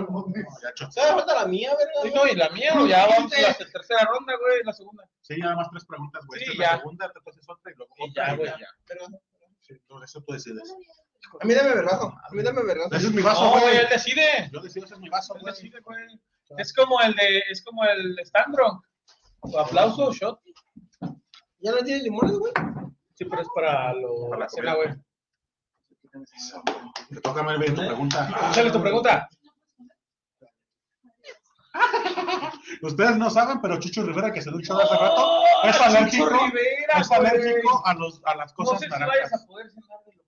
C: ¿Se da
A: Shotcito.
C: falta la mía, verga?
B: Sí, no, y la mía, ya vamos a la ter- tercera ronda, güey, la segunda.
A: Sí, ya nada más tres preguntas, güey.
B: Sí,
A: Esta es
B: ya.
A: la segunda, te haces otra y luego
B: Y
A: otra
B: ya,
A: y
B: güey,
A: ya.
B: ya.
C: Perdón.
A: Sí, no, eso tú decides.
C: A mí dame vergazo. A mí dame vergazo.
A: Ese es mi
B: No,
A: vaso,
B: güey,
A: güey.
B: él decide.
A: Yo decido, ese es mi vaso,
B: Él
A: güey.
B: decide, güey. Es como el de, es como el Standrock. Aplauso, shot.
C: ¿Ya no tienes limones, güey?
B: Sí, pero es para lo, la cena, güey.
A: Te toca más bien tu pregunta.
B: Échale pues, tu pregunta.
A: Ustedes no saben, pero Chucho Rivera, que se luchó hace rato, es alérgico.
B: Oh, Rivera,
A: Es alérgico a, los, a las
B: No
A: cosas
B: sé si vayas
A: naranjas.
B: a poder cenar de lo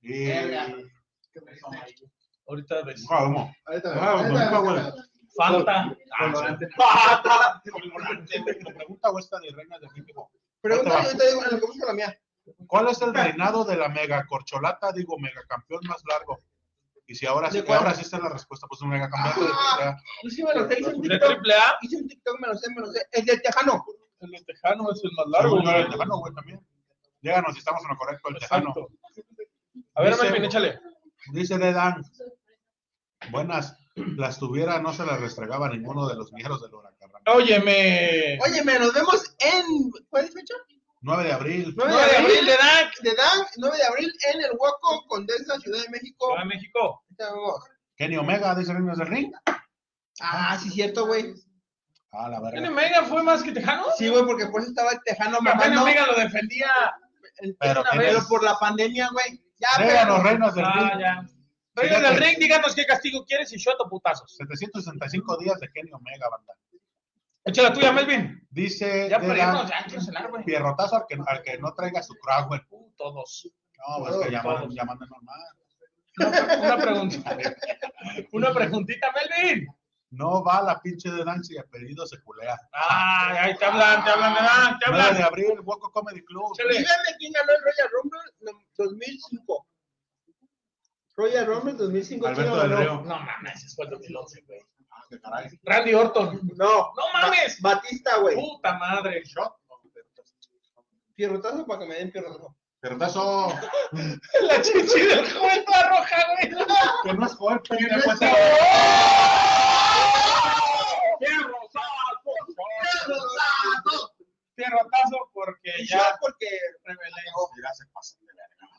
B: que
A: Y-
B: ahorita ves.
A: ¿Cómo? ¿Cómo, güey?
B: Fanta.
A: [LAUGHS] Pata. ¿Tu Ah, pregunta o esta de Reina de México?
C: Pregunta,
A: Otra.
C: yo te digo, en lo que busco la mía.
A: ¿Cuál es el reinado de la mega corcholata, digo, megacampeón más largo? Y si ahora sí,
C: ¿De cuál?
A: ahora sí está la respuesta, pues un megacampeón.
C: Ah. Yo sí me lo sé, hice un
B: De
C: TikTok.
B: triple A.
C: Hice un TikTok, me lo sé, me lo sé. Es del Tejano.
B: El tejano es el más
A: Claro,
B: largo.
A: güey, el tejano, güey, también. Díganos si estamos en lo correcto, el tejano.
B: Exacto. A ver,
A: Dice-
B: Melvin, échale.
A: Dice Dedan. Buenas, las tuviera, no se las restregaba ninguno de los mineros del huracán.
B: Óyeme.
C: Óyeme, nos vemos en. ¿Cuál es fecha?
A: 9 de abril.
C: 9 de abril de DAC. De DAC, 9 de abril en el Huaco, Condesa, Ciudad de México.
B: Ciudad de México.
C: Ahí te vemos.
A: Kenny Omega, dice Reinas del Ring.
C: Ah, sí, cierto, güey.
A: Ah, la
B: ¿Tiene
A: verdad.
B: Mega fue más que Tejano?
C: Sí, güey, porque por eso estaba el Tejano
B: Apenas
C: mamando.
B: Mega lo defendía.
C: El
A: Pero
C: Tejano, Pero,
A: tienes-
C: por la pandemia, güey. Ya,
A: Díganos,
C: pero.
A: Reinas del
B: Ah,
A: Ring.
B: ya. Oigan, el ring, díganos qué castigo quieres y shot o putazos.
A: 765 días de Kenny Omega, banda.
B: Echa la tuya, Melvin.
A: Dice
B: Ya
A: Dedan,
B: perdimos, ya quiero cenar, güey.
A: Pierrotazo al que, al que no traiga su crack, güey.
B: Uh, todos.
A: No, pues que llaman, llaman de normal.
B: Una preguntita. Una preguntita, Melvin.
A: No va la pinche de Dan si apellido se culea.
B: Ay, ay, te hablan, te hablan, te hablan, te
A: 9 de
B: hablan.
A: abril, Hueco Comedy Club.
B: Échale.
C: Díganme quién ganó el Royal Rumble en 2005. Royal Rumble 2005. ¿quién
A: Alberto
C: lo
A: del
C: ganó?
A: Río.
B: No mames, ese fue el 2011, güey.
A: Ah, qué caray.
B: Randy Orton.
C: No.
B: No mames.
C: Ba- Batista, güey.
B: Puta madre.
A: Shot. pues,
C: Pierrotazo para que me den pierrotazo.
A: Pierrotazo.
B: [LAUGHS]
C: [LAUGHS]
B: La chichi del joven toda roja, güey.
A: Que no es golpe, que
C: es
A: pues,
C: ¡Pierrotazo!
B: Pierrotazo porque
C: Y yo
B: ya
C: porque
B: revelé.
A: Mira, se pasa de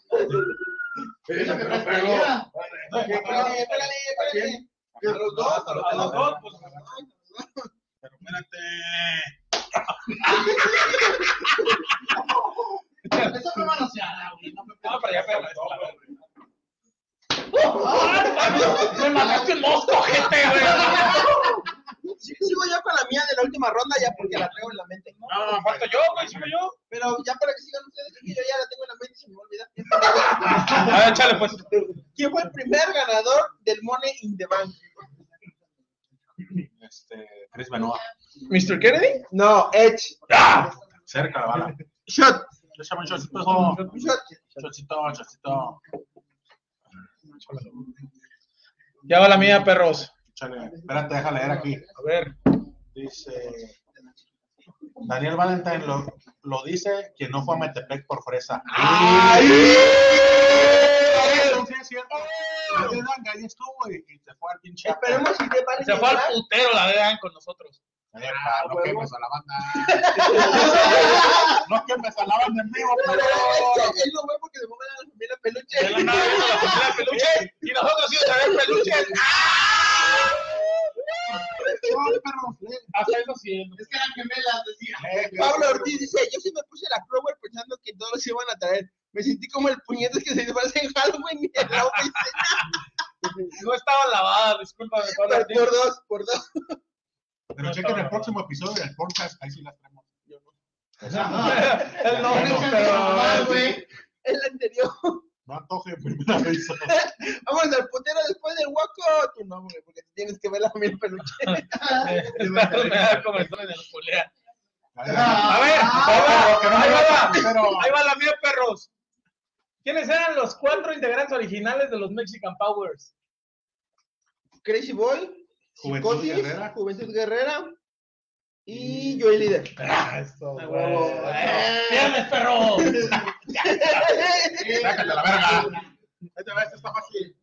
A: verga.
C: Espérale, espérale, espérale. A los dos, a los
B: A los dos, pues,
A: Pero espérate.
C: Eso fue manoseada, güey.
B: no, pero ya pero Me mataste un mosco, gente, güey.
C: [LAUGHS] Sí, sigo yo con la mía de la última ronda ya porque la traigo en la mente.
B: No, falta yo, güey, sigo yo.
C: Pero ya para que sigan ustedes, que yo ya la tengo en la mente y se me olvida.
B: A ver, échale, pues.
C: ¿Quién fue el primer ganador del Money in the Bank?
A: Este, Chris Benoit.
B: ¿Mr. Kennedy?
C: No, Edge.
A: Cerca la bala.
C: Shot.
A: Échame un shotcito. eso.
C: Shot.
A: Shotcito, shotcito.
B: Ya va la mía, perros.
A: Échale. Espérate, déjale leer aquí.
B: A ver.
A: Dice. Daniel Valentine lo, lo dice quien no fue a Metepec por fresa. Sí, es cierto. La de Danga, ahí estuvo y, y se fue al pinche.
C: Esperemos que te paren.
B: Se fue al putero la vean con nosotros. Ah,
A: Epa, no quemes a la banda. [LAUGHS] no quemes a la banda en vivo,
C: Pero
A: pero.
C: Él no fue porque se mueve la familia peluche.
B: De la nada, vino la familia peluche. Y nosotros sí otra vez peluches. [LAUGHS] Ah, Hasta eso sí.
H: Es que eran gemelas, decía.
C: [LAUGHS] Pablo Ortiz dice, yo sí me puse la Clover pensando que todos los iban a traer. Me sentí como el puñetas que se disfraza en Halloween y el auto dice,
B: No estaba lavada, discúlpame, Pablo.
C: "Pero por dos, por dos.
A: Pero chequen el próximo episodio del podcast, ahí sí las tenemos.
B: El
A: no,
B: nombre,
A: no,
H: Ah,
B: pero.
H: güey.
C: El anterior.
A: No antoje primera vez.
C: Vamos al putero después del guaco. Tu nombre, porque tienes que ver la familia peluche.
B: Está rodeada como el nombre de los poleas. A ver,
A: Ah,
B: ahí va, ahí va,
A: que no me
B: ahí va la mía, perros. ¿Quiénes eran los cuatro integrantes originales de los Mexican Powers?
C: Crazy Boy,
A: Juventud
C: Cotis,
A: Guerrera.
C: Juventud Guerrera y
B: [LAUGHS]
C: Joel Líder.
A: Ah,
B: Eso,
C: güey.
B: ¡Pierdes, perro!
A: Sácate la verga. Esta vez está fácil.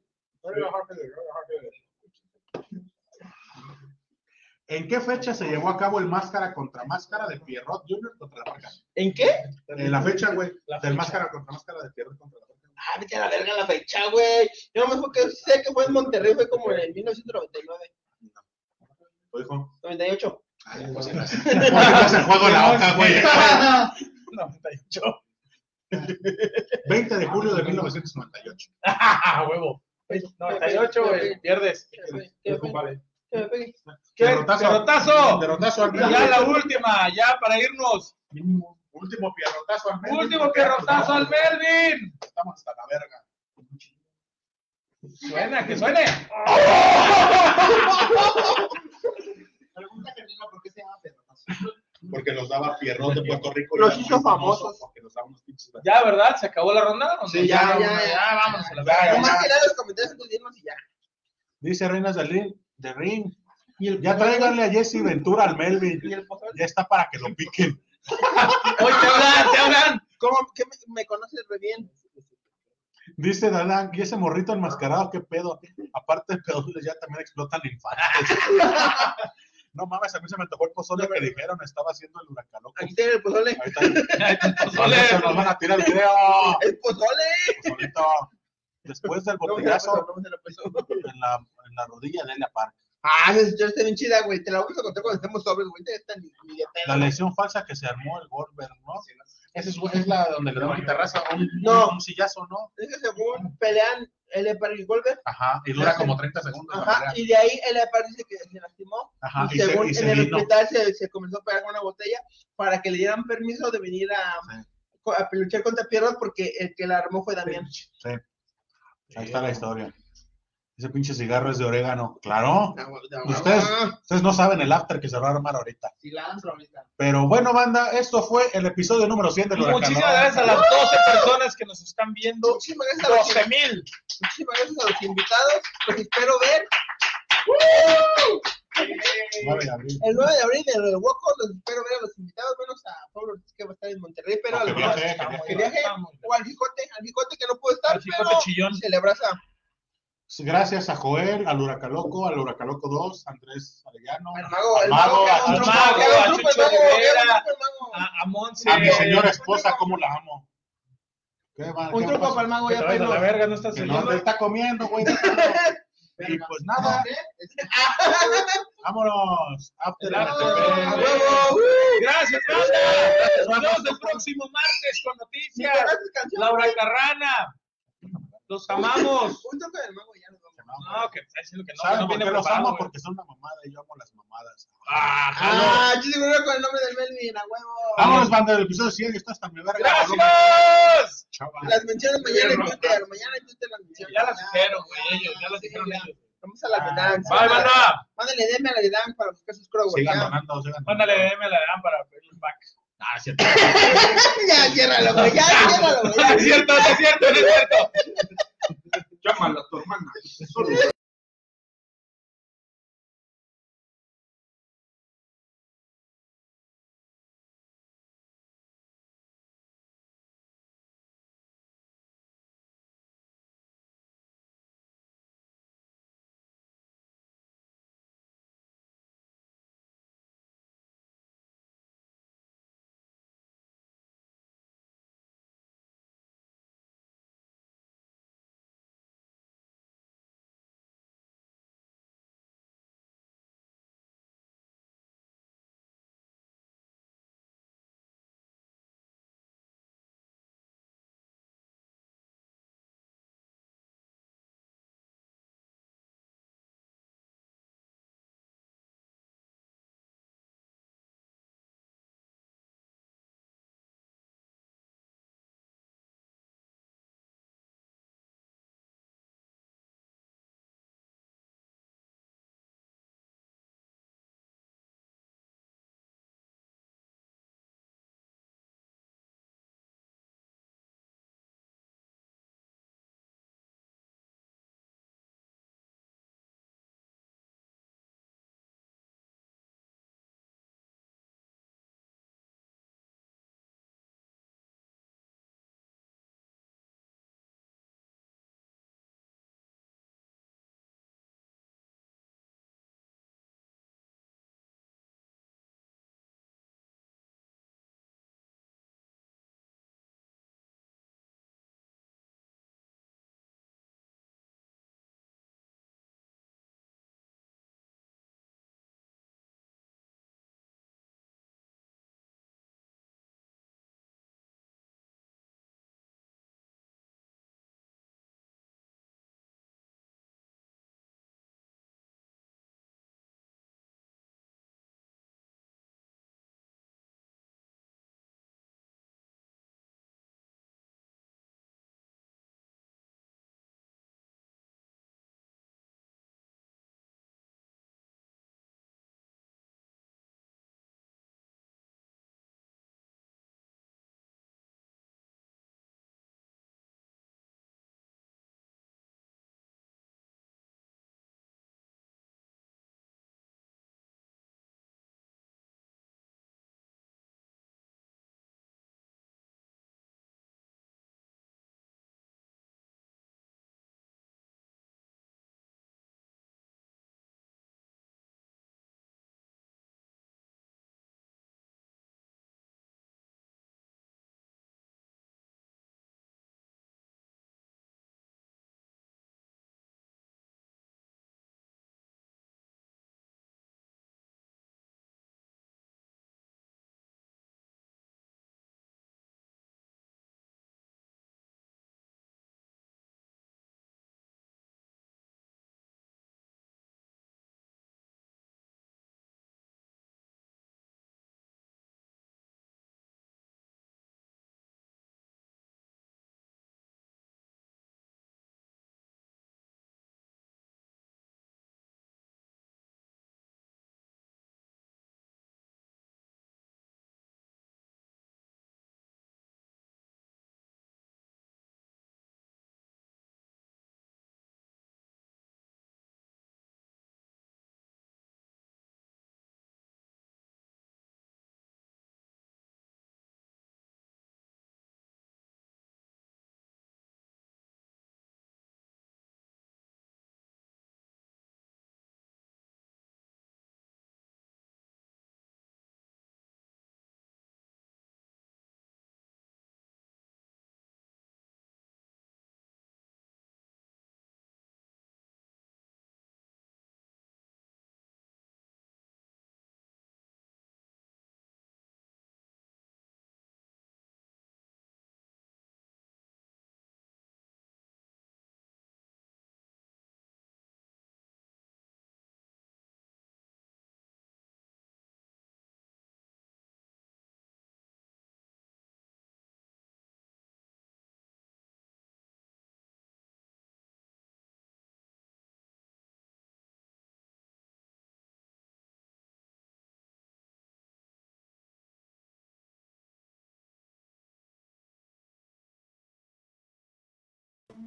A: ¿En qué fecha se llevó a cabo el máscara contra máscara de Pierrot Jr. contra la marca?
C: ¿En qué?
A: En la fecha, güey,
B: [LAUGHS]
A: del máscara contra máscara de Pierrot contra la marca.
C: Ah, vete a la verga la fecha, güey. Yo no me acuerdo que sé que fue en Monterrey, fue como en el 1999,
A: Lo dijo.
C: 98.
A: Ay, pues, en el juego la hoja, güey.
B: 98.
A: 20 de julio de 1998.
B: ¡Ah, huevo! 98, güey. Pierdes.
C: Que me- que me pegue, que me pegue.
B: ¿Qué?
A: Derrotazo.
B: Derrotazo.
A: Derrotazo al
B: Ya la última, ya para irnos.
A: Último pierrotazo al Melvin.
B: Último pierrotazo al Melvin.
A: Estamos hasta la verga.
B: Suena, que suene.
H: Pregunta que no, ¿por qué se llama perrotazo?
A: Porque los daba Pierrot de Puerto Rico. y
C: Los
A: era
C: hizo
A: muy famoso
C: famosos.
A: Porque los daba unos pinches.
B: Ya, ¿verdad? ¿Se acabó la ronda?
A: Sí,
C: ya,
B: vamos,
C: ya, ya.
B: ya, vamos a la
A: Ya,
B: verga.
C: Nomás
A: ya.
C: que lean los comentarios antes de irnos y ya.
A: Dice Reinas del Ring. De Ring.
C: Y el
A: Ya tráiganle a Jesse Ventura al Melvin.
C: Y el pozole.
A: Ya está para que lo piquen.
B: Oye, te hablan, te hablan.
C: ¿Cómo? ¿Qué me, me conoces re bien?
A: Dice Dalán, y ese morrito enmascarado, qué pedo. Aparte de pedofiles, ya también explotan
B: [LAUGHS]
A: infantes. no mames, a mí se me tocó el pozole que dijeron, estaba haciendo el huracán. loco.
C: Aquí tiene el pozole.
A: Ahorita se nos van
B: Pozole.
A: a tirar el video.
C: ¡El pozole!
A: Solito. Después del
C: No me la
A: botellazo
C: pasó, no me la pasó.
A: en, la, en la rodilla de Elia Park.
C: Ah, esa historia está bien chida, güey. Te la vamos a contar cuando estemos sobres, güey. Esta ni, ni de pedo.
A: La lesión falsa que se armó el Goldberg, ¿no? Esa es, es la donde le da una terraza, un,
C: No.
A: un sillazo, ¿no?
C: Es que según pelean el para y Goldberg.
A: Ajá, y dura como 30 segundos. la
C: Ajá,
A: pelea.
C: y de ahí el Epar dice que se lastimó.
A: Ajá,
C: y,
A: Ah, y se-
C: según
A: y se
C: en el
A: vino.
C: hospital se, se comenzó a pegar con una botella para que le dieran permiso de venir a, co- a luchar contra Pierrot porque el que la armó fue Damián.
A: Ahí está la historia. Ese pinche cigarro es de orégano. Claro.
C: Ah, güey, ah,
A: Ustedes,
C: ah,
A: ustedes no saben el after que se va a armar ahorita.
H: Si la lanzo ahorita.
A: Pero bueno, banda, esto fue el episodio número 100 del Huracán.
B: Muchísimas gracias a las 12 personas que nos están viendo.
C: Muchísimas gracias, a los,
B: 12 mil.
C: muchísimas gracias a los invitados. Los espero ver
A: Nueve de abril.
C: el 9 de abril en el Hueco. Los espero ver a los invitados. Menos a Pablo Ortiz, que va a estar en Monterrey, pero
A: No,
C: a
A: que
C: los
A: viaje, que
C: demás,
A: viaje.
C: que viaje, O al Jicote, al Jicote que no puede estar.
B: Al Jicote
C: pero
B: chillón.
C: Se le abraza.
A: Pues, Gracias a Joel, al Huracaloco, al Huracaloco 2, Andrés Arellano,
C: Al mago, al
A: Al mago,
C: mago, que haga un
A: al
C: grupo,
B: mago,
C: que haga
B: a
C: un grupo, el
B: Chucho
C: mago, que haga un
B: Rivera, Ah,
C: grupo, el mago.
B: A, a Monse.
A: a Eh, mi señora esposa, cómo la amo. ¿Qué va?
C: Un
A: ¿Qué
C: truco
A: pasa?
C: para el mago
B: Que te
C: ya,
B: vayas a la
C: pero.
B: verga, no estás
A: Que no
B: oyendo.
A: te está comiendo,
B: [LAUGHS]
A: güey. y pues nada, vámonos. After
B: Claro.
A: LTP.
C: ¡A huevo! ¡Uy!
B: Gracias, gracias. Nos vemos el próximo martes con noticias.
C: Gracias, canción.
B: Laura Carrana. Los amamos.
C: Un truco del mago ya nos vamos.
B: pues, No, que está diciendo que no, que
A: ¿Saben
B: no
A: por
B: viene
A: qué los
B: preparado.
A: amo?
B: güey.
A: Porque son una mamada y yo amo las mamadas.
B: Ah, jalo.
C: Ah, yo digo no, con el nombre del Melvin, a huevo.
A: Vámonos, banda del episodio 100. Esto hasta mi verga.
B: ¡Gracias!
A: Chaval.
C: Las menciones mañana en Twitter, mañana en Twitter las menciones.
B: Ya las dijeron, güey, ellos, ya las
C: Sí,
B: dijeron
C: ya.
B: ellos.
C: Vamos a la Dedan.
B: Bye, banda.
C: Mándale DM a la Dedan para buscar sus crowds.
A: Sigan
C: Ya,
A: donando, sigan
B: Mándale DM a la dan para pedirle un back. Ah, es cierto.
C: Ya, ciérralo, güey, ya, ciérralo, güey.
B: No es cierto, no es cierto, no es cierto.
H: Llámala a tu hermana.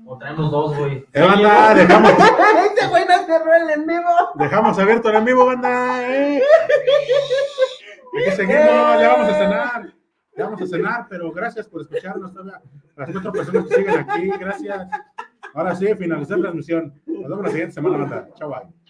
J: O traemos dos, güey.
I: Eh, banda, dejamos,
B: [LAUGHS] Este güey no cerró el en vivo.
I: dejamos abierto el en vivo, banda. eh. Aquí seguimos, ya vamos a cenar. Ya vamos a cenar, pero gracias por escucharnos. todavía. Las cuatro personas que siguen aquí, gracias. Ahora sí, finalizar la transmisión. Nos vemos la siguiente semana, banda. Chau, bye.